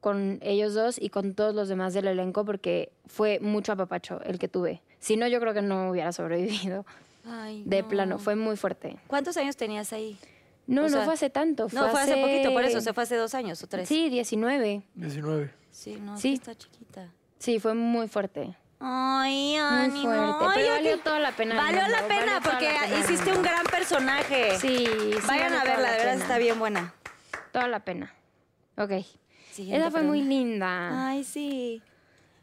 [SPEAKER 4] con ellos dos y con todos los demás del elenco, porque fue mucho apapacho el que tuve. Si no, yo creo que no hubiera sobrevivido.
[SPEAKER 3] Ay,
[SPEAKER 4] De
[SPEAKER 3] no.
[SPEAKER 4] plano, fue muy fuerte.
[SPEAKER 3] ¿Cuántos años tenías ahí?
[SPEAKER 4] No,
[SPEAKER 3] O
[SPEAKER 4] no
[SPEAKER 3] sea,
[SPEAKER 4] fue hace tanto. Fue
[SPEAKER 3] no, fue hace poquito, por eso. O sea, fue hace dos años o tres.
[SPEAKER 4] Sí, 19.
[SPEAKER 5] 19.
[SPEAKER 3] Sí, no,
[SPEAKER 4] Sí.
[SPEAKER 3] sí. está chiquita.
[SPEAKER 4] Sí, fue muy fuerte.
[SPEAKER 1] Ay,
[SPEAKER 4] Muy
[SPEAKER 1] ánimo.
[SPEAKER 4] fuerte.
[SPEAKER 1] Ay,
[SPEAKER 4] pero
[SPEAKER 1] ok.
[SPEAKER 4] valió toda la pena.
[SPEAKER 1] Valió la pena porque hiciste un gran personaje.
[SPEAKER 4] Sí, sí,
[SPEAKER 1] Vayan
[SPEAKER 4] valió
[SPEAKER 1] a
[SPEAKER 4] toda
[SPEAKER 1] verla,
[SPEAKER 4] la
[SPEAKER 1] de verdad
[SPEAKER 4] pena.
[SPEAKER 1] está bien buena.
[SPEAKER 4] Toda la pena. Ok.
[SPEAKER 3] Siguiente
[SPEAKER 4] Esa fue muy
[SPEAKER 3] pregunta.
[SPEAKER 4] linda.
[SPEAKER 1] Ay, sí.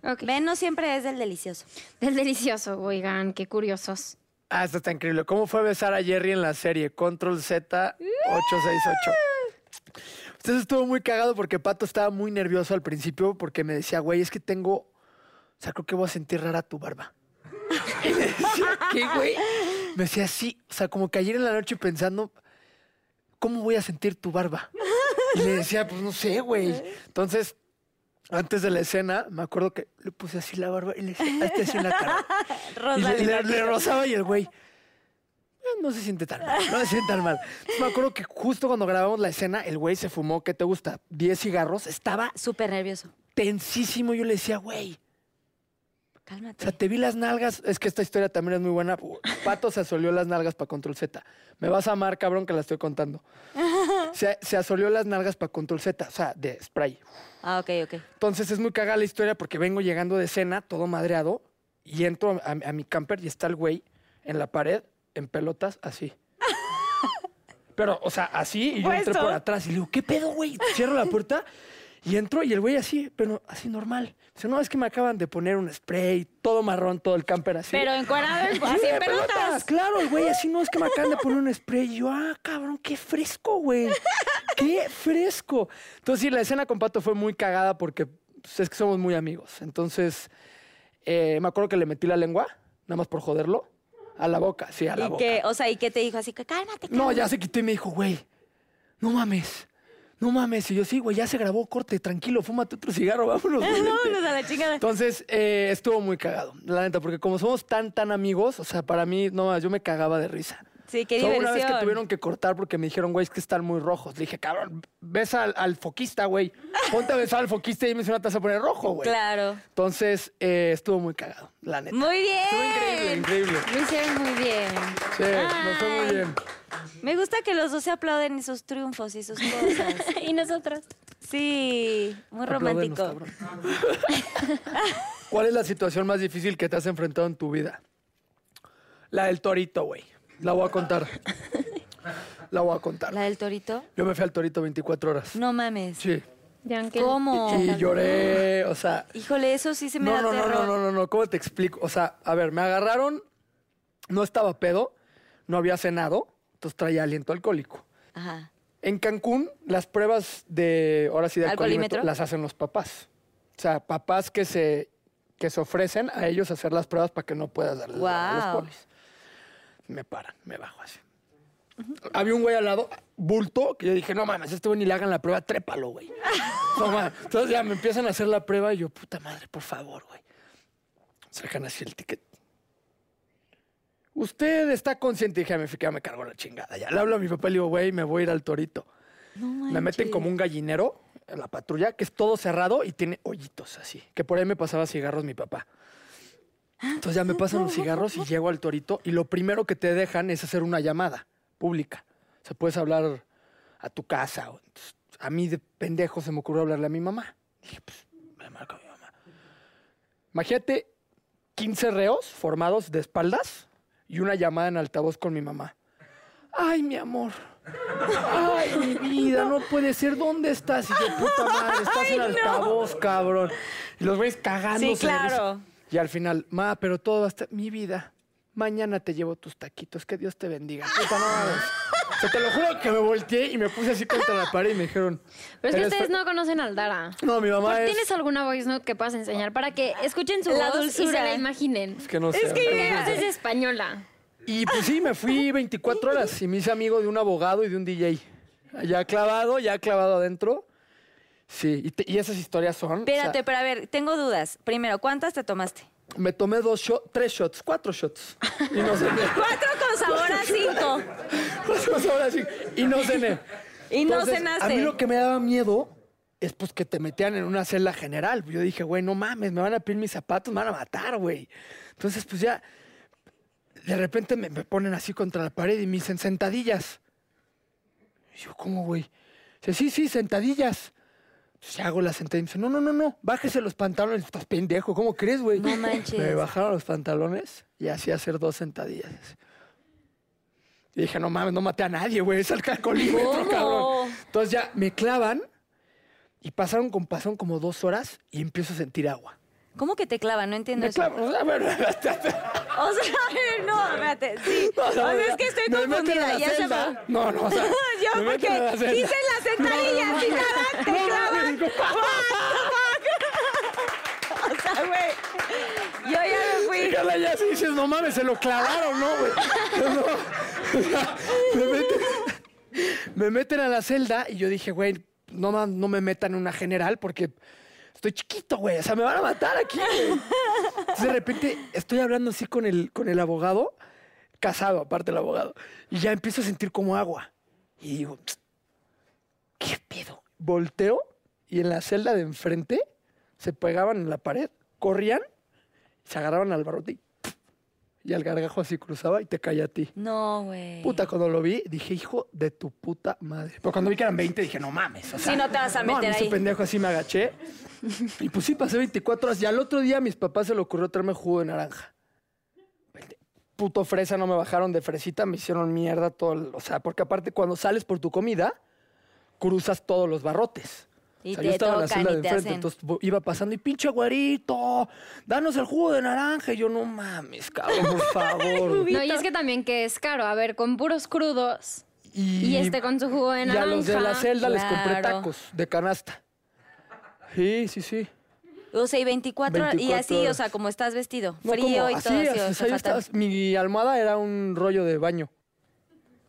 [SPEAKER 4] Ok.
[SPEAKER 3] Ven, no siempre es del delicioso.
[SPEAKER 4] Del delicioso, oigan, qué curiosos.
[SPEAKER 5] Ah, esto está increíble. ¿Cómo fue besar a Jerry en la serie? Control Z 868. Entonces estuvo muy cagado porque Pato estaba muy nervioso al principio porque me decía, güey, es que tengo. O sea, creo que voy a sentir rara tu barba. Y le decía, ¿qué, güey? Me decía, sí. O sea, como que ayer en la noche pensando, ¿cómo voy a sentir tu barba? Y le decía, pues no sé, güey. Entonces, antes de la escena, me acuerdo que le puse así la barba y le decía, hazte así en la cara. Y
[SPEAKER 1] Rosa
[SPEAKER 5] le, le-
[SPEAKER 1] Linares.
[SPEAKER 5] le rozaba y el güey. "Eh, No se siente tan mal, no se siente tan mal. Entonces, me acuerdo que justo cuando grabamos la escena, el güey se fumó, ¿qué te gusta? 10 cigarros, estaba
[SPEAKER 3] Súper nervioso.
[SPEAKER 5] tensísimo. Yo le decía, güey, o sea,
[SPEAKER 3] Cálmate.
[SPEAKER 5] te vi las nalgas. Es que esta historia también es muy buena. Pato se asolió las nalgas para Control Z. Me vas a amar, cabrón, que la estoy contando. Se, se asolió las nalgas para Control Z, o sea, de spray.
[SPEAKER 3] Ah, ok, ok.
[SPEAKER 5] Entonces es muy cagada la historia porque vengo llegando de cena, todo madreado, y entro a, a mi camper y está el güey en la pared, en pelotas, así. Pero, o sea, así, y yo entré
[SPEAKER 1] Puesto.
[SPEAKER 5] por atrás y le digo, ¿qué pedo, güey? Cierro la puerta y entro y el güey así, pero así normal. Dice, no, es que me acaban de poner un spray, todo marrón, todo el camper así.
[SPEAKER 1] Pero encuadrado,
[SPEAKER 5] Sí,
[SPEAKER 1] así en Ah, pelotas.
[SPEAKER 5] Claro, el güey, así no es que me acaban de poner un spray. Y yo, ah, cabrón, qué fresco, güey. Qué fresco. Entonces, sí, la escena con Pato fue muy cagada porque pues, es que somos muy amigos. Entonces, eh, me acuerdo que le metí la lengua, nada más por joderlo, a la boca, sí, a la
[SPEAKER 3] Y
[SPEAKER 5] boca.
[SPEAKER 3] que, o sea, y que te dijo así que cálmate,
[SPEAKER 5] No,
[SPEAKER 3] cálmate".
[SPEAKER 5] ya se quitó y me dijo, güey, no mames. No mames. Y yo, sí, güey, ya se grabó, corte, tranquilo, fúmate otro cigarro, vámonos. vente".
[SPEAKER 1] Vámonos a la chingada.
[SPEAKER 5] Entonces, eh, estuvo muy cagado, la neta, porque como somos tan, tan amigos, o sea, para mí, no, yo me cagaba de risa.
[SPEAKER 3] Sí, qué
[SPEAKER 5] Solo una
[SPEAKER 3] diversión.
[SPEAKER 5] vez que tuvieron que cortar porque me dijeron, güey, es que están muy rojos. Le dije, cabrón, ves al, al foquista, güey. Ponte a besar al foquista y me dice, no te vas a poner rojo, güey.
[SPEAKER 3] Claro.
[SPEAKER 5] Entonces, eh, estuvo muy cagado, la neta.
[SPEAKER 3] Muy bien.
[SPEAKER 5] Estuvo increíble, increíble.
[SPEAKER 4] Lo hicieron muy bien.
[SPEAKER 5] Sí, nos fue muy bien.
[SPEAKER 1] Me gusta que los dos se aplauden sus triunfos y sus cosas.
[SPEAKER 4] y nosotros.
[SPEAKER 1] Sí, muy
[SPEAKER 5] Apláudenos,
[SPEAKER 1] romántico.
[SPEAKER 5] cabrón. ¿Cuál es la situación más difícil que te has enfrentado en tu vida? La del torito, güey. La voy a contar. La voy a contar.
[SPEAKER 3] La del torito.
[SPEAKER 5] Yo me fui al torito 24 horas.
[SPEAKER 3] No mames.
[SPEAKER 5] Sí.
[SPEAKER 3] ¿Cómo?
[SPEAKER 5] Y lloré, o sea,
[SPEAKER 3] Híjole, eso sí se me
[SPEAKER 5] No,
[SPEAKER 3] da
[SPEAKER 5] no, no,
[SPEAKER 3] terror.
[SPEAKER 5] no, no, no, no, ¿cómo te explico? O sea, a ver, me agarraron, no estaba pedo, no había cenado, entonces traía aliento alcohólico.
[SPEAKER 3] Ajá.
[SPEAKER 5] En Cancún, las pruebas de, ahora sí, de
[SPEAKER 3] ¿Alcoholímetro?
[SPEAKER 5] alcoholímetro, las hacen los papás. O sea, papás que se, que se ofrecen a ellos hacer las pruebas para que no puedas darle a los
[SPEAKER 3] Guau.
[SPEAKER 5] polis. Me paran, me bajo así. Había un güey al lado, bulto, que yo dije, no mames, este güey ni le hagan la prueba, trépalo, güey. No mames. Entonces ya me empiezan a hacer la prueba y yo, puta madre, por favor, güey. Sacan así el ticket. Usted está consciente, dije, "Ah, me fui, ya me cargo la chingada. Ya le hablo a mi papá y le digo, güey, me voy a ir al torito. me meten como un gallinero en la patrulla, que es todo cerrado y tiene hoyitos así. Que por ahí me pasaba cigarros mi papá. Entonces ya me pasan los cigarros y llego al torito y lo primero que te dejan es hacer una llamada pública. O sea, puedes hablar a tu casa. o- entonces, a mí de pendejo se me ocurrió hablarle a mi mamá. Dije, pues, me marco a mi mamá. Imagínate 15 reos formados de espaldas y una llamada en altavoz con mi mamá. Ay, mi amor. Ay, mi vida, no puede ser. ¿Dónde estás? Y yo, puta madre, estás en altavoz, cabrón. Y los güeyes cagándose.
[SPEAKER 1] Sí,
[SPEAKER 5] de risa.
[SPEAKER 1] claro.
[SPEAKER 5] Y al final, ma, pero todo va a estar... Mi vida, mañana te llevo tus taquitos. Que Dios te bendiga. Puta madre. O sea, te lo juro que me volteé y me puse así contra la pared y me dijeron...
[SPEAKER 4] Pero es que
[SPEAKER 5] "Eres
[SPEAKER 4] ustedes
[SPEAKER 5] fe-".
[SPEAKER 4] no conocen al Dara.
[SPEAKER 5] No, mi mamá es...
[SPEAKER 4] ¿Tienes alguna voice note que puedas enseñar para que escuchen su
[SPEAKER 3] La
[SPEAKER 4] voz y se
[SPEAKER 3] dulzura.
[SPEAKER 4] la imaginen?
[SPEAKER 5] Es que no sé.
[SPEAKER 4] Porque además es española.
[SPEAKER 5] Y pues sí, me fui 24 horas y me hice amigo de un abogado y de un DJ. Ya clavado, ya clavado adentro. Sí, y, te- y esas historias son... o sea,
[SPEAKER 3] Espérate, pero a ver, tengo dudas. Primero, ¿cuántas te tomaste?
[SPEAKER 5] me tomé dos shots, tres shots, cuatro shots. Y no cené.
[SPEAKER 3] Cuatro con sabor a cinco.
[SPEAKER 5] Cuatro shots, ahora sí, Y no cené.
[SPEAKER 3] Y no
[SPEAKER 5] Entonces,
[SPEAKER 3] cenaste.
[SPEAKER 5] A mí lo que me daba miedo es pues que te metían en una celda general. Yo dije, güey, no mames, me van a pedir mis zapatos, me van a matar, güey. Entonces, pues ya, de repente me, me ponen así contra la pared y me dicen sentadillas. Y yo, ¿cómo, güey? Dice, sí, sí, sentadillas. Entonces ya hago las sentadillas. Me dice, no, no, no, no, bájese los pantalones. Estás pendejo, ¿cómo crees, güey?
[SPEAKER 3] No manches.
[SPEAKER 5] Me bajaron los pantalones y así hacer dos sentadillas. Y dije, no mames, no maté a nadie, güey, es alcoholímetro,
[SPEAKER 3] ¿Cómo?
[SPEAKER 5] cabrón. Entonces ya me clavan y pasaron, con, pasaron como dos horas y empiezo a sentir agua.
[SPEAKER 3] ¿Cómo que te clava? No entiendo
[SPEAKER 5] Me
[SPEAKER 3] eso.
[SPEAKER 5] clavan, o sea, bueno,
[SPEAKER 3] O sea, a ver, no, espérate, sí.
[SPEAKER 5] No,
[SPEAKER 3] o sea,
[SPEAKER 5] no,
[SPEAKER 3] es que estoy
[SPEAKER 5] me meten a
[SPEAKER 3] confundida.
[SPEAKER 5] la
[SPEAKER 3] Ya se
[SPEAKER 5] celda.
[SPEAKER 3] me...
[SPEAKER 5] No, no, o sea,
[SPEAKER 3] Yo
[SPEAKER 5] me meten a la
[SPEAKER 3] porque
[SPEAKER 5] celda.
[SPEAKER 3] hice las sentadillas y nada, te clavan. O sea, güey, yo ya me
[SPEAKER 5] Y
[SPEAKER 3] fui.
[SPEAKER 5] Carla ya se dices, no mames, se lo clavaron, ¿no, güey? No. me, meten, me meten a la celda y yo dije, güey, no, ma- no me metan en una general porque estoy chiquito, güey. O sea, me van a matar aquí, güey. Entonces, de repente estoy hablando así con el, con el abogado, casado, aparte el abogado, y ya empiezo a sentir como agua. Y digo, "Psst, ¿qué pedo? Volteo y en la celda de enfrente se pegaban en la pared, corrían, se agarraban al barrote y, ¡puf! y al gargajo así cruzaba y te caía a ti.
[SPEAKER 3] No, güey.
[SPEAKER 5] Puta, cuando lo vi, dije, hijo de tu puta madre. Pero cuando vi que eran 20, dije, no mames. O sea,
[SPEAKER 3] Sí, no te vas a
[SPEAKER 5] no,
[SPEAKER 3] meter
[SPEAKER 5] ese
[SPEAKER 3] ahí.
[SPEAKER 5] pendejo así me agaché. Y pues sí, pasé 24 horas. Y al otro día a mis papás se le ocurrió traerme jugo de naranja. Puto fresa, no me bajaron de fresita, me hicieron mierda todo. el- o sea, porque aparte cuando sales por tu comida, cruzas todos los barrotes.
[SPEAKER 3] Y
[SPEAKER 5] O sea,
[SPEAKER 3] te
[SPEAKER 5] yo estaba en la
[SPEAKER 3] tocan
[SPEAKER 5] celda
[SPEAKER 3] y
[SPEAKER 5] de
[SPEAKER 3] te
[SPEAKER 5] enfrente,
[SPEAKER 3] hacen.
[SPEAKER 5] entonces bo- iba pasando y pinche güerito, danos el jugo de naranja. Y yo, no mames, cabrón, por favor. güey".
[SPEAKER 4] No, y es que también que es caro. A ver, con puros crudos y, este con su jugo de
[SPEAKER 5] Y
[SPEAKER 4] naranja.
[SPEAKER 5] a los de la celda les compré
[SPEAKER 3] Claro.
[SPEAKER 5] tacos de canasta. Sí, sí, sí.
[SPEAKER 3] O sea, y 24, horas- y
[SPEAKER 5] 24
[SPEAKER 3] así, o
[SPEAKER 5] horas.
[SPEAKER 3] sea, como estás vestido,
[SPEAKER 5] No,
[SPEAKER 3] frío
[SPEAKER 5] como
[SPEAKER 3] y
[SPEAKER 5] así,
[SPEAKER 3] todo así, o
[SPEAKER 5] así,
[SPEAKER 3] sea,
[SPEAKER 5] ahí
[SPEAKER 3] fatal.
[SPEAKER 5] estás. Mi almohada era un rollo de baño.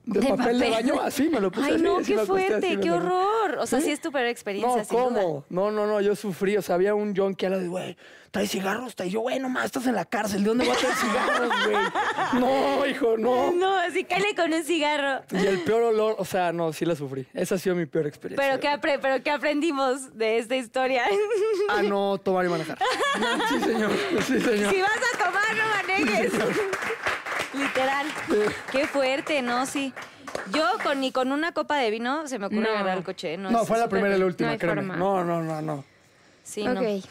[SPEAKER 5] De,
[SPEAKER 3] De
[SPEAKER 5] papel, de
[SPEAKER 3] papel.
[SPEAKER 5] baño, así me lo puse.
[SPEAKER 3] Ay,
[SPEAKER 5] así,
[SPEAKER 3] no,
[SPEAKER 5] así Pues me
[SPEAKER 3] qué
[SPEAKER 5] acosté, así
[SPEAKER 3] fuerte,
[SPEAKER 5] me
[SPEAKER 3] qué
[SPEAKER 5] dormí.
[SPEAKER 3] horror. O sea, sí es tu peor experiencia,
[SPEAKER 5] No,
[SPEAKER 3] sin duda.
[SPEAKER 5] ¿cómo? No, no, no, yo sufrí. O sea, había un John que era de, güey, trae cigarros. trae-". Y yo, güey, nomás estás en la cárcel. ¿De dónde voy a traer cigarros, güey? No, hijo, no.
[SPEAKER 3] No, así cállate con un cigarro.
[SPEAKER 5] Y el peor olor, o sea, no, sí la sufrí. Esa ha sido mi peor experiencia.
[SPEAKER 3] Pero ¿qué, apre- pero ¿qué aprendimos de esta historia?
[SPEAKER 5] Ah, no, tomar y manejar. Sí, señor. Sí, señor.
[SPEAKER 3] si vas a tomar, no manejes. Literal. Qué fuerte, ¿no? Sí. Yo con, ni con una copa de vino se me ocurre
[SPEAKER 4] No.
[SPEAKER 3] agarrar el coche. No,
[SPEAKER 5] No,
[SPEAKER 3] es
[SPEAKER 5] fue la
[SPEAKER 3] súper-
[SPEAKER 5] primera y la
[SPEAKER 4] no
[SPEAKER 5] última,
[SPEAKER 4] hay
[SPEAKER 5] créeme.
[SPEAKER 4] forma.
[SPEAKER 5] No, no, no, no.
[SPEAKER 3] Sí, no.
[SPEAKER 4] Ok.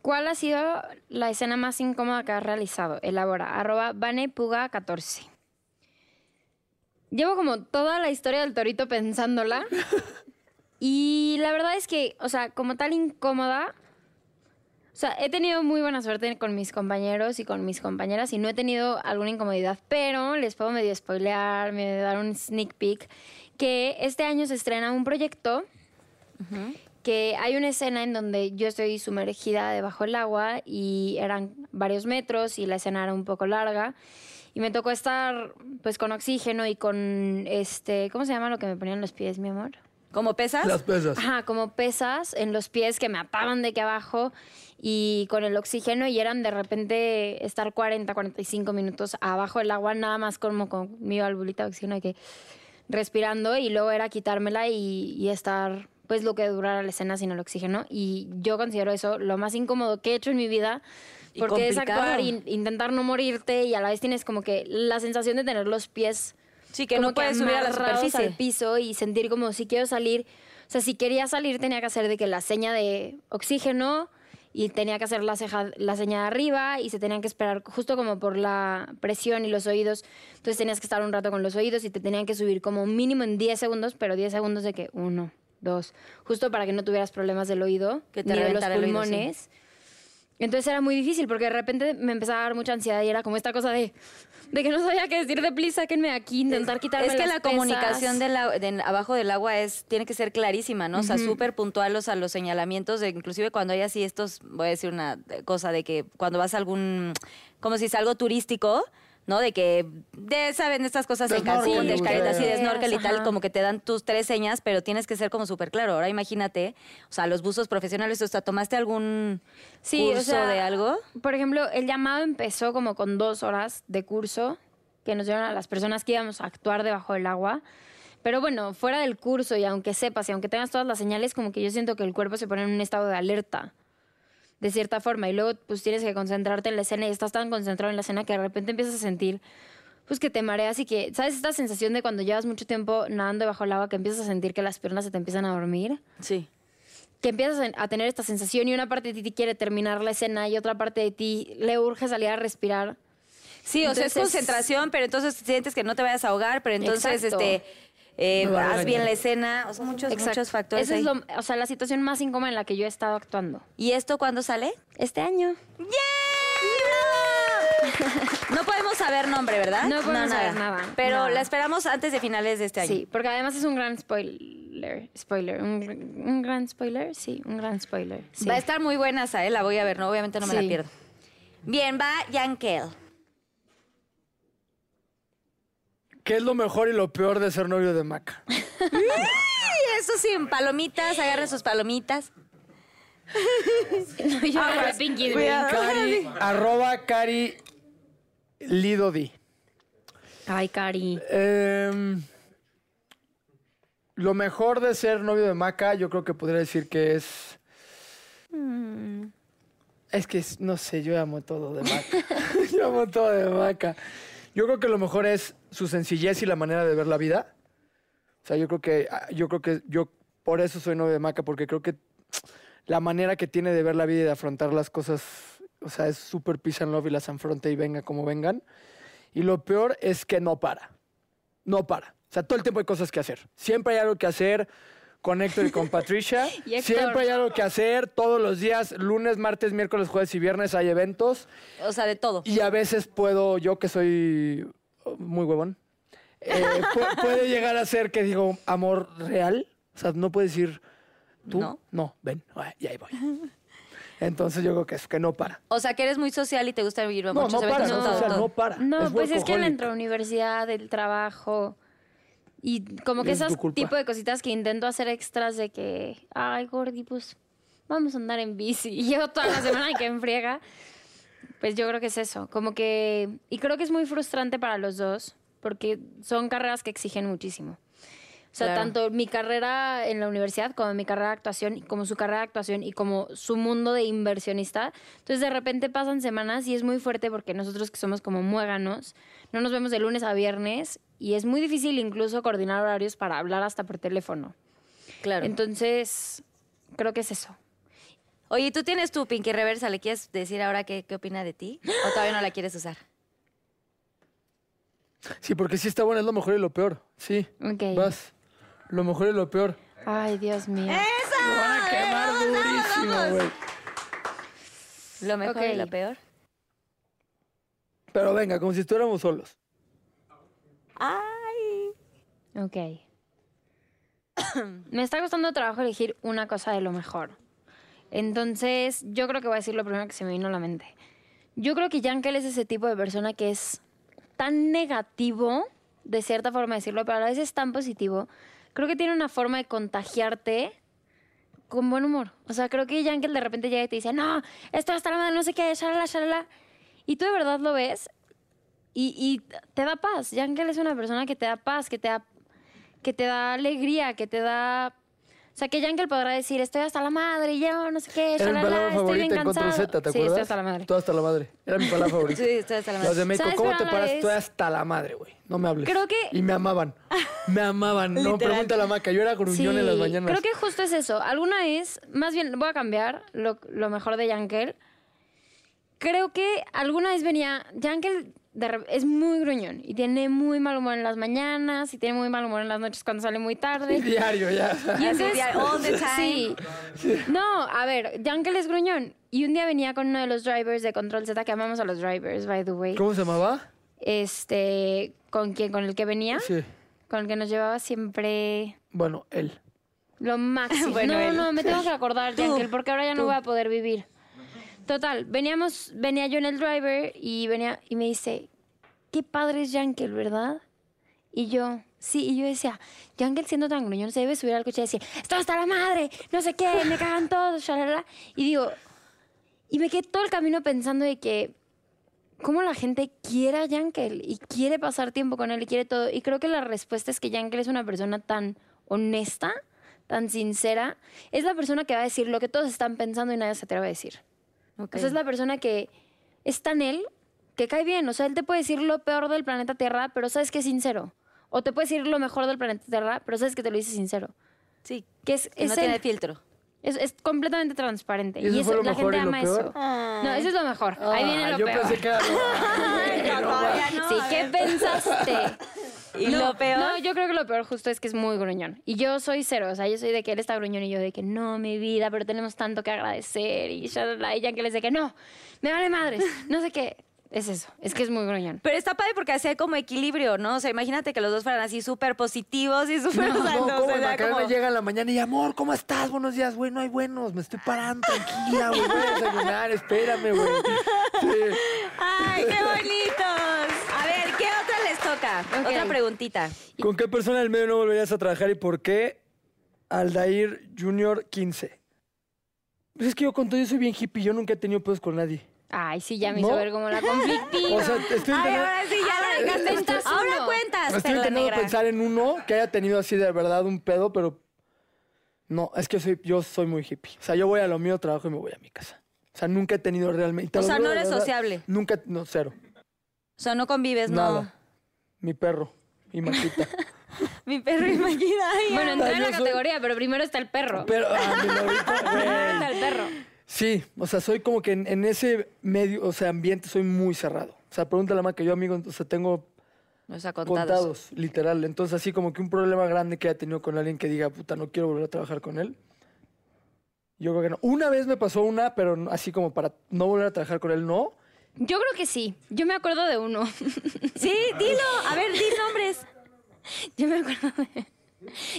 [SPEAKER 4] ¿Cuál ha sido la escena más incómoda que has realizado? Elabora, arroba vanepuga14. Llevo como toda la historia del torito pensándola. y la verdad es que, o sea, como tal incómoda... O sea, he tenido muy buena suerte con mis compañeros y con mis compañeras y no he tenido alguna incomodidad, pero les puedo medio spoilear, medio dar un sneak peek, que este año se estrena un proyecto que hay una escena en donde yo estoy sumergida debajo del agua y eran varios metros y la escena era un poco larga y me tocó estar pues con oxígeno y con este, ¿cómo se llama lo que me ponían en los pies, mi amor?
[SPEAKER 3] ¿Cómo pesas?
[SPEAKER 5] ¿Ah? Las pesas.
[SPEAKER 4] Ajá, como pesas en los pies que me ataban de aquí abajo y con el oxígeno y eran de repente estar 40, 45 minutos abajo del agua, nada más como con mi valvulita de oxígeno que respirando y luego era quitármela y, y estar pues lo que durara la escena sin el oxígeno y yo considero eso lo más incómodo que he hecho en mi vida
[SPEAKER 3] Y
[SPEAKER 4] porque es
[SPEAKER 3] complicado.
[SPEAKER 4] actuar y intentar no morirte y a la vez tienes como que la sensación de tener los pies
[SPEAKER 3] Sí, que
[SPEAKER 4] como
[SPEAKER 3] no puedes subir a la
[SPEAKER 4] amarrados al
[SPEAKER 3] superficie.
[SPEAKER 4] piso y sentir como si quiero salir. O sea, si quería salir tenía que hacer de que la seña de oxígeno y tenía que hacer la, ceja- la seña de arriba y se tenían que esperar justo como por la presión y los oídos. Entonces tenías que estar un rato con los oídos y te tenían que subir como mínimo en 10 segundos, pero 10 segundos de que uno, dos, justo para que no tuvieras problemas del oído
[SPEAKER 3] Que te
[SPEAKER 4] ni de los
[SPEAKER 3] reventara el oído, sí.
[SPEAKER 4] pulmones. Entonces era muy difícil porque de repente me empezaba a dar mucha ansiedad y era como esta cosa de, de que no sabía qué decir de please, sáquenme de aquí, intentar quitarme
[SPEAKER 3] Es que
[SPEAKER 4] las
[SPEAKER 3] la
[SPEAKER 4] pesas".
[SPEAKER 3] comunicación del agua- de abajo del agua es tiene que ser clarísima, ¿no? O sea, súper puntual, o sea, los señalamientos, de, inclusive cuando hay así estos, voy a decir una cosa, de que cuando vas a algún, como si es algo turístico, ¿no? De que, de, ¿saben? Estas cosas en
[SPEAKER 5] Snorkel,
[SPEAKER 3] Cancún, de
[SPEAKER 5] sí,
[SPEAKER 3] caídas y de
[SPEAKER 4] buceos,
[SPEAKER 3] snorkel y tal,
[SPEAKER 4] ajá.
[SPEAKER 3] como que te dan tus tres señas, pero tienes que ser como súper claro. Ahora imagínate, o sea, los buzos profesionales, o sea, ¿tomaste algún
[SPEAKER 4] Sí, o
[SPEAKER 3] curso
[SPEAKER 4] sea,
[SPEAKER 3] de algo?
[SPEAKER 4] Por ejemplo, el llamado empezó como con dos horas de curso que nos dieron a las personas que íbamos a actuar debajo del agua. Pero bueno, fuera del curso y aunque sepas y aunque tengas todas las señales, como que yo siento que el cuerpo se pone en un estado de alerta, de cierta forma. Y luego pues tienes que concentrarte en la escena y estás tan concentrado en la escena que de repente empiezas a sentir pues que te mareas y que, ¿sabes? Esta sensación de cuando llevas mucho tiempo nadando bajo el agua que empiezas a sentir que las piernas se te empiezan a dormir
[SPEAKER 3] Sí.
[SPEAKER 4] que empiezas a- a tener esta sensación y una parte de ti quiere terminar la escena y otra parte de ti le urge salir a respirar.
[SPEAKER 3] Sí, o sea, es
[SPEAKER 4] Entonces-
[SPEAKER 3] concentración, pero entonces sientes que no te vayas a ahogar, pero entonces
[SPEAKER 4] Exacto.
[SPEAKER 3] este eh,
[SPEAKER 5] Me va a
[SPEAKER 3] haz
[SPEAKER 5] regañar.
[SPEAKER 3] bien la escena, o sea, muchos,
[SPEAKER 4] Exacto.
[SPEAKER 3] muchos factores.
[SPEAKER 4] Esa es
[SPEAKER 3] ahí.
[SPEAKER 4] lo, o sea, la situación más incómoda en la que yo he estado actuando.
[SPEAKER 3] ¿Y esto cuándo sale?
[SPEAKER 4] Este año.
[SPEAKER 3] No podemos saber nombre, ¿verdad?
[SPEAKER 4] No podemos saber nada,
[SPEAKER 3] Pero
[SPEAKER 4] nada.
[SPEAKER 3] la esperamos antes de finales de este año.
[SPEAKER 4] Sí, porque además es un gran spoiler. Spoiler. Un, gr- un gran spoiler. Sí, un gran spoiler. sí.
[SPEAKER 3] Va a estar muy buena esa, ¿eh? La voy a ver, ¿no? Obviamente no me la
[SPEAKER 4] Sí.
[SPEAKER 3] pierdo. Bien, va Yankel.
[SPEAKER 5] ¿Qué es lo mejor y lo peor de ser novio de Maca?
[SPEAKER 3] Y
[SPEAKER 1] eso sin palomitas, agarren sus palomitas.
[SPEAKER 4] Yo era la Ah, Pinky Drink.
[SPEAKER 5] Cari, arroba Cari Lidodi.
[SPEAKER 4] Ay, Cari.
[SPEAKER 5] Em, lo mejor de ser novio de Maca, yo creo que podría decir que es.
[SPEAKER 4] Mm.
[SPEAKER 5] Es que es- no sé, yo amo todo de Maca. yo amo todo de Maca. Yo creo que lo mejor es su sencillez y la manera de ver la vida. O sea, yo creo que ah, yo creo que yo por eso soy novio de Maca porque creo que la manera que tiene de ver la vida y de afrontar las cosas, o sea, es súper peace and love y las afronta y venga como vengan. Y lo peor es que no para no para. O sea, todo el tiempo hay cosas que hacer. Siempre hay algo que hacer con Héctor y con Patricia.
[SPEAKER 4] Y Héctor.
[SPEAKER 5] Siempre hay algo que hacer todos los días. Lunes, martes, miércoles, jueves y viernes hay eventos.
[SPEAKER 3] O sea, de todo.
[SPEAKER 5] Y a veces puedo, yo que soy oh, muy huevón, eh, pu- puede llegar a ser que digo amor real. O sea, no puedes decir tú, no,
[SPEAKER 3] No.
[SPEAKER 5] ven, ah, y ahí voy. Entonces yo creo que es que no para.
[SPEAKER 3] O sea, que eres muy social y te gusta vivir a
[SPEAKER 5] No,
[SPEAKER 3] muchos
[SPEAKER 5] no para,
[SPEAKER 3] eventos.
[SPEAKER 5] no,
[SPEAKER 3] con todo,
[SPEAKER 5] o sea,
[SPEAKER 3] todo.
[SPEAKER 5] no para.
[SPEAKER 4] No, pues es que
[SPEAKER 5] workaholic.
[SPEAKER 4] la intrauniversidad, el trabajo y como que
[SPEAKER 5] Es tu
[SPEAKER 4] esas
[SPEAKER 5] culpa.
[SPEAKER 4] tipo de cositas que intento hacer extras de que, ay, gordi, pues vamos a andar en bici. Y llevo toda la semana que enfriega. Pues yo creo que es eso. Como que. Y creo que es muy frustrante para los dos porque son carreras que exigen muchísimo. O sea,
[SPEAKER 3] Claro.
[SPEAKER 4] tanto mi carrera en la universidad como mi carrera de actuación, y como su carrera de actuación y como su mundo de inversionista. Entonces, de repente pasan semanas y es muy fuerte porque nosotros que somos como muéganos, no nos vemos de lunes a viernes y es muy difícil incluso coordinar horarios para hablar hasta por teléfono.
[SPEAKER 3] Claro.
[SPEAKER 4] Entonces, creo que es eso.
[SPEAKER 3] Oye, tú tienes tu Pinky Reversa, ¿le quieres decir ahora qué, qué opina de ti? ¿O todavía no la quieres usar?
[SPEAKER 5] Sí, porque sí está bueno, es lo mejor y lo peor. Sí.
[SPEAKER 4] Ok.
[SPEAKER 5] Vas. Lo mejor y lo peor.
[SPEAKER 4] Ay, Dios mío.
[SPEAKER 5] Lo van a quemar durísimo, güey.
[SPEAKER 3] Lo mejor
[SPEAKER 4] Ok.
[SPEAKER 3] y lo peor.
[SPEAKER 5] Pero venga, como si estuviéramos solos.
[SPEAKER 4] Ok. Me está costando trabajo elegir una cosa de lo mejor. Entonces, yo creo que voy a decir lo primero que se me vino a la mente. Yo creo que Yankel es ese tipo de persona que es tan negativo, de cierta forma decirlo, pero a la vez es tan positivo. Creo que tiene una forma de contagiarte con buen humor. O sea, creo que Yankel de repente llega y te dice, no, esto está mal, no sé qué, shalala, shalala. Y tú de verdad lo ves y, y te da paz. Yankel es una persona que te da paz, que te da, que te da alegría, que te da... O sea, que Yankel podrá decir, estoy hasta la madre, yo no sé qué,
[SPEAKER 5] Era mi
[SPEAKER 4] shalala,
[SPEAKER 5] palabra
[SPEAKER 4] estoy bien
[SPEAKER 5] favorita en contra
[SPEAKER 4] cansado.
[SPEAKER 5] Z, ¿te acuerdas?
[SPEAKER 4] sí, estoy hasta la madre.
[SPEAKER 5] Tú hasta la madre. Era mi palabra favorita.
[SPEAKER 3] Sí, estoy hasta la madre.
[SPEAKER 5] Los de México,
[SPEAKER 4] ¿Sabes
[SPEAKER 5] ¿cómo
[SPEAKER 4] cuál
[SPEAKER 5] te
[SPEAKER 4] la
[SPEAKER 5] paras?
[SPEAKER 4] es?
[SPEAKER 5] Estoy hasta la madre, güey. No me hables.
[SPEAKER 4] Creo que-
[SPEAKER 5] Y me amaban. Me amaban. no, pregunta a la maca. Yo era gruñón en las
[SPEAKER 4] Sí,
[SPEAKER 5] mañanas.
[SPEAKER 4] Creo que justo es eso. Alguna es, más bien, voy a cambiar lo, lo mejor de Yankel. Creo que alguna vez venía. Yankel de re- es muy gruñón y tiene muy mal humor en las mañanas y tiene muy mal humor en las noches cuando sale muy tarde.
[SPEAKER 5] Diario, ya.
[SPEAKER 4] Y
[SPEAKER 3] Así,
[SPEAKER 4] entonces-
[SPEAKER 3] diario, all the time.
[SPEAKER 4] Sí. No, a ver, Yankel es gruñón. Y un día venía con uno de los drivers de Control Z, que amamos a los drivers, by the way.
[SPEAKER 5] ¿Cómo se llamaba?
[SPEAKER 4] Este, ¿con quién? ¿Con el que venía?
[SPEAKER 5] Sí.
[SPEAKER 4] Con el que nos llevaba siempre
[SPEAKER 5] Bueno, él.
[SPEAKER 4] lo máximo.
[SPEAKER 1] Bueno,
[SPEAKER 4] no,
[SPEAKER 1] él.
[SPEAKER 4] no, me tengo que acordar, Yankel, porque ahora ya no voy a poder vivir. Total, veníamos, venía yo en el driver y venía y me dice, qué padre es Yankel, ¿verdad? Y yo, sí, y yo decía, Yankel siendo tan gruñón se debe subir al coche y decir, esto hasta la madre, no sé qué, me cagan todos, shalala. Y digo, y me quedé todo el camino pensando de que cómo la gente quiere a Yankel y quiere pasar tiempo con él y quiere todo. Y creo que la respuesta es que Yankel es una persona tan honesta, tan sincera. Es la persona que va a decir lo que todos están pensando y nadie se atreve a decir.
[SPEAKER 3] Ok.
[SPEAKER 4] O sea, es la persona que es tan él que cae bien. O sea, él te puede decir lo peor del planeta Tierra, pero sabes que es sincero. O te puede decir lo mejor del planeta Tierra, pero sabes que te lo dice sincero.
[SPEAKER 3] Sí,
[SPEAKER 4] Que es,
[SPEAKER 3] que
[SPEAKER 4] es
[SPEAKER 3] no
[SPEAKER 4] él.
[SPEAKER 3] tiene filtro.
[SPEAKER 4] Es, es completamente transparente.
[SPEAKER 5] ¿Y
[SPEAKER 4] Y,
[SPEAKER 5] eso
[SPEAKER 4] eso,
[SPEAKER 5] fue lo
[SPEAKER 4] la
[SPEAKER 5] mejor
[SPEAKER 4] gente
[SPEAKER 5] y lo
[SPEAKER 4] ama
[SPEAKER 5] peor?
[SPEAKER 4] eso. No, eso es lo mejor. Ahí viene
[SPEAKER 5] Ah,
[SPEAKER 4] lo
[SPEAKER 5] yo
[SPEAKER 4] peor.
[SPEAKER 5] pensé que era.
[SPEAKER 1] Todavía no,
[SPEAKER 4] sí,
[SPEAKER 1] a
[SPEAKER 4] ¿qué
[SPEAKER 1] ver.
[SPEAKER 4] pensaste?
[SPEAKER 1] ¿Y
[SPEAKER 4] no,
[SPEAKER 1] lo peor?
[SPEAKER 4] No, yo creo que lo peor justo es que es muy gruñón. Y yo soy cero, o sea, yo soy de que él está gruñón y yo de que no, mi vida, pero tenemos tanto que agradecer y shalala, y ya que les de que no, me vale madres, no sé qué. Es eso, es que es muy gruñón.
[SPEAKER 1] Pero está padre porque hacía como equilibrio, ¿no? O sea, imagínate que los dos fueran así súper positivos y súper... o sea,
[SPEAKER 5] No,
[SPEAKER 1] no,
[SPEAKER 5] ¿cómo?
[SPEAKER 1] o sea,
[SPEAKER 5] Macarena
[SPEAKER 1] como-
[SPEAKER 5] llega en la mañana y amor, ¿cómo estás? Buenos días, güey, no hay buenos, me estoy parando, tranquila, güey, voy a desayunar, espérame, güey. Sí.
[SPEAKER 1] ¡Ay, qué bonitos! A ver, ¿qué otra les toca?
[SPEAKER 4] Ok.
[SPEAKER 1] Otra preguntita.
[SPEAKER 5] ¿Con qué persona del medio no volverías a trabajar y por qué? Aldair Junior 15. Pues es que yo con todo, yo soy bien hippie, yo nunca he tenido pedos con nadie.
[SPEAKER 4] Ay, sí, ya me
[SPEAKER 5] ¿No?
[SPEAKER 4] hizo ver como la conflictiva.
[SPEAKER 5] O sea, estoy
[SPEAKER 1] Ay,
[SPEAKER 5] intentando-
[SPEAKER 1] ahora sí, ya
[SPEAKER 3] Ahora
[SPEAKER 1] lo
[SPEAKER 3] inventas
[SPEAKER 1] inventaste.
[SPEAKER 4] uno.
[SPEAKER 1] Ahora cuentas,
[SPEAKER 5] Estoy
[SPEAKER 1] perla
[SPEAKER 5] intentando
[SPEAKER 1] negra.
[SPEAKER 5] Pues pensar en uno que haya tenido así de verdad un pedo, pero no, es que soy, yo soy muy hippie. O sea, yo voy a lo mío, trabajo y me voy a mi casa. O sea, nunca he tenido realmente. te
[SPEAKER 3] O
[SPEAKER 5] lo
[SPEAKER 3] sea,
[SPEAKER 5] juro,
[SPEAKER 3] no
[SPEAKER 5] de
[SPEAKER 3] eres
[SPEAKER 5] verdad,
[SPEAKER 3] sociable.
[SPEAKER 5] Nunca, no, cero.
[SPEAKER 3] O sea, no convives,
[SPEAKER 5] Nada. Mi perro y Maquita.
[SPEAKER 3] no. Mi perro imagina. ay,
[SPEAKER 4] bueno, entró
[SPEAKER 5] Ay,
[SPEAKER 4] en
[SPEAKER 5] yo
[SPEAKER 4] la
[SPEAKER 5] soy-
[SPEAKER 4] categoría, pero primero está el perro.
[SPEAKER 5] pero, ah, mi lorito, güey.
[SPEAKER 4] Está el perro.
[SPEAKER 5] Sí, o sea, soy como que en, en ese medio, o sea, ambiente soy muy cerrado. O sea, pregúntale a Maca, que yo amigo, o sea, tengo
[SPEAKER 3] Nos ha
[SPEAKER 5] contados.
[SPEAKER 3] contado.
[SPEAKER 5] literal. Entonces, así como que un problema grande que haya tenido con alguien que diga, puta, no quiero volver a trabajar con él. Yo creo que no. Una vez me pasó una, pero no- así como para no volver a trabajar con él, no.
[SPEAKER 4] Yo creo que sí. Yo me acuerdo de uno.
[SPEAKER 1] Sí, dilo. A ver, di nombres.
[SPEAKER 4] Yo me acuerdo de...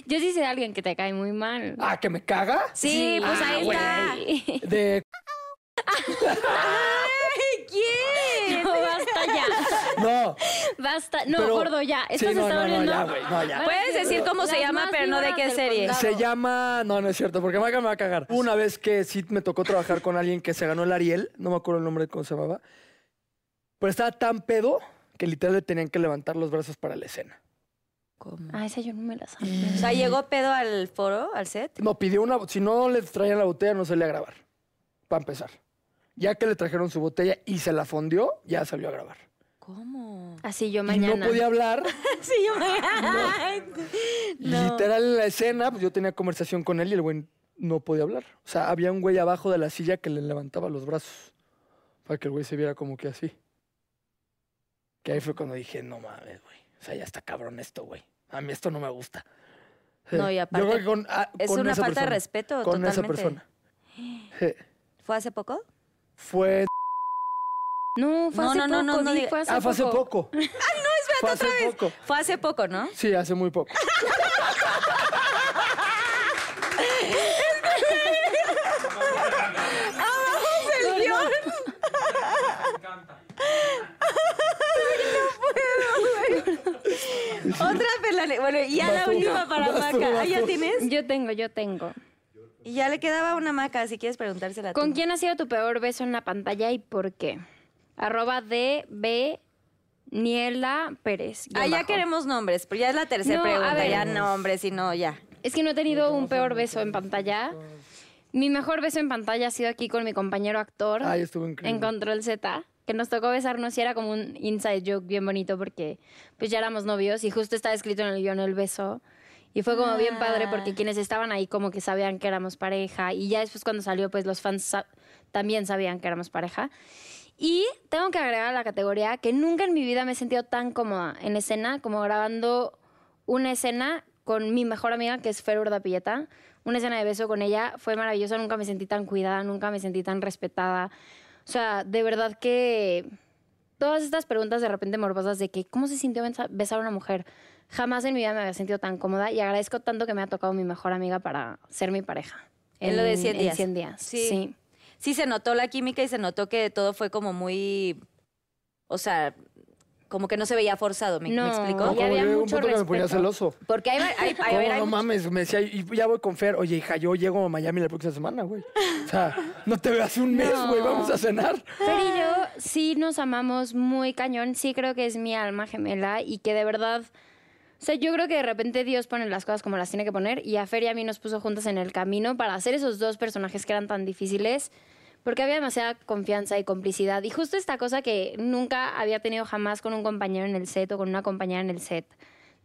[SPEAKER 4] Yo sí sé de alguien que te cae muy mal.
[SPEAKER 5] Ah, que me caga.
[SPEAKER 1] Sí, pues
[SPEAKER 4] Ah,
[SPEAKER 1] ahí está.
[SPEAKER 4] güey.
[SPEAKER 5] De
[SPEAKER 1] ¿Quién?
[SPEAKER 4] No, basta ya.
[SPEAKER 5] no.
[SPEAKER 4] Basta. No,
[SPEAKER 5] pero-
[SPEAKER 4] gordo, ya. Esto
[SPEAKER 5] Sí,
[SPEAKER 4] se
[SPEAKER 5] no,
[SPEAKER 4] está
[SPEAKER 5] no, no,
[SPEAKER 4] volviendo...
[SPEAKER 5] ya, güey, no, ya.
[SPEAKER 1] Puedes decir cómo se
[SPEAKER 4] Las
[SPEAKER 1] llama,
[SPEAKER 4] más
[SPEAKER 1] pero no de
[SPEAKER 4] víboras
[SPEAKER 1] qué
[SPEAKER 4] del
[SPEAKER 1] serie.
[SPEAKER 4] condado.
[SPEAKER 5] Se llama. No, no es cierto, porque Maca me va a cagar. Una vez que sí me tocó trabajar con alguien que se ganó el Ariel, no me acuerdo el nombre de cómo se llamaba, pero estaba tan pedo que literal le tenían que levantar los brazos para la escena.
[SPEAKER 3] ¿Cómo?
[SPEAKER 4] Ah, esa yo no me la sabía.
[SPEAKER 3] O
[SPEAKER 5] Mm.
[SPEAKER 3] sea, llegó pedo al foro, al set.
[SPEAKER 5] No, pidió una. Si no le traían la botella, no salía a grabar. Para empezar. Ya que le trajeron su botella y se la fondió, ya salió a grabar.
[SPEAKER 3] ¿Cómo?
[SPEAKER 4] Así yo
[SPEAKER 5] Y no
[SPEAKER 4] mañana.
[SPEAKER 5] podía hablar.
[SPEAKER 1] Sí, yo me...
[SPEAKER 5] Literal en la escena, pues yo tenía conversación con él y el güey no podía hablar. O sea, había un güey abajo de la silla que le levantaba los brazos para que el güey se viera como que así. Que ahí fue cuando dije, no mames, güey. O sea, ya está cabrón esto, güey. A mí esto no me gusta. Sí.
[SPEAKER 3] No, y aparte,
[SPEAKER 5] Yo creo que con, ah,
[SPEAKER 3] Es
[SPEAKER 5] con
[SPEAKER 3] una
[SPEAKER 5] esa
[SPEAKER 3] falta de
[SPEAKER 5] persona.
[SPEAKER 3] respeto
[SPEAKER 5] Con
[SPEAKER 3] totalmente.
[SPEAKER 5] esa persona. Sí.
[SPEAKER 3] ¿Fue hace poco?
[SPEAKER 5] Fue.
[SPEAKER 4] No, fue
[SPEAKER 3] No,
[SPEAKER 4] hace
[SPEAKER 3] no, no,
[SPEAKER 4] poco.
[SPEAKER 3] no, no
[SPEAKER 4] di,
[SPEAKER 3] diga-
[SPEAKER 4] fue hace
[SPEAKER 5] ah, fue hace
[SPEAKER 4] poco.
[SPEAKER 5] poco. Ah, no, espérate fue hace poco.
[SPEAKER 3] Fue hace poco, ¿no?
[SPEAKER 5] Sí, hace muy poco.
[SPEAKER 1] Otra perla negra. Bueno, y ya la
[SPEAKER 5] Vas tú,
[SPEAKER 1] última para
[SPEAKER 5] vas tú,
[SPEAKER 1] Maca.
[SPEAKER 5] vas
[SPEAKER 1] ¿Ah, ya
[SPEAKER 5] tú.
[SPEAKER 1] tienes?
[SPEAKER 4] Yo tengo, yo tengo.
[SPEAKER 3] Y ya le quedaba una maca, si quieres preguntársela tú.
[SPEAKER 4] ¿Con quién ha sido tu peor beso en la pantalla y por qué? Arroba D, B, Niela Pérez. guión
[SPEAKER 3] Ah, ya
[SPEAKER 4] bajo.
[SPEAKER 3] queremos nombres, pero ya es la tercera
[SPEAKER 4] No, a
[SPEAKER 3] pregunta,
[SPEAKER 4] ver.
[SPEAKER 3] ya nombres y no, ya.
[SPEAKER 4] Es que no he tenido un peor beso en pantalla. Mi mejor beso en pantalla ha sido aquí con mi compañero actor
[SPEAKER 5] Ay, estuvo
[SPEAKER 4] en
[SPEAKER 5] increíble.
[SPEAKER 4] Control Z, que nos tocó besarnos y era como un inside joke bien bonito porque pues ya éramos novios y justo estaba escrito en el guión el beso. Y fue como bien padre porque quienes estaban ahí como que sabían que éramos pareja y ya después cuando salió pues los fans sa- también sabían que éramos pareja. Y tengo que agregar a la categoría que nunca en mi vida me he sentido tan cómoda en escena como grabando una escena con mi mejor amiga, que es Fer Urdapilleta. Una escena de beso con ella fue maravillosa, nunca me sentí tan cuidada, nunca me sentí tan respetada. O sea, de verdad que todas estas preguntas de repente morbosas de que cómo se sintió besa- besar a una mujer. Jamás en mi vida me había sentido tan cómoda y agradezco tanto que me ha tocado mi mejor amiga para ser mi pareja.
[SPEAKER 3] En lo de 100 días.
[SPEAKER 4] En 100 días,
[SPEAKER 3] Sí.
[SPEAKER 4] sí.
[SPEAKER 3] Sí se notó la química y se notó que todo fue como muy, o sea, como que no se veía forzado, ¿me, me
[SPEAKER 4] No.
[SPEAKER 3] explicó?
[SPEAKER 4] Ya
[SPEAKER 5] como
[SPEAKER 4] había
[SPEAKER 5] yo llegó un
[SPEAKER 4] mucho
[SPEAKER 5] punto que me ponía
[SPEAKER 4] respeto.
[SPEAKER 5] celoso.
[SPEAKER 3] Porque hay, hay, hay- a ver,
[SPEAKER 5] ¿Cómo
[SPEAKER 3] hay
[SPEAKER 5] no
[SPEAKER 3] mucho-
[SPEAKER 5] mames? Me decía, y ya voy con Fer. Oye, hija, yo llego a Miami la próxima semana, güey. O sea, no te veo hace un mes, güey. Vamos a cenar.
[SPEAKER 4] Fer y yo sí nos amamos muy cañón, sí creo que es mi alma gemela y que de verdad, o sea, yo creo que de repente Dios pone las cosas como las tiene que poner y a Fer y a mí nos puso juntas en el camino para hacer esos dos personajes que eran tan difíciles porque había demasiada confianza y complicidad y justo esta cosa que nunca había tenido jamás con un compañero en el set o con una compañera en el set,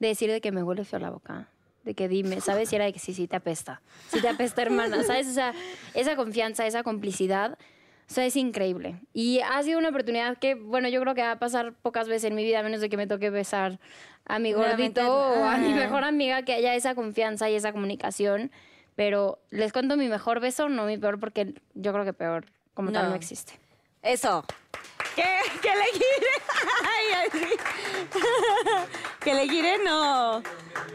[SPEAKER 4] de decir de que me huele feo la boca. De que dime, ¿sabes? Y era de que sí, sí te apesta. Sí te apesta, hermana, ¿sabes? O sea, esa confianza, esa complicidad, o sea, es increíble. Y ha sido una oportunidad que, bueno, yo creo que va a pasar pocas veces en mi vida, a menos de que me toque besar a mi
[SPEAKER 3] Nuevamente,
[SPEAKER 4] gordito o a mi
[SPEAKER 3] ah.
[SPEAKER 4] mejor amiga, que haya esa confianza y esa comunicación. Pero les cuento mi mejor beso, no mi peor, porque yo creo que peor como tal
[SPEAKER 3] No.
[SPEAKER 4] no existe.
[SPEAKER 3] Eso.
[SPEAKER 1] ¿Qué? ¿Que le gire? Ay, así. ¿Que le gire? No.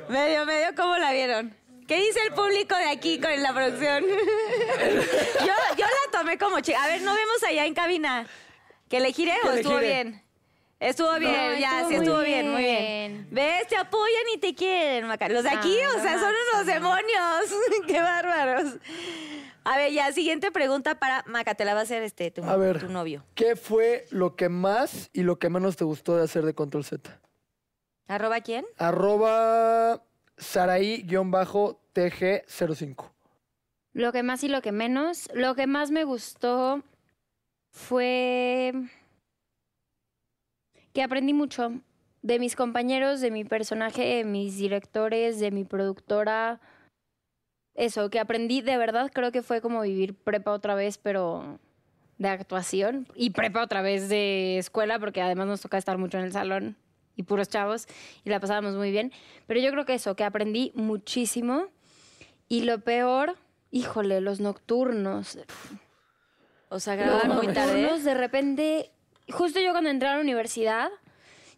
[SPEAKER 1] Medio, medio, ¿cómo la vieron? ¿Qué dice el público de aquí con la producción? yo, yo la tomé como chica. A ver, no vemos allá en cabina. ¿Que le gire o
[SPEAKER 5] le
[SPEAKER 1] estuvo
[SPEAKER 5] gire.
[SPEAKER 1] bien?
[SPEAKER 3] Estuvo bien,
[SPEAKER 4] No,
[SPEAKER 3] ya,
[SPEAKER 4] estuvo
[SPEAKER 3] sí,
[SPEAKER 4] muy
[SPEAKER 3] estuvo bien, muy
[SPEAKER 4] bien.
[SPEAKER 3] bien. ¿Ves? Te apoyan y te quieren, Maca. Los de aquí,
[SPEAKER 4] Ah,
[SPEAKER 3] o sea,
[SPEAKER 4] lo
[SPEAKER 3] son unos
[SPEAKER 4] máximo.
[SPEAKER 3] demonios. Qué bárbaros. A ver, ya, siguiente pregunta para Maca. Te la va a hacer este, tu,
[SPEAKER 5] A ver.
[SPEAKER 3] tu novio.
[SPEAKER 5] ¿Qué fue lo que más y lo que menos te gustó de hacer de Control Z?
[SPEAKER 3] ¿Arroba quién?
[SPEAKER 5] Arroba Saraí-TG05.
[SPEAKER 4] Lo que más y lo que menos. Lo que más me gustó fue que aprendí mucho de mis compañeros, de mi personaje, de mis directores, de mi productora. Eso, que aprendí de verdad, creo que fue como vivir prepa otra vez, pero de actuación y prepa otra vez de escuela, porque además nos toca estar mucho en el salón y puros chavos y la pasábamos muy bien. Pero yo creo que eso, que aprendí muchísimo y lo peor, híjole, los nocturnos.
[SPEAKER 6] O sea,
[SPEAKER 4] Los
[SPEAKER 6] grabar muy tarde.
[SPEAKER 4] nocturnos de repente, justo yo cuando entré a la universidad,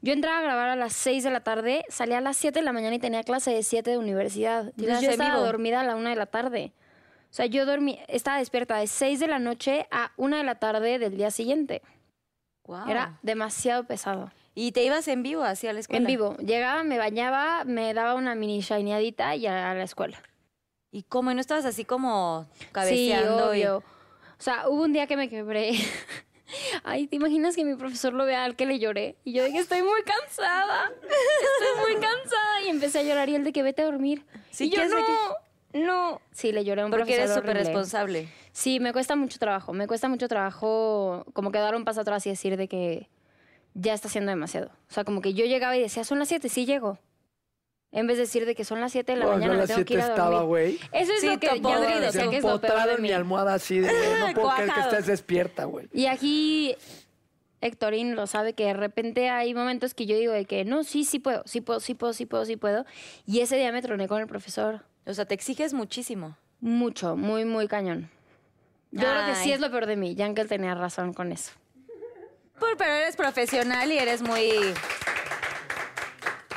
[SPEAKER 4] yo entraba a grabar a las 6 de la tarde, salía a las 7 de la mañana y tenía clase de 7 de universidad. Entonces
[SPEAKER 6] Clase
[SPEAKER 4] yo
[SPEAKER 6] en
[SPEAKER 4] estaba
[SPEAKER 6] vivo.
[SPEAKER 4] dormida a la 1 de la tarde. O sea, yo dormí, estaba despierta de 6 de la noche a 1 de la tarde del día siguiente.
[SPEAKER 3] Ah.
[SPEAKER 6] Guau.
[SPEAKER 4] Era demasiado pesado.
[SPEAKER 3] Y te ibas en vivo así a la escuela.
[SPEAKER 4] En vivo. Llegaba, me bañaba, me daba una mini shineadita y a la escuela.
[SPEAKER 3] ¿Y cómo? ¿Y no estabas así como
[SPEAKER 4] Sí,
[SPEAKER 3] cabeceando? y-
[SPEAKER 4] obvio. O sea, hubo un día que me quebré. Ay, ¿te imaginas que mi profesor lo vea al que le lloré? Y yo de que estoy muy cansada. Estoy muy cansada. Y empecé a llorar y él de que vete a dormir.
[SPEAKER 3] Sí,
[SPEAKER 4] y yo
[SPEAKER 3] ¿qué hace
[SPEAKER 4] no, no. Sí, le lloré a un
[SPEAKER 3] Porque
[SPEAKER 4] profesor
[SPEAKER 3] eres súper
[SPEAKER 4] horrible.
[SPEAKER 3] responsable.
[SPEAKER 4] Sí, me cuesta mucho trabajo. Me cuesta mucho trabajo como que dar un paso atrás y decir de que ya está haciendo demasiado. O sea, como que yo llegaba y decía, son las 7, sí llego. En vez de decir de que son las 7 de la
[SPEAKER 5] Bueno,
[SPEAKER 4] mañana,
[SPEAKER 5] a
[SPEAKER 4] me
[SPEAKER 5] las
[SPEAKER 4] tengo que
[SPEAKER 5] 7
[SPEAKER 4] ir a dormir.
[SPEAKER 5] estaba, güey.
[SPEAKER 4] Eso es
[SPEAKER 3] Sí,
[SPEAKER 4] lo que
[SPEAKER 3] todo
[SPEAKER 4] yo
[SPEAKER 3] podrido,
[SPEAKER 4] diría
[SPEAKER 5] Se
[SPEAKER 4] que es lo peor de
[SPEAKER 5] empotraron
[SPEAKER 4] mí.
[SPEAKER 5] mi almohada así de no puedo creer que
[SPEAKER 3] Cuajado.
[SPEAKER 5] estás despierta, güey.
[SPEAKER 4] Y aquí Héctorín lo sabe que de repente hay momentos que yo digo de que no, sí, sí puedo, sí puedo, sí puedo, sí puedo, sí puedo. Y ese día me troné con el profesor.
[SPEAKER 3] O sea, te exiges muchísimo.
[SPEAKER 4] Mucho, muy, muy cañón. Yo creo que
[SPEAKER 3] Ay.
[SPEAKER 4] sí es lo peor de mí. Yankel tenía razón con eso.
[SPEAKER 3] Por- pero eres profesional y eres muy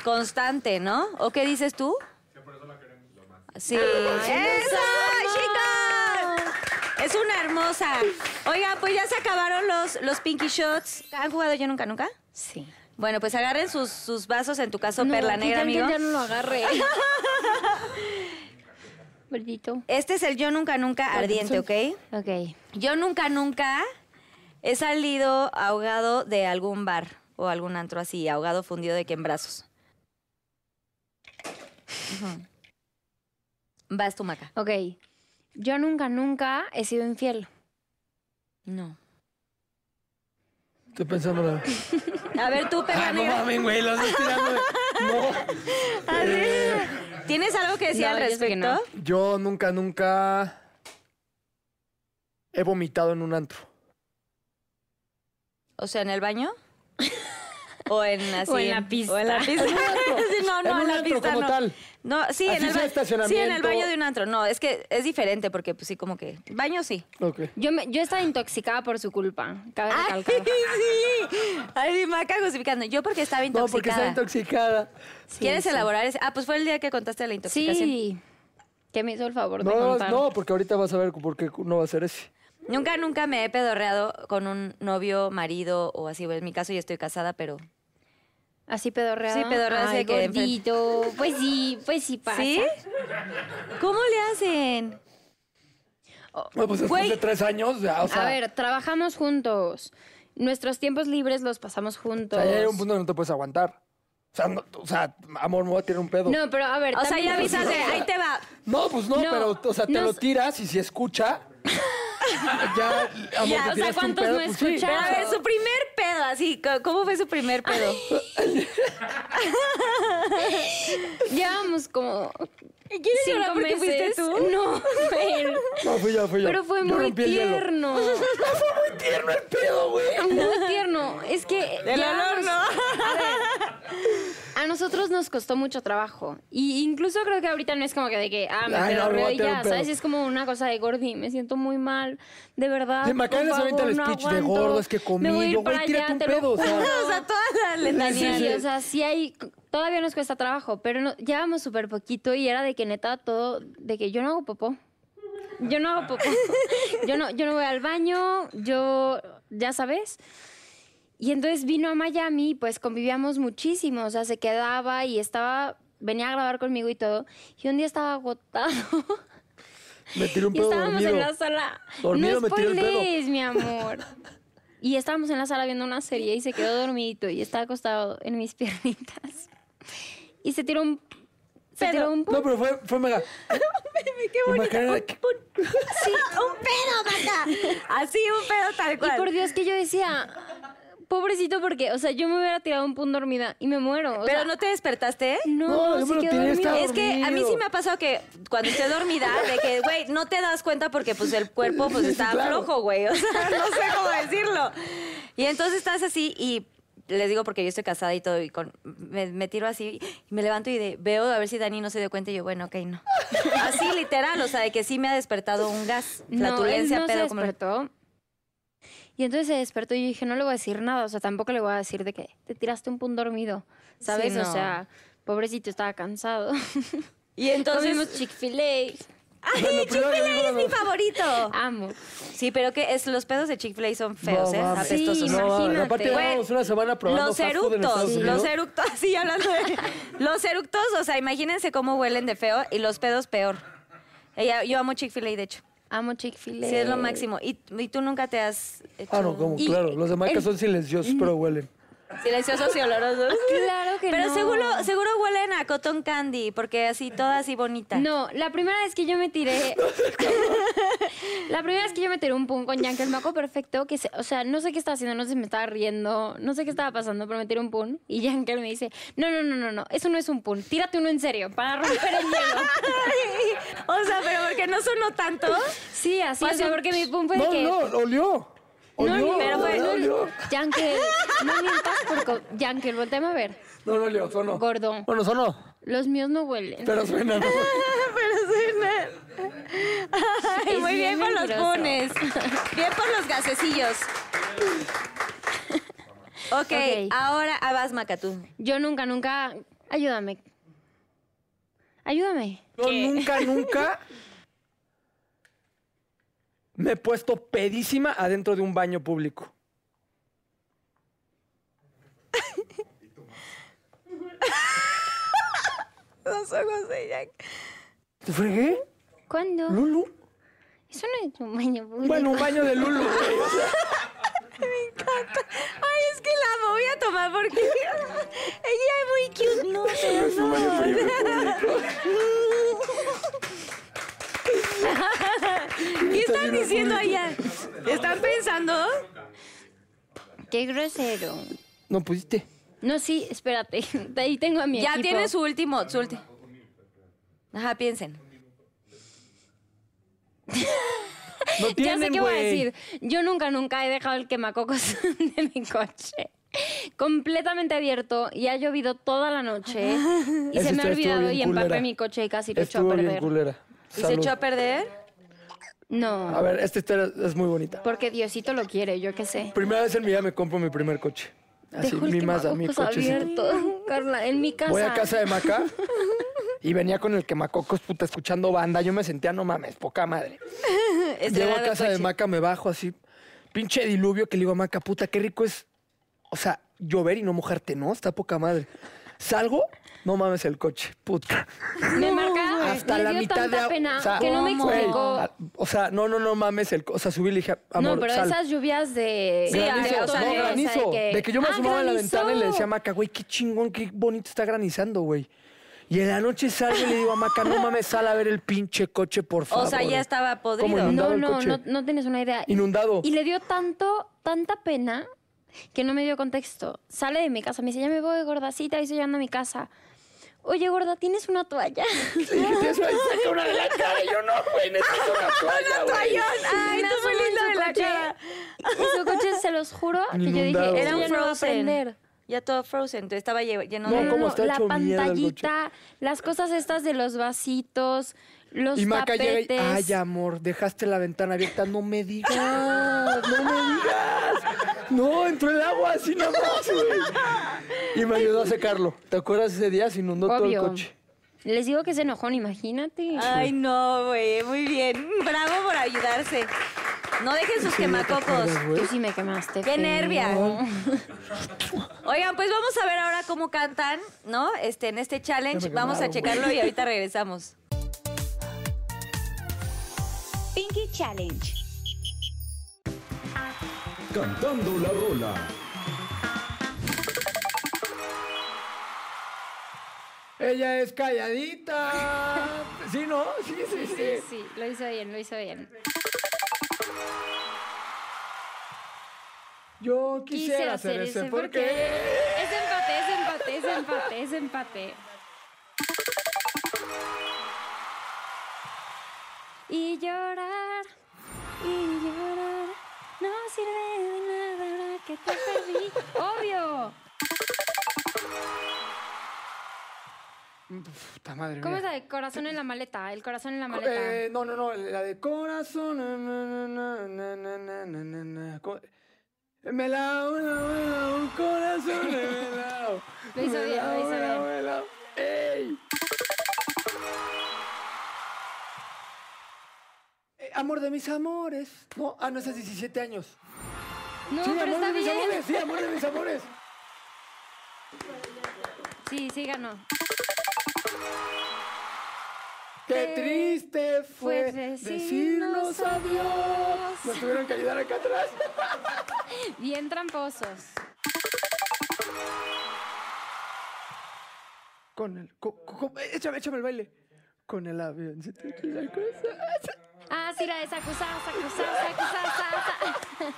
[SPEAKER 3] constante, ¿no? ¿O qué dices tú? Que por eso
[SPEAKER 4] Ah,
[SPEAKER 3] la queremos lo más. Sí. ¡Eso, chicos! Es una hermosa. Oiga, pues ya se acabaron los, los Pinky Shots. ¿Han jugado yo nunca, nunca?
[SPEAKER 4] Sí.
[SPEAKER 3] Bueno, pues agarren sus, sus vasos, en tu caso,
[SPEAKER 4] No,
[SPEAKER 3] perla
[SPEAKER 4] que
[SPEAKER 3] negra,
[SPEAKER 4] Yankel
[SPEAKER 3] amigo.
[SPEAKER 4] ya no lo agarre. Maldito.
[SPEAKER 3] Este es el yo nunca, nunca ardiente, ¿ok?
[SPEAKER 4] Ok.
[SPEAKER 3] Yo nunca, nunca he salido ahogado de algún bar o algún antro así, ahogado fundido de que en brazos. Ujú. Vas tu maca.
[SPEAKER 4] Ok. Yo nunca, nunca he sido infiel.
[SPEAKER 3] No.
[SPEAKER 5] Estoy pensando la...
[SPEAKER 3] A ver, tú, perra
[SPEAKER 5] Ah, no
[SPEAKER 3] negra.
[SPEAKER 5] mames, güey, lo estoy tirando. güey.
[SPEAKER 3] A ver, ¿Tienes algo que decir
[SPEAKER 4] No,
[SPEAKER 3] al
[SPEAKER 4] yo sé que
[SPEAKER 3] respecto?
[SPEAKER 4] no.
[SPEAKER 5] Yo nunca, nunca he vomitado en un antro.
[SPEAKER 3] O sea, ¿en el baño? O en así.
[SPEAKER 4] O en la pista.
[SPEAKER 3] O en la pista. Sí, no, no,
[SPEAKER 5] en
[SPEAKER 3] en,
[SPEAKER 5] un
[SPEAKER 3] la
[SPEAKER 5] antro
[SPEAKER 3] pista
[SPEAKER 5] como
[SPEAKER 3] no.
[SPEAKER 5] tal.
[SPEAKER 3] No, sí,
[SPEAKER 5] Así
[SPEAKER 3] en el ba-
[SPEAKER 5] sea
[SPEAKER 3] Sí, en el
[SPEAKER 5] estacionamiento.
[SPEAKER 3] baño de un antro. No, es que es diferente porque pues sí, como que. Baño sí.
[SPEAKER 5] Ok.
[SPEAKER 4] Yo, me- yo estaba intoxicada por su culpa. Cabe
[SPEAKER 3] Ay,
[SPEAKER 4] recalcar.
[SPEAKER 3] sí. Ay, Maca justificando. Yo porque estaba
[SPEAKER 5] No,
[SPEAKER 3] intoxicada.
[SPEAKER 5] porque está intoxicada.
[SPEAKER 3] ¿Quieres elaborar ese? Ah, pues fue el día que contaste la intoxicación.
[SPEAKER 4] Sí. Que me hizo el favor de
[SPEAKER 5] No,
[SPEAKER 4] contar.
[SPEAKER 5] no, porque ahorita vas a ver por qué no va a ser ese.
[SPEAKER 3] Nunca, nunca me he pedorreado con un novio, marido o así. Bueno, En mi caso yo estoy casada, pero...
[SPEAKER 4] Así pedorreada.
[SPEAKER 3] Sí, pedorreada,
[SPEAKER 4] Ay,
[SPEAKER 3] sí, que
[SPEAKER 4] gordito. Pues sí, pues sí pasa.
[SPEAKER 3] ¿Sí? ¿Cómo le hacen?
[SPEAKER 5] Bueno, pues después
[SPEAKER 3] Güey.
[SPEAKER 5] de tres años, ya, o sea,
[SPEAKER 4] A ver, trabajamos juntos. Nuestros tiempos libres los pasamos
[SPEAKER 5] o
[SPEAKER 4] juntos.
[SPEAKER 5] sea, ya hay un punto donde no te puedes aguantar. O sea, no- o sea, amor, me voy a tirar un pedo.
[SPEAKER 4] No, pero a ver.
[SPEAKER 3] O sea,
[SPEAKER 4] también-
[SPEAKER 3] ya avisas de, ahí te va.
[SPEAKER 5] No, pues no,
[SPEAKER 4] No,
[SPEAKER 5] pero, o sea, te
[SPEAKER 4] no
[SPEAKER 5] lo
[SPEAKER 4] es-
[SPEAKER 5] tiras y si escucha, ya, amor,
[SPEAKER 4] Ya, o sea,
[SPEAKER 5] te tiraste un
[SPEAKER 4] ¿cuántos
[SPEAKER 5] pedo,
[SPEAKER 4] no
[SPEAKER 5] pues sí.
[SPEAKER 3] Pero
[SPEAKER 4] escucharon?
[SPEAKER 3] a ver, su primer pedo, así, co- ¿cómo fue su primer pedo?
[SPEAKER 4] Llevamos como.
[SPEAKER 3] ¿Quieres
[SPEAKER 4] cinco
[SPEAKER 3] llorar porque
[SPEAKER 4] meses.
[SPEAKER 3] fuiste tú?
[SPEAKER 4] No, pero,
[SPEAKER 5] No, fui yo, fui yo.
[SPEAKER 4] pero fue
[SPEAKER 5] Yo
[SPEAKER 4] muy
[SPEAKER 5] rompí el hielo.
[SPEAKER 4] tierno.
[SPEAKER 5] Fue muy tierno el pedo, güey.
[SPEAKER 4] Muy tierno. Es que.
[SPEAKER 3] El
[SPEAKER 4] ya
[SPEAKER 3] olor,
[SPEAKER 4] nos-
[SPEAKER 3] ¿no?
[SPEAKER 4] A ver, a nosotros nos costó mucho trabajo. Y incluso creo que ahorita no es como que de que, ah, me
[SPEAKER 5] Ay, no,
[SPEAKER 4] pedorreo
[SPEAKER 5] me voy a
[SPEAKER 4] y
[SPEAKER 5] tirar
[SPEAKER 4] ya,
[SPEAKER 5] un pedo.
[SPEAKER 4] ¿sabes? Es como una cosa de gordi, me siento muy mal, de verdad.
[SPEAKER 5] Sí, Macarena
[SPEAKER 4] por
[SPEAKER 5] se avienta
[SPEAKER 4] favor,
[SPEAKER 5] el
[SPEAKER 4] no
[SPEAKER 5] speech de
[SPEAKER 4] aguanto,
[SPEAKER 5] gordo, es que comí,
[SPEAKER 4] me voy a ir
[SPEAKER 5] no, güey,
[SPEAKER 4] para
[SPEAKER 5] tírate
[SPEAKER 4] allá,
[SPEAKER 5] un
[SPEAKER 4] te lo
[SPEAKER 5] pedo, o sea.
[SPEAKER 4] juro.
[SPEAKER 3] O sea, toda la letanía.
[SPEAKER 4] Sí, o sea, sí hay, todavía nos cuesta trabajo, pero no, llevamos súper poquito y era de que neta todo, de que yo no hago popó. Yo no hago popó. Yo no, yo no voy al baño, yo, ya sabes. Y entonces vino a Miami y pues convivíamos muchísimo, o sea, se quedaba y estaba, venía a grabar conmigo y todo. Y un día estaba agotado.
[SPEAKER 5] Me tiré un
[SPEAKER 4] Y
[SPEAKER 5] pedo
[SPEAKER 4] estábamos
[SPEAKER 5] dormido.
[SPEAKER 4] en la sala.
[SPEAKER 5] Dormido
[SPEAKER 4] no
[SPEAKER 5] me tiré el pedo.
[SPEAKER 4] spoilees, mi amor. Y estábamos en la sala viendo una serie y se quedó dormidito y estaba acostado en mis piernitas. Y se tiró un. Se
[SPEAKER 3] Pedo.
[SPEAKER 4] tiró un.
[SPEAKER 5] No, pero fue, fue mega.
[SPEAKER 3] Qué bonito.
[SPEAKER 5] Macarena,
[SPEAKER 3] Un-
[SPEAKER 5] ¿qué-
[SPEAKER 3] un- sí, un pedo, Maca. Así, un pedo tal
[SPEAKER 4] Y
[SPEAKER 3] cual.
[SPEAKER 4] por Dios que yo decía, pobrecito, porque, o sea, yo me hubiera tirado un pun dormida y me muero. o
[SPEAKER 3] Pero
[SPEAKER 4] sea,
[SPEAKER 3] no te despertaste.
[SPEAKER 4] no,
[SPEAKER 5] No, yo me
[SPEAKER 4] se
[SPEAKER 5] lo
[SPEAKER 4] quedó
[SPEAKER 5] tiré,
[SPEAKER 4] dormido.
[SPEAKER 5] estaba
[SPEAKER 4] Es-
[SPEAKER 3] Es que a mí
[SPEAKER 5] dormido.
[SPEAKER 3] sí me ha pasado que cuando estoy dormida, de que, güey, no te das cuenta porque pues el cuerpo pues
[SPEAKER 5] Sí,
[SPEAKER 3] está
[SPEAKER 5] claro.
[SPEAKER 3] flojo, güey. O sea, no sé cómo decirlo. Y entonces estás así y les digo porque yo estoy casada y todo, y con, me, me tiro así y me levanto y de- veo a ver si Dani no se dio cuenta y yo, bueno, ok, no. Así literal, o sea, de que sí me ha despertado un gas, flatulencia,
[SPEAKER 4] no, él no
[SPEAKER 3] pedo,
[SPEAKER 4] se
[SPEAKER 3] como-
[SPEAKER 4] despertó. Y entonces se despertó y yo dije, no le voy a decir nada, o sea, tampoco le voy a decir de que te tiraste un pun dormido, ¿sabes?
[SPEAKER 3] Sí, no.
[SPEAKER 4] O sea, pobrecito, estaba cansado.
[SPEAKER 3] Y entonces...
[SPEAKER 4] Comimos Chick-fil-A,
[SPEAKER 3] ¡Ay,
[SPEAKER 5] Bueno, primero
[SPEAKER 3] Chick-fil-A
[SPEAKER 5] yo digo,
[SPEAKER 3] es mi
[SPEAKER 5] no.
[SPEAKER 3] favorito!
[SPEAKER 4] amo.
[SPEAKER 3] Sí, pero que es, los pedos de Chick-fil-A son feos, ¿eh?
[SPEAKER 5] mames.
[SPEAKER 3] Apestosos.
[SPEAKER 4] Sí,
[SPEAKER 5] No,
[SPEAKER 4] imagínate.
[SPEAKER 5] aparte
[SPEAKER 4] Güey,
[SPEAKER 5] llevábamos una semana probando
[SPEAKER 3] Los
[SPEAKER 5] fast food en Estados
[SPEAKER 3] eructos,
[SPEAKER 5] Unidos.
[SPEAKER 3] los eructos, sí, hablando de... Los eructos, o sea, imagínense cómo huelen de feo y los pedos peor. Ella- yo amo Chick-fil-A, de hecho.
[SPEAKER 4] Amo Chick-fil-A.
[SPEAKER 3] Sí, es lo máximo. Y, y tú nunca te has hecho...
[SPEAKER 5] Ah, no, como,
[SPEAKER 4] Y-
[SPEAKER 5] claro. Los de Maca
[SPEAKER 4] el-
[SPEAKER 5] son silenciosos, pero huelen.
[SPEAKER 3] Silenciosos y olorosos.
[SPEAKER 4] Ah, Claro que
[SPEAKER 3] Pero
[SPEAKER 4] no.
[SPEAKER 3] seguro, seguro huelen a cotton candy, porque así, toda así bonita.
[SPEAKER 4] No, la primera vez que yo me tiré. la primera vez que yo me tiré un pun con Yankee, el maco perfecto, que se- o sea, no sé qué estaba haciendo, no sé si me estaba riendo, no sé qué estaba pasando, pero me tiré un pun y Yankee me dice, no, no, no, no, no, eso no es un pun, tírate uno en serio para romper el hielo.
[SPEAKER 3] o sea, pero porque no sonó tanto.
[SPEAKER 4] sí, así, o
[SPEAKER 3] Pasa
[SPEAKER 4] sea,
[SPEAKER 3] un-
[SPEAKER 4] porque mi pun fue de
[SPEAKER 5] No,
[SPEAKER 4] que...
[SPEAKER 5] no, olió. Olió,
[SPEAKER 4] no,
[SPEAKER 5] no,
[SPEAKER 3] pero bueno,
[SPEAKER 5] no, olió.
[SPEAKER 4] Yankee, no mientas por... co- Yankee, volteame a ver.
[SPEAKER 5] No, no olió, sonó.
[SPEAKER 4] Gordo.
[SPEAKER 5] Bueno, sonó,
[SPEAKER 4] Los míos no huelen.
[SPEAKER 5] pero suena. ¿no?
[SPEAKER 3] Ay,
[SPEAKER 4] Es
[SPEAKER 3] muy bien,
[SPEAKER 4] bien
[SPEAKER 3] por los
[SPEAKER 4] mentiroso.
[SPEAKER 3] pones. Bien por los gasecillos. Ok,
[SPEAKER 4] Ok.
[SPEAKER 3] ahora ah, vas, Maca, tú.
[SPEAKER 4] Yo nunca, nunca... Ayúdame. Ayúdame.
[SPEAKER 5] Yo nunca, nunca me he puesto pedísima adentro de un baño público.
[SPEAKER 3] Los ojos de Jack.
[SPEAKER 5] ¿Te fregué?
[SPEAKER 4] ¿Cuándo?
[SPEAKER 5] ¿Lulu?
[SPEAKER 4] Eso no es un baño público.
[SPEAKER 5] Bueno, un baño de Lulu. güey, o sea,
[SPEAKER 3] Ay, es que la amo, voy a tomar porque ella es muy cute. No, pero
[SPEAKER 5] un baño
[SPEAKER 3] no.
[SPEAKER 5] privado público.
[SPEAKER 3] ¿Qué están diciendo allá? ¿Están pensando?
[SPEAKER 4] Qué grosero.
[SPEAKER 5] No pudiste.
[SPEAKER 4] No, sí, espérate. Ahí tengo a mi
[SPEAKER 3] Ya
[SPEAKER 4] equipo.
[SPEAKER 3] tiene su último, su último. Ajá, piensen.
[SPEAKER 5] No
[SPEAKER 4] Ya sé
[SPEAKER 5] tienen,
[SPEAKER 4] qué voy a
[SPEAKER 5] güey.
[SPEAKER 4] decir. Yo nunca, nunca he dejado el quemacocos de mi coche. Completamente abierto y ha llovido toda la noche. Y
[SPEAKER 5] Esa
[SPEAKER 4] se me ha
[SPEAKER 5] historia estuvo
[SPEAKER 4] olvidado
[SPEAKER 5] bien
[SPEAKER 4] y empapé
[SPEAKER 5] culera.
[SPEAKER 4] mi coche y casi lo echó
[SPEAKER 5] Estuvo
[SPEAKER 4] a
[SPEAKER 5] bien
[SPEAKER 4] perder.
[SPEAKER 5] culera.
[SPEAKER 3] ¿Y se
[SPEAKER 5] Salud.
[SPEAKER 3] echó a perder?
[SPEAKER 5] A
[SPEAKER 4] No,
[SPEAKER 5] ver, esta historia es muy bonita.
[SPEAKER 4] porque Diosito lo quiere, yo qué sé.
[SPEAKER 5] Primera vez en mi vida me compro mi primer coche. Así,
[SPEAKER 4] Dejo el
[SPEAKER 5] mi Mazda, mi
[SPEAKER 4] quemacocos
[SPEAKER 5] cochecito.
[SPEAKER 4] abierto, Carla, en mi casa.
[SPEAKER 5] Voy a casa de Maca y venía con el quemacocos, puta, escuchando banda. Yo me sentía, no mames, poca madre. Llego a
[SPEAKER 3] Estrenado
[SPEAKER 5] casa de
[SPEAKER 3] coche.
[SPEAKER 5] Maca, me bajo así, pinche diluvio que le digo a Maca, puta, qué rico es, o sea, llover y no mojarte, ¿no? Está poca madre. Salgo, no mames el coche, puta.
[SPEAKER 4] Me marca,
[SPEAKER 5] Hasta
[SPEAKER 4] me
[SPEAKER 5] la
[SPEAKER 4] dio
[SPEAKER 5] mitad
[SPEAKER 4] tanta
[SPEAKER 5] de agua,
[SPEAKER 4] pena
[SPEAKER 5] o sea,
[SPEAKER 4] que no me
[SPEAKER 5] güey,
[SPEAKER 4] explicó.
[SPEAKER 5] a- o sea, no, no, no mames el, co- o sea, subí y le dije, amor,
[SPEAKER 4] no, pero
[SPEAKER 5] sal.
[SPEAKER 4] esas lluvias de.
[SPEAKER 3] Sí,
[SPEAKER 5] Granizo,
[SPEAKER 3] ah,
[SPEAKER 5] no,
[SPEAKER 3] o sea, de- o sea,
[SPEAKER 5] granizo.
[SPEAKER 4] de que-
[SPEAKER 5] De que yo me
[SPEAKER 4] Ah,
[SPEAKER 5] asomaba a la
[SPEAKER 4] granizó.
[SPEAKER 5] ventana y le decía a Maca, güey, qué chingón, qué bonito está granizando, güey. Y en la noche salgo y le digo a Maca, no mames, sal a ver el pinche coche, por favor.
[SPEAKER 3] O sea, ya estaba
[SPEAKER 5] Ah, Como
[SPEAKER 3] podrido.
[SPEAKER 5] inundado
[SPEAKER 4] No,
[SPEAKER 5] el
[SPEAKER 4] no,
[SPEAKER 5] coche.
[SPEAKER 4] no, no tienes una idea.
[SPEAKER 5] Inundado.
[SPEAKER 4] Y le dio tanto, tanta pena que no me dio contexto. Sale de mi casa, me dice, ya me voy, gordacita, y estoy llegando a mi casa. Oye, gorda, ¿tienes una toalla?
[SPEAKER 5] Le dije, "Tienes una- saca una de la cara. Y yo, no, güey, necesito una toalla, güey".
[SPEAKER 3] Ay, tú
[SPEAKER 4] Me
[SPEAKER 3] muy
[SPEAKER 4] asomo en
[SPEAKER 3] linda
[SPEAKER 4] su
[SPEAKER 3] de la
[SPEAKER 4] coche.
[SPEAKER 3] cara.
[SPEAKER 4] Y su coche, se los juro, que yo
[SPEAKER 5] Inundado.
[SPEAKER 4] dije,
[SPEAKER 3] Era un
[SPEAKER 4] "Esto ya no va a
[SPEAKER 3] Frozen.
[SPEAKER 4] prender".
[SPEAKER 3] Ya todo Frozen, entonces estaba lle- lleno
[SPEAKER 5] No,
[SPEAKER 3] de...
[SPEAKER 4] No,
[SPEAKER 5] ¿cómo
[SPEAKER 4] no,
[SPEAKER 5] está
[SPEAKER 4] la
[SPEAKER 5] hecho mierda el coche?
[SPEAKER 4] pantallita, las cosas estas de los vasitos, los
[SPEAKER 5] Y Maca llega
[SPEAKER 4] tapetes.
[SPEAKER 5] y, ay, amor, dejaste la ventana abierta. No me digas, no me digas. No, entró el agua así nada más, güey. Y me ayudó a secarlo. ¿Te acuerdas ese día? Se inundó todo el
[SPEAKER 4] Obvio.
[SPEAKER 5] coche.
[SPEAKER 4] Les digo que es enojón, imagínate.
[SPEAKER 3] Ay, no, güey, muy bien. Bravo por ayudarse. No dejen sus quemacocos.
[SPEAKER 4] Tú sí me quemaste.
[SPEAKER 3] Qué
[SPEAKER 4] feo.
[SPEAKER 3] nervia. Oigan, pues vamos a ver ahora cómo cantan, ¿no? Este, en este challenge.
[SPEAKER 5] Ya me
[SPEAKER 3] Vamos a
[SPEAKER 5] quemaron,
[SPEAKER 3] checarlo y ahorita regresamos.
[SPEAKER 7] Pinky Challenge.
[SPEAKER 8] Cantando la rola.
[SPEAKER 5] Ella es calladita. Sí, ¿no? Sí, sí, sí.
[SPEAKER 4] Sí, sí, lo hizo bien, lo hizo bien.
[SPEAKER 5] Yo quisiera, hacer ese porque...
[SPEAKER 4] Es empate, es empate, es empate, es empate. Y llorar, y llorar, no sirve de nada ahora que te perdí. ¡Obvio!
[SPEAKER 5] Puta madre
[SPEAKER 4] ¿Cómo
[SPEAKER 5] mía.
[SPEAKER 4] es la de corazón en la maleta? El corazón en la maleta.
[SPEAKER 5] Eh, no, no, no, la de corazón. na, na, na, na, na, na, na, na, na, co- Me la me la- me la- un corazón. Me la
[SPEAKER 4] Lo hizo
[SPEAKER 5] me
[SPEAKER 4] bien,
[SPEAKER 5] la-
[SPEAKER 4] lo hizo
[SPEAKER 5] me la-
[SPEAKER 4] bien.
[SPEAKER 5] me la- ¡Ey! Eh, Amor de mis amores. No, ah, no, esa es 17 años.
[SPEAKER 4] No,
[SPEAKER 5] sí,
[SPEAKER 4] pero
[SPEAKER 5] amor
[SPEAKER 4] está
[SPEAKER 5] de mis
[SPEAKER 4] bien.
[SPEAKER 5] amores, sí, amor de mis amores.
[SPEAKER 4] Sí, sí ganó.
[SPEAKER 5] Qué triste fue
[SPEAKER 4] fue decirnos
[SPEAKER 5] decirnos adiós. Nos tuvieron que ayudar acá atrás.
[SPEAKER 4] Bien tramposos.
[SPEAKER 5] Con el. co- co- co- échame, échame el baile. Con el avión. se te queda el corazón.
[SPEAKER 4] Ah, sí, la de Sakusasa, Sakusasa, Sakusasa.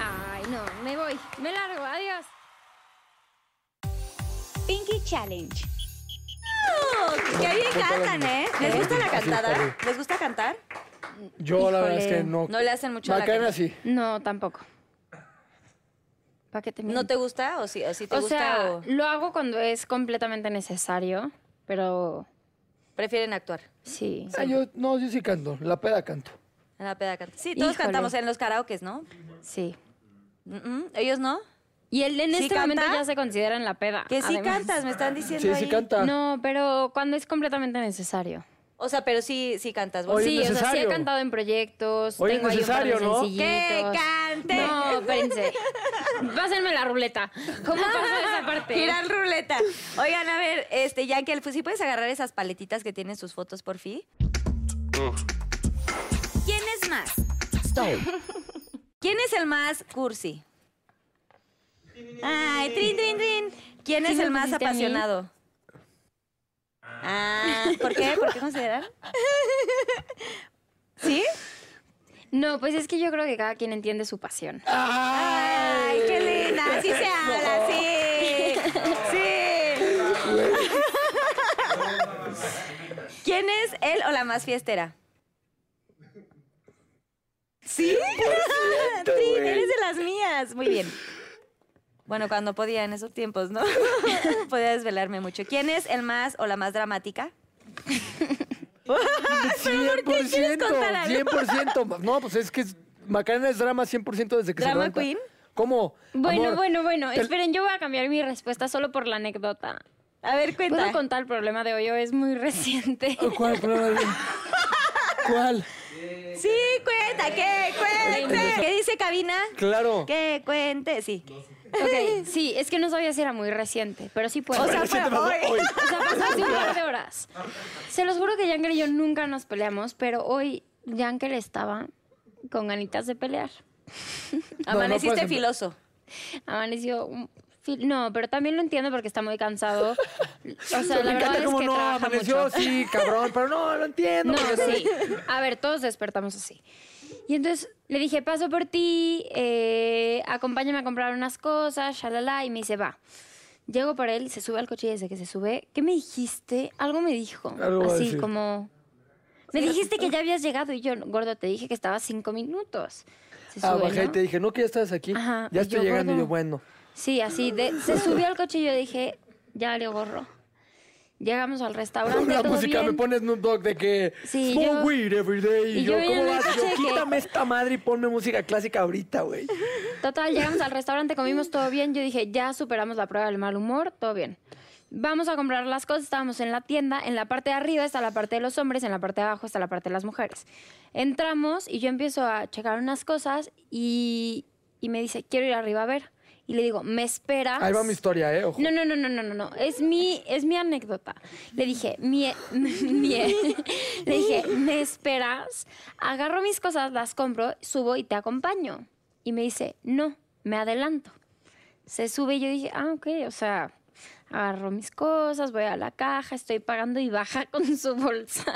[SPEAKER 4] Ay, no, me voy, me largo, adiós.
[SPEAKER 7] Pinky Challenge.
[SPEAKER 3] ¡Oh! ¡Qué bien cantan, eh! ¿Les gusta la cantada? ¿Les gusta cantar?
[SPEAKER 5] Yo la verdad es que
[SPEAKER 4] Híjole,
[SPEAKER 5] no.
[SPEAKER 3] No le hacen mucho a la
[SPEAKER 5] Macarena
[SPEAKER 3] cantada.
[SPEAKER 5] sí.
[SPEAKER 4] No, tampoco. ¿Para qué te miento?
[SPEAKER 3] ¿No te gusta? ¿O si, o si te
[SPEAKER 4] o
[SPEAKER 3] gusta?
[SPEAKER 4] sea,
[SPEAKER 3] o
[SPEAKER 4] lo hago cuando es completamente necesario, pero
[SPEAKER 3] ¿Prefieren actuar?
[SPEAKER 4] sí.
[SPEAKER 5] Ah, yo, no, yo sí canto. La peda canto.
[SPEAKER 3] En la peda canta. Sí, todos
[SPEAKER 4] Híjole.
[SPEAKER 3] cantamos en los karaokes, ¿no?
[SPEAKER 4] Sí.
[SPEAKER 3] Mm, mm, ¿Ellos no?
[SPEAKER 4] Y el, en
[SPEAKER 3] ¿Sí
[SPEAKER 4] este
[SPEAKER 3] canta?
[SPEAKER 4] momento ya se considera en la peda.
[SPEAKER 3] Que sí
[SPEAKER 4] además.
[SPEAKER 3] cantas, me están diciendo
[SPEAKER 5] Sí,
[SPEAKER 3] ahí.
[SPEAKER 5] sí canta.
[SPEAKER 4] No, pero cuando es completamente necesario.
[SPEAKER 3] O sea, pero sí, sí cantas.
[SPEAKER 5] Oye,
[SPEAKER 4] sí, o sea, sí he
[SPEAKER 5] necesario.
[SPEAKER 4] cantado en proyectos.
[SPEAKER 5] Oye,
[SPEAKER 4] tengo ahí un par de
[SPEAKER 5] necesario, ¿no?
[SPEAKER 4] sencillitos.
[SPEAKER 3] ¡Que cante!
[SPEAKER 4] No, espérense. Pásenme la ruleta. ¿Cómo pasó esa parte?
[SPEAKER 3] Girar ruleta. Oigan, a ver, este, Yankel, pues sí puedes agarrar esas paletitas que tienen sus fotos por fin.
[SPEAKER 5] Mm.
[SPEAKER 3] ¿Quién es más? ¿Quién es el más cursi? Ay, trin, trin, trin. ¿Quién
[SPEAKER 4] ¿Sí
[SPEAKER 3] es
[SPEAKER 4] me
[SPEAKER 3] el más
[SPEAKER 4] pusiste a mí?
[SPEAKER 3] apasionado? Ah, ¿por qué? ¿Por qué considerar? ¿Sí?
[SPEAKER 4] No, pues es que yo creo que cada quien entiende su pasión.
[SPEAKER 3] Ay, qué linda. Así se habla, sí. Sí. ¿Quién es él o la más fiestera? ¿Sí? Sí, eres de las mías. Muy bien. Bueno, cuando podía en esos tiempos, ¿no? podía desvelarme mucho. ¿Quién es el más o la más dramática?
[SPEAKER 5] 100%.
[SPEAKER 3] contar algo?
[SPEAKER 5] 100%. No, pues es que es- Macarena es drama 100% desde que se
[SPEAKER 3] ¿Drama
[SPEAKER 5] levanta.
[SPEAKER 3] queen?
[SPEAKER 5] ¿Cómo?
[SPEAKER 4] Bueno,
[SPEAKER 5] Amor,
[SPEAKER 4] bueno, bueno.
[SPEAKER 5] te-
[SPEAKER 4] Esperen, yo voy a cambiar mi respuesta solo por la anécdota.
[SPEAKER 3] A ver, cuenta.
[SPEAKER 4] ¿Puedo contar el problema de hoy o es muy reciente?
[SPEAKER 5] ¿Cuál? ¿Cuál? ¿Cuál?
[SPEAKER 3] Sí, cuenta, que cuente. ¿Qué dice cabina?
[SPEAKER 5] Claro.
[SPEAKER 3] Que cuente, sí.
[SPEAKER 4] Ok, sí, es que no sabía si era muy reciente, pero sí puedo.
[SPEAKER 3] O sea, fue hoy.
[SPEAKER 4] O sea, pasó hace un par de horas. Se los juro que Yankel y yo nunca nos peleamos, pero hoy Yankel estaba con ganitas de pelear.
[SPEAKER 5] No, no
[SPEAKER 3] Amaneciste
[SPEAKER 5] puedes-
[SPEAKER 3] filoso.
[SPEAKER 4] Amaneció un fil- No, pero también lo entiendo porque está muy cansado. O sea,
[SPEAKER 5] Me
[SPEAKER 4] la verdad
[SPEAKER 5] encanta
[SPEAKER 4] es
[SPEAKER 5] como
[SPEAKER 4] que
[SPEAKER 5] no
[SPEAKER 4] trabaja
[SPEAKER 5] amaneció,
[SPEAKER 4] mucho.
[SPEAKER 5] sí, cabrón, pero no, lo entiendo.
[SPEAKER 4] No,
[SPEAKER 5] porque soy-
[SPEAKER 4] sí. A ver, todos despertamos así. Y entonces le dije, paso por ti, eh, acompáñame a comprar unas cosas, shalala, y me dice, va. Llego por él, se sube al coche y desde que se sube, ¿qué me dijiste? Algo me dijo.
[SPEAKER 5] Algo va a
[SPEAKER 4] así
[SPEAKER 5] decir.
[SPEAKER 4] como, me dijiste que ya habías llegado y yo, gordo, te dije que estaba cinco minutos. Se
[SPEAKER 5] Ah,
[SPEAKER 4] sube,
[SPEAKER 5] bajé y
[SPEAKER 4] ¿no?
[SPEAKER 5] te dije, no, que ya estás aquí.
[SPEAKER 4] Ajá,
[SPEAKER 5] ya
[SPEAKER 4] y
[SPEAKER 5] estoy
[SPEAKER 4] yo,
[SPEAKER 5] llegando. Y
[SPEAKER 4] gordo.
[SPEAKER 5] yo, bueno.
[SPEAKER 4] Sí, así. de- se subió al coche y yo dije, ya le gorro. Llegamos al restaurante.
[SPEAKER 5] La
[SPEAKER 4] todo
[SPEAKER 5] música me
[SPEAKER 4] bien.
[SPEAKER 5] pone Snoop Dogg de que
[SPEAKER 4] Sí,
[SPEAKER 5] smoke
[SPEAKER 4] yo-
[SPEAKER 5] weed every day. Y,
[SPEAKER 4] y
[SPEAKER 5] yo,
[SPEAKER 4] yo
[SPEAKER 5] ¿cómo
[SPEAKER 4] en el
[SPEAKER 5] vas? Y
[SPEAKER 4] coche
[SPEAKER 5] Yo,
[SPEAKER 4] de que-
[SPEAKER 5] quítame esta madre y ponme música clásica ahorita, güey.
[SPEAKER 4] Total, llegamos al restaurante, comimos todo bien. Yo dije, ya superamos la prueba del mal humor, todo bien. Vamos a comprar las cosas, estábamos en la tienda, en la parte de arriba está la parte de los hombres, en la parte de abajo está la parte de las mujeres. Entramos y yo empiezo a checar unas cosas y, y me dice, quiero ir arriba a ver. Y le digo, ¿me esperas?
[SPEAKER 5] Ahí va mi historia, ¿eh? Ojo.
[SPEAKER 4] No, no, no, no, no, no, no. Es mi, es mi anécdota. Le dije, mi, mi- le dije, ¿me esperas? Agarro mis cosas, las compro, subo y te acompaño. Y me dice, no, me adelanto. Se sube y yo dije, ah, ok, o sea, agarro mis cosas, voy a la caja, estoy pagando y baja con su bolsa.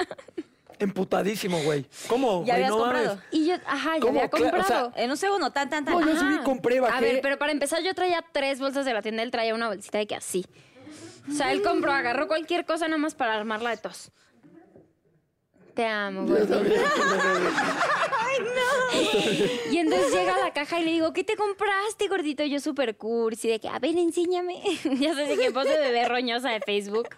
[SPEAKER 5] Emputadísimo, güey. ¿Cómo?
[SPEAKER 9] Ya
[SPEAKER 5] güey?
[SPEAKER 9] habías
[SPEAKER 5] No mames.
[SPEAKER 9] comprado.
[SPEAKER 4] Y yo, ajá, ya
[SPEAKER 5] ¿Cómo?
[SPEAKER 4] había
[SPEAKER 5] Claro, o
[SPEAKER 4] comprado.
[SPEAKER 5] sea,
[SPEAKER 9] En un segundo, tan, tan, tan.
[SPEAKER 5] No, yo sí
[SPEAKER 4] Ajá.
[SPEAKER 5] vi compré, bajé.
[SPEAKER 4] A ver, pero para empezar, yo traía tres bolsas de la tienda, él traía una bolsita de que así. O sea, él compró, agarró cualquier cosa nada más para armarla de tos. Te amo, güey. Y entonces llega a la caja y le digo, ¿qué te compraste, gordito? Y Yo súper cursi, de que, a ver, enséñame. ya sé de que pose de bebé roñosa de Facebook.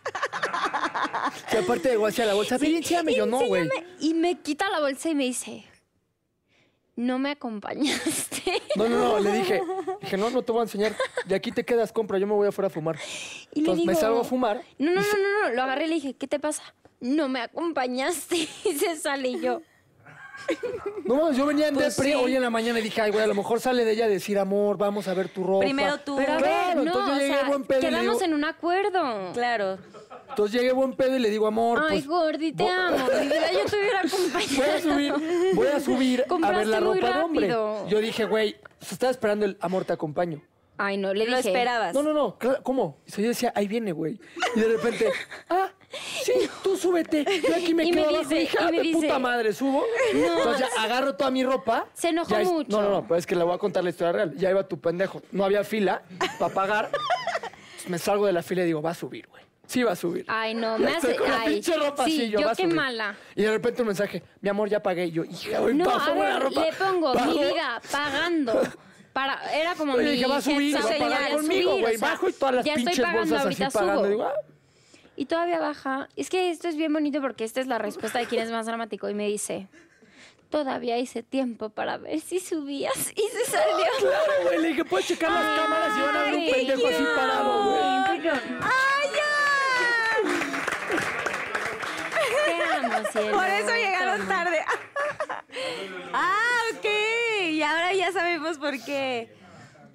[SPEAKER 5] Que aparte de guacha la bolsa, bien, enséñame. Yo no, güey.
[SPEAKER 4] Enséñame. Y me quita la bolsa y me dice, no me acompañaste.
[SPEAKER 5] No, no, no, le dije. Dije, no, no te voy a enseñar. De aquí te quedas, compra, yo me voy afuera a fumar.
[SPEAKER 4] Y le
[SPEAKER 5] Entonces me
[SPEAKER 4] digo,
[SPEAKER 5] salgo a fumar.
[SPEAKER 4] No, no, no, no, no. Lo agarré y le dije, ¿qué te pasa? No me acompañaste. Y se sale y yo.
[SPEAKER 5] No mames, yo venía en
[SPEAKER 9] Pues
[SPEAKER 5] depre
[SPEAKER 9] sí.
[SPEAKER 5] hoy en la mañana y dije, ay, güey, a lo mejor sale de ella a decir, amor, vamos a ver tu ropa.
[SPEAKER 9] Primero tú.
[SPEAKER 4] Pero a
[SPEAKER 5] Claro,
[SPEAKER 4] ver, no,
[SPEAKER 5] entonces
[SPEAKER 4] o
[SPEAKER 5] yo llegué
[SPEAKER 4] sea,
[SPEAKER 5] buen pedo y le
[SPEAKER 4] quedamos
[SPEAKER 5] digo-
[SPEAKER 4] en un acuerdo.
[SPEAKER 9] Claro.
[SPEAKER 5] Entonces llegué buen pedo y le digo, amor,
[SPEAKER 4] Ay,
[SPEAKER 5] pues,
[SPEAKER 4] Gordi, te
[SPEAKER 5] vo-
[SPEAKER 4] amo. Mi vida yo te hubiera
[SPEAKER 5] Voy a
[SPEAKER 4] acompañado.
[SPEAKER 5] subir, voy a subir a ver
[SPEAKER 4] Compraste
[SPEAKER 5] la
[SPEAKER 4] muy
[SPEAKER 5] ropa de hombre.
[SPEAKER 4] rápido.
[SPEAKER 5] Yo dije, güey, se estaba esperando el amor, te acompaño.
[SPEAKER 4] Ay, no, le
[SPEAKER 9] Lo
[SPEAKER 4] dije.
[SPEAKER 9] esperabas.
[SPEAKER 5] No, no, no, claro, ¿cómo? Y yo decía, ahí viene, güey. Y de repente, ah, sí, tú súbete. Yo aquí me
[SPEAKER 4] Y me
[SPEAKER 5] quedo abajo,
[SPEAKER 4] dice,
[SPEAKER 5] hija
[SPEAKER 4] y me
[SPEAKER 5] de
[SPEAKER 4] dice-
[SPEAKER 5] puta madre, subo. Entonces ya agarro toda mi ropa.
[SPEAKER 4] Se enojó
[SPEAKER 5] Ya es-
[SPEAKER 4] mucho.
[SPEAKER 5] No, no, no, pero es que le voy a contar la historia real. Ya iba tu pendejo. No había fila para pagar. Entonces, me salgo de la fila y digo, va a subir, güey. Sí, va a subir.
[SPEAKER 4] Ay, no,
[SPEAKER 5] Ya
[SPEAKER 4] me
[SPEAKER 5] estoy
[SPEAKER 4] hace.
[SPEAKER 5] con la
[SPEAKER 4] Ay,
[SPEAKER 5] pinche ropa
[SPEAKER 4] sí,
[SPEAKER 5] así,
[SPEAKER 4] yo
[SPEAKER 5] va a
[SPEAKER 4] qué
[SPEAKER 5] subir.
[SPEAKER 4] mala.
[SPEAKER 5] Y de repente un mensaje, mi amor, ya pagué. Y yo, hija, güey,
[SPEAKER 4] No,
[SPEAKER 5] paso
[SPEAKER 4] a
[SPEAKER 5] la
[SPEAKER 4] ver,
[SPEAKER 5] ropa.
[SPEAKER 4] le pongo mi
[SPEAKER 5] Pago.
[SPEAKER 4] vida pagando. Para, era como
[SPEAKER 5] Le
[SPEAKER 4] mi
[SPEAKER 5] dije, va a subir,
[SPEAKER 4] heads
[SPEAKER 5] va a
[SPEAKER 4] up,
[SPEAKER 5] pagar
[SPEAKER 4] ya,
[SPEAKER 5] conmigo,
[SPEAKER 4] subir,
[SPEAKER 5] güey.
[SPEAKER 4] o sea,
[SPEAKER 5] Bajo y todas las
[SPEAKER 4] ya estoy
[SPEAKER 5] pinches
[SPEAKER 4] pagando,
[SPEAKER 5] bolsas así
[SPEAKER 4] ahorita
[SPEAKER 5] pagando.
[SPEAKER 4] subo.
[SPEAKER 5] Digo, ah,
[SPEAKER 4] Y todavía baja. Es que esto es bien bonito porque esta es la respuesta de quién es más dramático. Y me dice, todavía hice tiempo para ver si subías. Y se salió.
[SPEAKER 5] Claro, güey. Le dije, puedes checar las cámaras y van a ver un
[SPEAKER 4] Ay,
[SPEAKER 5] pendejo así
[SPEAKER 4] cute.
[SPEAKER 5] parado, güey.
[SPEAKER 3] ¡Ay, ya!
[SPEAKER 4] Te amo, cielo.
[SPEAKER 3] Por eso llegaron tarde. ah, ok. Y ahora ya sabemos por qué.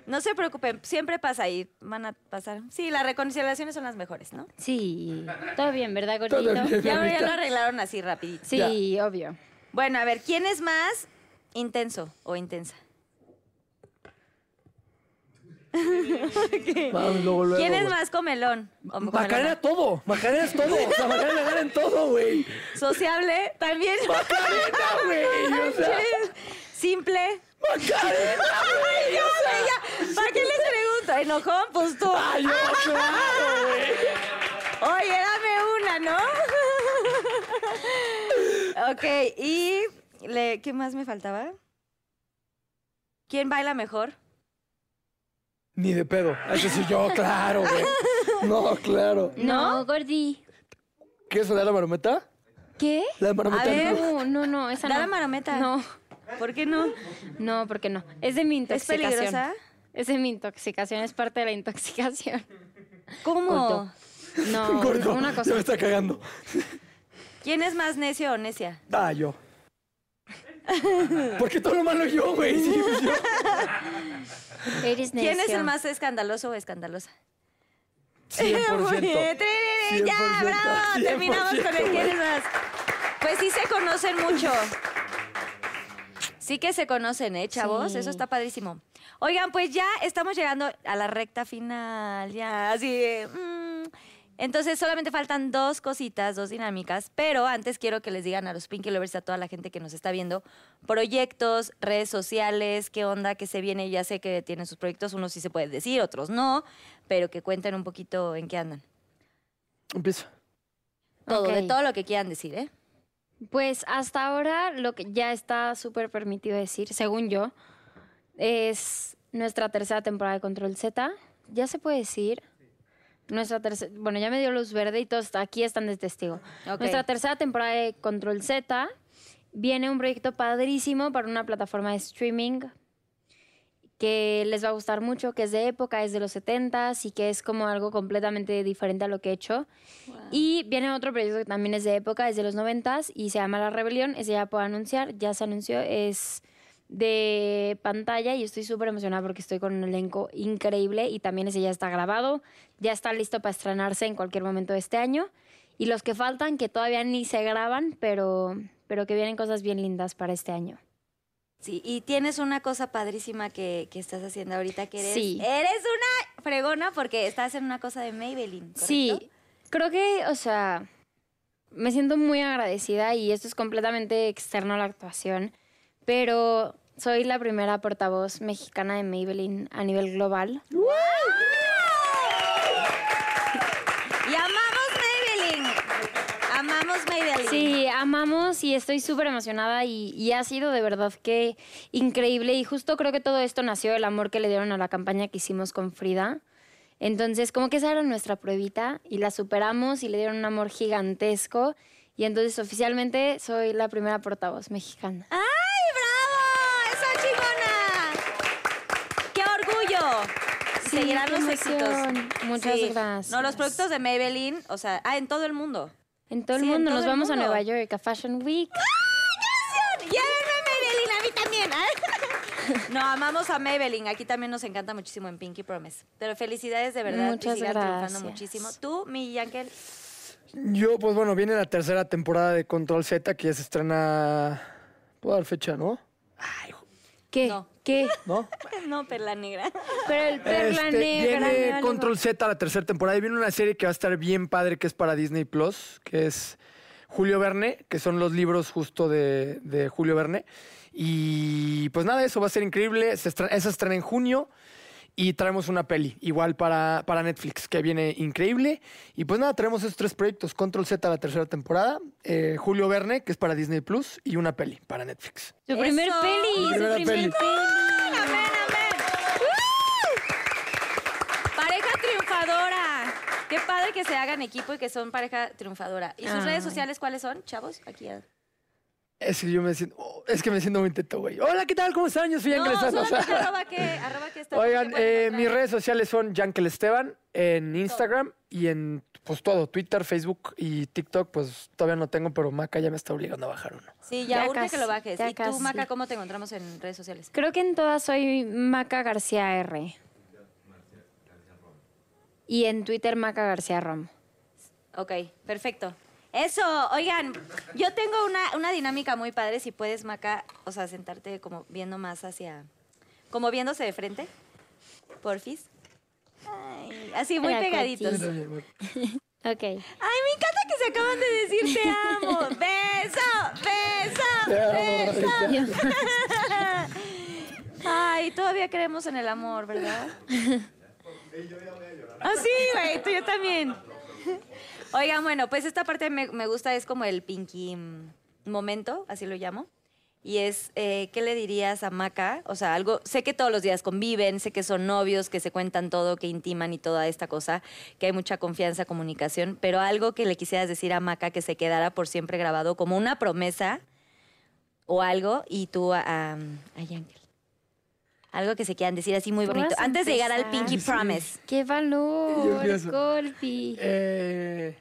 [SPEAKER 3] No se preocupen, siempre pasa y van a pasar. Sí, las reconciliaciones son las mejores, ¿no?
[SPEAKER 4] Sí. Todo bien, ¿verdad, gordito?
[SPEAKER 5] Todo bien.
[SPEAKER 3] Ya, ahora ya lo arreglaron así rapidito.
[SPEAKER 4] Sí, obvio.
[SPEAKER 3] Bueno, a ver, ¿quién es más intenso o intensa?
[SPEAKER 5] Vamos, luego, luego,
[SPEAKER 3] ¿Quién es
[SPEAKER 5] güey.
[SPEAKER 3] más comelón? O comelona?
[SPEAKER 5] Macarena todo. Macarena es todo. O sea, Macarena le gana en todo, güey.
[SPEAKER 3] Sociable, también.
[SPEAKER 5] Macarena, güey. O sea,
[SPEAKER 3] Simple.
[SPEAKER 5] Macarena, güey. O sea,
[SPEAKER 3] Oiga, ¿para qué les pregunto? ¿Enojón? Pues tú.
[SPEAKER 5] ay, yo, claro, güey.
[SPEAKER 3] Oye, dame una, ¿no? ok, y le- ¿qué más me faltaba? ¿Quién baila mejor?
[SPEAKER 5] Ni de pedo. Eso sí, yo, claro, güey. No, claro.
[SPEAKER 4] No, Gordi.
[SPEAKER 5] ¿Quieres sonar la marometa?
[SPEAKER 4] ¿Qué?
[SPEAKER 5] La marometa.
[SPEAKER 3] A ver.
[SPEAKER 4] No, no, no, esa
[SPEAKER 3] Da
[SPEAKER 4] no.
[SPEAKER 3] la marometa.
[SPEAKER 4] No,
[SPEAKER 3] ¿Por qué no?
[SPEAKER 4] no, porque no. Es de mi
[SPEAKER 3] ¿Es
[SPEAKER 4] intoxicación.
[SPEAKER 3] peligrosa?
[SPEAKER 4] Es de mi intoxicación, es parte de la intoxicación.
[SPEAKER 3] ¿Cómo?
[SPEAKER 4] Gordo. No,
[SPEAKER 5] Gordo,
[SPEAKER 4] una
[SPEAKER 5] Ya
[SPEAKER 4] cosa.
[SPEAKER 5] me está cagando.
[SPEAKER 3] ¿Quién es más necio o necia?
[SPEAKER 5] Ah, yo. Porque todo lo malo yo, güey. Sí, pues yo.
[SPEAKER 4] Eres necio.
[SPEAKER 3] ¿Quién es el más escandaloso o escandalosa?
[SPEAKER 5] 100%.
[SPEAKER 3] Muy bien. Trini, Ya,
[SPEAKER 5] 100%,
[SPEAKER 3] bravo. Terminamos con el
[SPEAKER 5] 100%,
[SPEAKER 3] quién es más. Pues sí se conocen mucho. Sí que se conocen, ¿eh, chavos?
[SPEAKER 4] Sí.
[SPEAKER 3] Eso está padrísimo. Oigan, pues ya estamos llegando a la recta final. Ya, así de, mm. Entonces solamente faltan dos cositas, dos dinámicas, pero antes quiero que les digan a los Pinky Lovers, a toda la gente que nos está viendo, proyectos, redes sociales, qué onda que se viene. Ya sé que tienen sus proyectos, unos sí se puede decir, otros no, pero que cuenten un poquito en qué andan.
[SPEAKER 5] Empieza.
[SPEAKER 3] Todo, de
[SPEAKER 4] Ok.
[SPEAKER 3] todo lo que quieran decir, ¿eh?
[SPEAKER 4] Pues hasta ahora lo que ya está súper permitido decir, según yo, es nuestra tercera temporada de Control Z. Ya se puede decir. Nuestra tercera, bueno, ya me dio luz verde y todos está- aquí están de testigo.
[SPEAKER 3] Ok.
[SPEAKER 4] Nuestra tercera temporada de Control Z viene un proyecto padrísimo para una plataforma de streaming que les va a gustar mucho, que es de época, es de los 70s y que es como algo completamente diferente a lo que he hecho. Y viene otro proyecto que también es de época, es de los 90s y se llama La Rebelión, ese ya puedo anunciar, ya se anunció, es de pantalla y estoy súper emocionada porque estoy con un elenco increíble y también ese ya está grabado, ya está listo para estrenarse en cualquier momento de este año. Y los que faltan, que todavía ni se graban, pero, pero que vienen cosas bien lindas para este año.
[SPEAKER 3] Sí, y tienes una cosa padrísima que, que estás haciendo ahorita, que eres,
[SPEAKER 4] Sí.
[SPEAKER 3] eres una fregona porque estás en una cosa de Maybelline, ¿correcto?
[SPEAKER 4] Sí, creo que, o sea, me siento muy agradecida y esto es completamente externo a la actuación, pero soy la primera portavoz mexicana de Maybelline a nivel global.
[SPEAKER 3] Y amamos Maybelline. Amamos Maybelline.
[SPEAKER 4] Sí, amamos y estoy súper emocionada y, y ha sido de verdad que increíble y justo creo que todo esto nació del amor que le dieron a la campaña que hicimos con Frida. Entonces, como que esa era nuestra pruebita y la superamos y le dieron un amor gigantesco y entonces oficialmente soy la primera portavoz mexicana.
[SPEAKER 3] ¡Ay, bravo! ¡Eso, chingona! ¡Qué orgullo!
[SPEAKER 4] Sí,
[SPEAKER 3] Seguirán
[SPEAKER 4] qué
[SPEAKER 3] los
[SPEAKER 4] emoción.
[SPEAKER 3] éxitos.
[SPEAKER 4] Muchas gracias.
[SPEAKER 3] No, los productos de Maybelline, o sea, ah, en todo el mundo.
[SPEAKER 4] En todo el
[SPEAKER 3] Sí, en
[SPEAKER 4] mundo
[SPEAKER 3] todo
[SPEAKER 4] nos
[SPEAKER 3] el
[SPEAKER 4] vamos
[SPEAKER 3] mundo.
[SPEAKER 4] a Nueva York a Fashion Week.
[SPEAKER 3] ¡Llévenme ¡Ah, a Maybelline! ¡A mí también! ¿eh? ¿ah? No, amamos a Maybelline. Aquí también nos encanta muchísimo en Pinky Promise. Pero felicidades de verdad.
[SPEAKER 4] Muchas
[SPEAKER 3] y sigan triunfando
[SPEAKER 4] gracias.
[SPEAKER 3] muchísimo. Tú, mi Yankel,
[SPEAKER 5] Yo, pues bueno, viene la tercera temporada de Control Z que ya se estrena. Puedo dar fecha, ¿no?
[SPEAKER 4] ¿Qué?
[SPEAKER 3] No.
[SPEAKER 4] ¿Qué?
[SPEAKER 5] ¿No?
[SPEAKER 3] no, Perla Negra.
[SPEAKER 4] Pero el perla
[SPEAKER 5] Este,
[SPEAKER 4] negra.
[SPEAKER 5] Viene
[SPEAKER 4] algo.
[SPEAKER 5] Control Z la tercera temporada y viene una serie que va a estar bien padre que es para Disney Plus, que es Julio Verne, que son los libros justo de, de Julio Verne. Y pues nada, eso va a ser increíble. Se estre- esa estrena en junio y traemos una peli, igual para, para Netflix, que viene increíble. Y pues nada, traemos esos tres proyectos: Control Z la tercera temporada, eh, Julio Verne, que es para Disney Plus, y una peli para Netflix.
[SPEAKER 4] Su primer
[SPEAKER 3] Eso.
[SPEAKER 4] peli.
[SPEAKER 5] Su
[SPEAKER 4] Su
[SPEAKER 5] primera
[SPEAKER 4] primer
[SPEAKER 5] peli.
[SPEAKER 4] peli.
[SPEAKER 3] ¡Amén, amén! ¡Uh! Pareja triunfadora. Qué padre que se hagan equipo y que son pareja triunfadora. ¿Y sus
[SPEAKER 4] Ay.
[SPEAKER 3] redes sociales cuáles son, chavos? Aquí. ya.
[SPEAKER 5] Es que yo me siento, oh, es que me siento muy teto, güey. Hola, ¿qué tal? ¿Cómo están? Yo soy Ángel
[SPEAKER 3] No,
[SPEAKER 5] Santos.
[SPEAKER 3] solamente arroba que, arroba que está.
[SPEAKER 5] Oigan,
[SPEAKER 3] ¿dónde te pueden
[SPEAKER 5] eh,
[SPEAKER 3] encontrar?
[SPEAKER 5] mis redes sociales son Yankel Esteban en Instagram y en pues todo, Twitter, Facebook y TikTok, pues todavía no tengo, pero Maca ya me está obligando a bajar uno.
[SPEAKER 3] Sí, ya,
[SPEAKER 4] Ya
[SPEAKER 3] urge que
[SPEAKER 4] casi,
[SPEAKER 3] lo bajes.
[SPEAKER 4] ya
[SPEAKER 3] ¿Y tú,
[SPEAKER 4] casi.
[SPEAKER 3] Maca, cómo te encontramos en redes sociales?
[SPEAKER 4] Creo que en todas soy Maca García R. Y en Twitter Maca García Romo.
[SPEAKER 3] Ok, perfecto. Eso, oigan, yo tengo una, una dinámica muy padre, si puedes, Maca, o sea, sentarte como viendo más hacia, como viéndose de frente, porfis. Ay, así muy
[SPEAKER 4] Era
[SPEAKER 3] pegaditos. Ay,
[SPEAKER 4] cortito. Ok.
[SPEAKER 3] me encanta que se acaban de decir te amo. Beso, beso,
[SPEAKER 5] Te amo,
[SPEAKER 3] beso. Ay, todavía creemos en el amor, ¿verdad? Ah, sí, güey, tú yo también. Oigan, bueno, pues esta parte me, me gusta, es como el pinky mm, momento, así lo llamo. Y es, eh, ¿qué le dirías a Maca? O sea, algo, sé que todos los días conviven, sé que son novios, que se cuentan todo, que intiman y toda esta cosa, que hay mucha confianza, comunicación, pero algo que le quisieras decir a Maca que se quedara por siempre grabado como una promesa o algo, y tú a, a, a Yankel. Algo que se quieran decir así muy
[SPEAKER 4] Tú
[SPEAKER 3] bonito.
[SPEAKER 4] vas a
[SPEAKER 3] Antes de llegar al
[SPEAKER 4] empezar.
[SPEAKER 3] Pinky Promise.
[SPEAKER 4] ¡Qué
[SPEAKER 5] Yo
[SPEAKER 4] valor!
[SPEAKER 5] empiezo.
[SPEAKER 4] ¡Golpi!
[SPEAKER 5] Eh,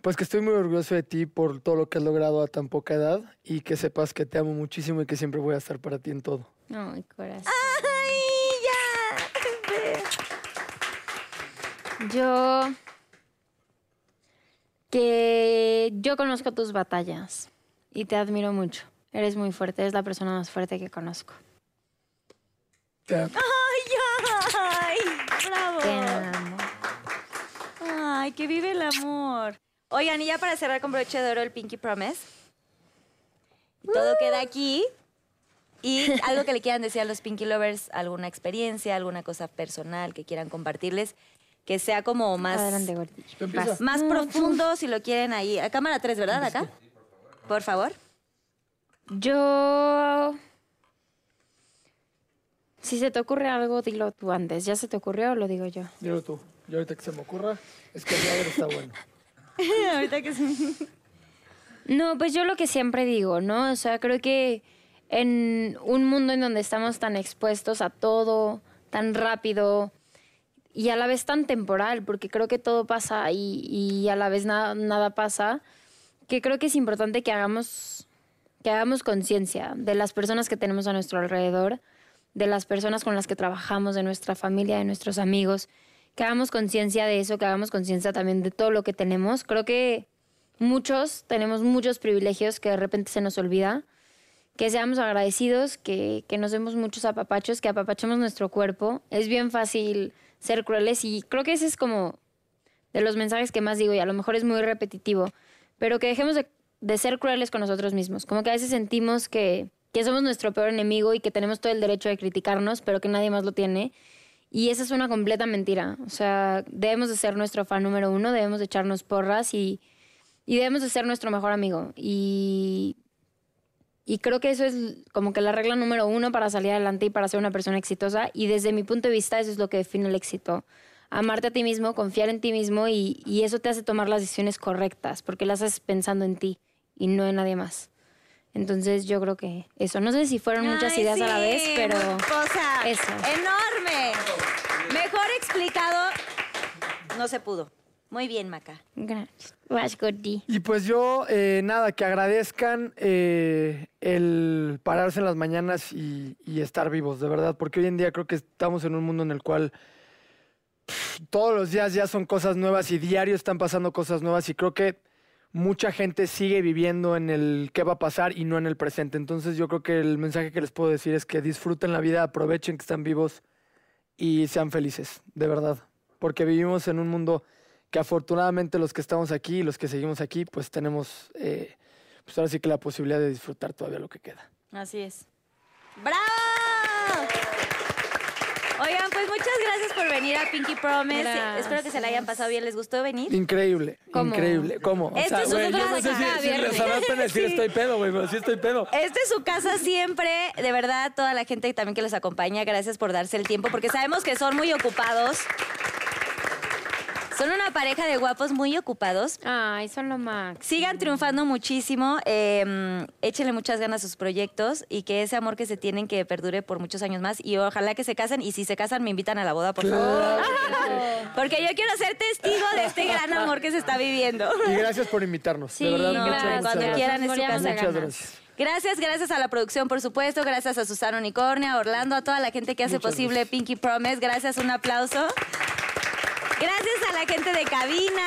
[SPEAKER 5] pues que estoy muy orgulloso de ti por todo lo que has logrado a tan poca edad y que sepas que te amo muchísimo y que siempre voy a estar para ti en todo.
[SPEAKER 4] Ay, corazón.
[SPEAKER 3] Ah. ¡Ay, ya!
[SPEAKER 4] Yo. Que yo conozco tus batallas y te admiro mucho. Eres muy fuerte, eres la persona más fuerte que conozco.
[SPEAKER 5] Te amo.
[SPEAKER 3] ¡Ay, ay!
[SPEAKER 4] Te
[SPEAKER 3] ¡Bravo!
[SPEAKER 4] amo.
[SPEAKER 3] ¡Ay, que vive el amor! Oigan, y ya para cerrar con broche de oro el Pinky Promise. Todo queda aquí. Y algo que le quieran decir a los Pinky Lovers, alguna experiencia, alguna cosa personal que quieran compartirles, que sea como más,
[SPEAKER 4] Adelante, Gordi.
[SPEAKER 5] empieza.
[SPEAKER 4] Vas.
[SPEAKER 3] más profundo, si lo quieren ahí. A cámara 3, ¿verdad? Acá. Por favor.
[SPEAKER 4] Yo. Si se te ocurre algo, dilo tú antes. ¿Ya se te ocurrió o lo digo yo?
[SPEAKER 5] Dilo tú. Yo ahorita que se me ocurra, es que el milagro está bueno.
[SPEAKER 3] Ahorita que
[SPEAKER 4] No, pues yo lo que siempre digo, ¿no? O sea, creo que en un mundo en donde estamos tan expuestos a todo, tan rápido y a la vez tan temporal, porque creo que todo pasa y, y a la vez na- nada pasa, que creo que es importante que hagamos, que hagamos conciencia de las personas que tenemos a nuestro alrededor, de las personas con las que trabajamos, de nuestra familia, de nuestros amigos, que hagamos conciencia de eso, que hagamos conciencia también de todo lo que tenemos. Creo que muchos tenemos muchos privilegios que de repente se nos olvida que seamos agradecidos, que, que nos demos muchos apapachos, que apapachemos nuestro cuerpo. Es bien fácil ser crueles y creo que ese es como de los mensajes que más digo y a lo mejor es muy repetitivo, pero que dejemos de, de ser crueles con nosotros mismos. Como que a veces sentimos que, que somos nuestro peor enemigo y que tenemos todo el derecho de criticarnos, pero que nadie más lo tiene. Y esa es una completa mentira. O sea, debemos de ser nuestro fan número uno, debemos de echarnos porras y, y debemos de ser nuestro mejor amigo. Y y creo que eso es como que la regla número uno para salir adelante y para ser una persona exitosa. Y desde mi punto de vista, eso es lo que define el éxito. Amarte a ti mismo, confiar en ti mismo y, y eso te hace tomar las decisiones correctas, porque las haces pensando en ti y no en nadie más. Entonces yo creo que eso. No sé si fueron muchas
[SPEAKER 3] Ay,
[SPEAKER 4] ideas a la
[SPEAKER 3] sí,
[SPEAKER 4] vez, pero...
[SPEAKER 3] cosa
[SPEAKER 4] eso.
[SPEAKER 3] enorme. Mejor explicado. No se pudo. Muy bien, Maca.
[SPEAKER 4] Gracias. Vas, Gordi.
[SPEAKER 5] Y pues yo, eh, nada, que agradezcan eh, el pararse en las mañanas y, y estar vivos, de verdad, porque hoy en día creo que estamos en un mundo en el cual pf, todos los días ya son cosas nuevas y diario están pasando cosas nuevas y creo que mucha gente sigue viviendo en el qué va a pasar y no en el presente. Entonces yo creo que el mensaje que les puedo decir es que disfruten la vida, aprovechen que están vivos y sean felices, de verdad, porque vivimos en un mundo que afortunadamente los que estamos aquí y los que seguimos aquí, pues tenemos, eh, pues ahora sí que la posibilidad de disfrutar todavía lo que queda.
[SPEAKER 3] Así es. ¡Bravo! Oigan, pues muchas gracias por venir a Pinky Promise.
[SPEAKER 4] Gracias.
[SPEAKER 3] Espero que se la hayan pasado bien. ¿Les gustó venir?
[SPEAKER 5] Increíble,
[SPEAKER 4] ¿Cómo?
[SPEAKER 5] increíble. ¿Cómo? O
[SPEAKER 3] Esto
[SPEAKER 5] sea,
[SPEAKER 3] Este es
[SPEAKER 5] güey,
[SPEAKER 3] otro
[SPEAKER 5] yo no
[SPEAKER 3] de
[SPEAKER 5] sé si,
[SPEAKER 3] cada
[SPEAKER 5] si les
[SPEAKER 3] viernes.
[SPEAKER 5] harán decir
[SPEAKER 3] Sí.
[SPEAKER 5] estoy pedo, güey, pero sí estoy pedo.
[SPEAKER 3] Esta es su casa siempre. De verdad, toda la gente también que les acompaña, gracias por darse el tiempo, porque sabemos que son muy ocupados. Son una pareja de guapos muy ocupados.
[SPEAKER 4] Ay, son lo max.
[SPEAKER 3] Sigan triunfando muchísimo, eh, échenle muchas ganas a sus proyectos y que ese amor que se tienen que perdure por muchos años más y ojalá que se casen y si se casan me invitan a la boda, por favor. Porque yo quiero ser testigo de este gran amor que se está viviendo.
[SPEAKER 5] Y gracias por invitarnos.
[SPEAKER 4] Sí,
[SPEAKER 5] de verdad,
[SPEAKER 3] no,
[SPEAKER 5] muchas,
[SPEAKER 4] gracias.
[SPEAKER 5] muchas
[SPEAKER 3] cuando
[SPEAKER 5] gracias.
[SPEAKER 3] quieran es su
[SPEAKER 4] Nos moríamos
[SPEAKER 3] casa.
[SPEAKER 4] de
[SPEAKER 5] Muchas
[SPEAKER 4] ganas.
[SPEAKER 5] gracias.
[SPEAKER 3] Gracias, gracias a la producción, por supuesto, gracias a Susana Unicornia, a Orlando, a toda la gente que hace
[SPEAKER 5] Muchas
[SPEAKER 3] posible
[SPEAKER 5] gracias.
[SPEAKER 3] Pinky Promise. Gracias, un aplauso. Gracias a la gente de cabina.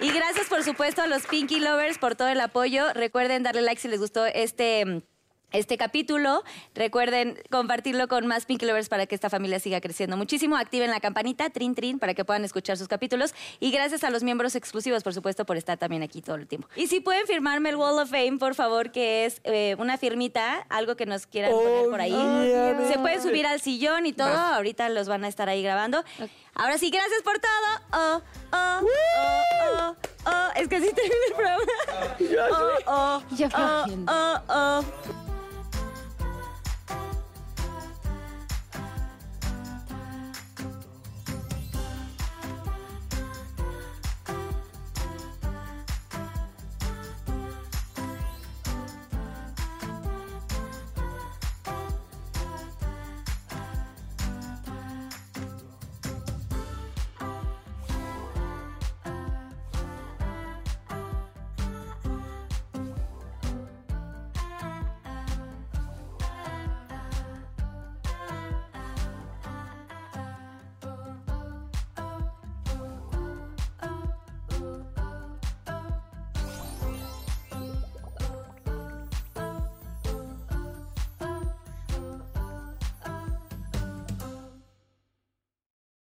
[SPEAKER 3] Y gracias, por supuesto, a los Pinky Lovers por todo el apoyo. Recuerden darle like si les gustó este, mm, este capítulo. Recuerden compartirlo con más Pinky Lovers para que esta familia siga creciendo muchísimo. Activen la campanita, trin, trin, para que puedan escuchar sus capítulos. Y gracias a los miembros exclusivos, por supuesto, por estar también aquí todo el tiempo. Y si pueden firmarme el Wall of Fame, por favor, que es eh, una firmita, algo que nos quieran poner por ahí.
[SPEAKER 5] Obviamente.
[SPEAKER 3] Se pueden subir al sillón y todo. Ahorita los van a estar ahí grabando. Ahora sí, gracias por todo. Oh, oh, oh, oh, oh. Es que así termina el programa. Oh, oh,
[SPEAKER 4] Ya
[SPEAKER 3] oh,
[SPEAKER 4] flojiendo.
[SPEAKER 3] oh, oh.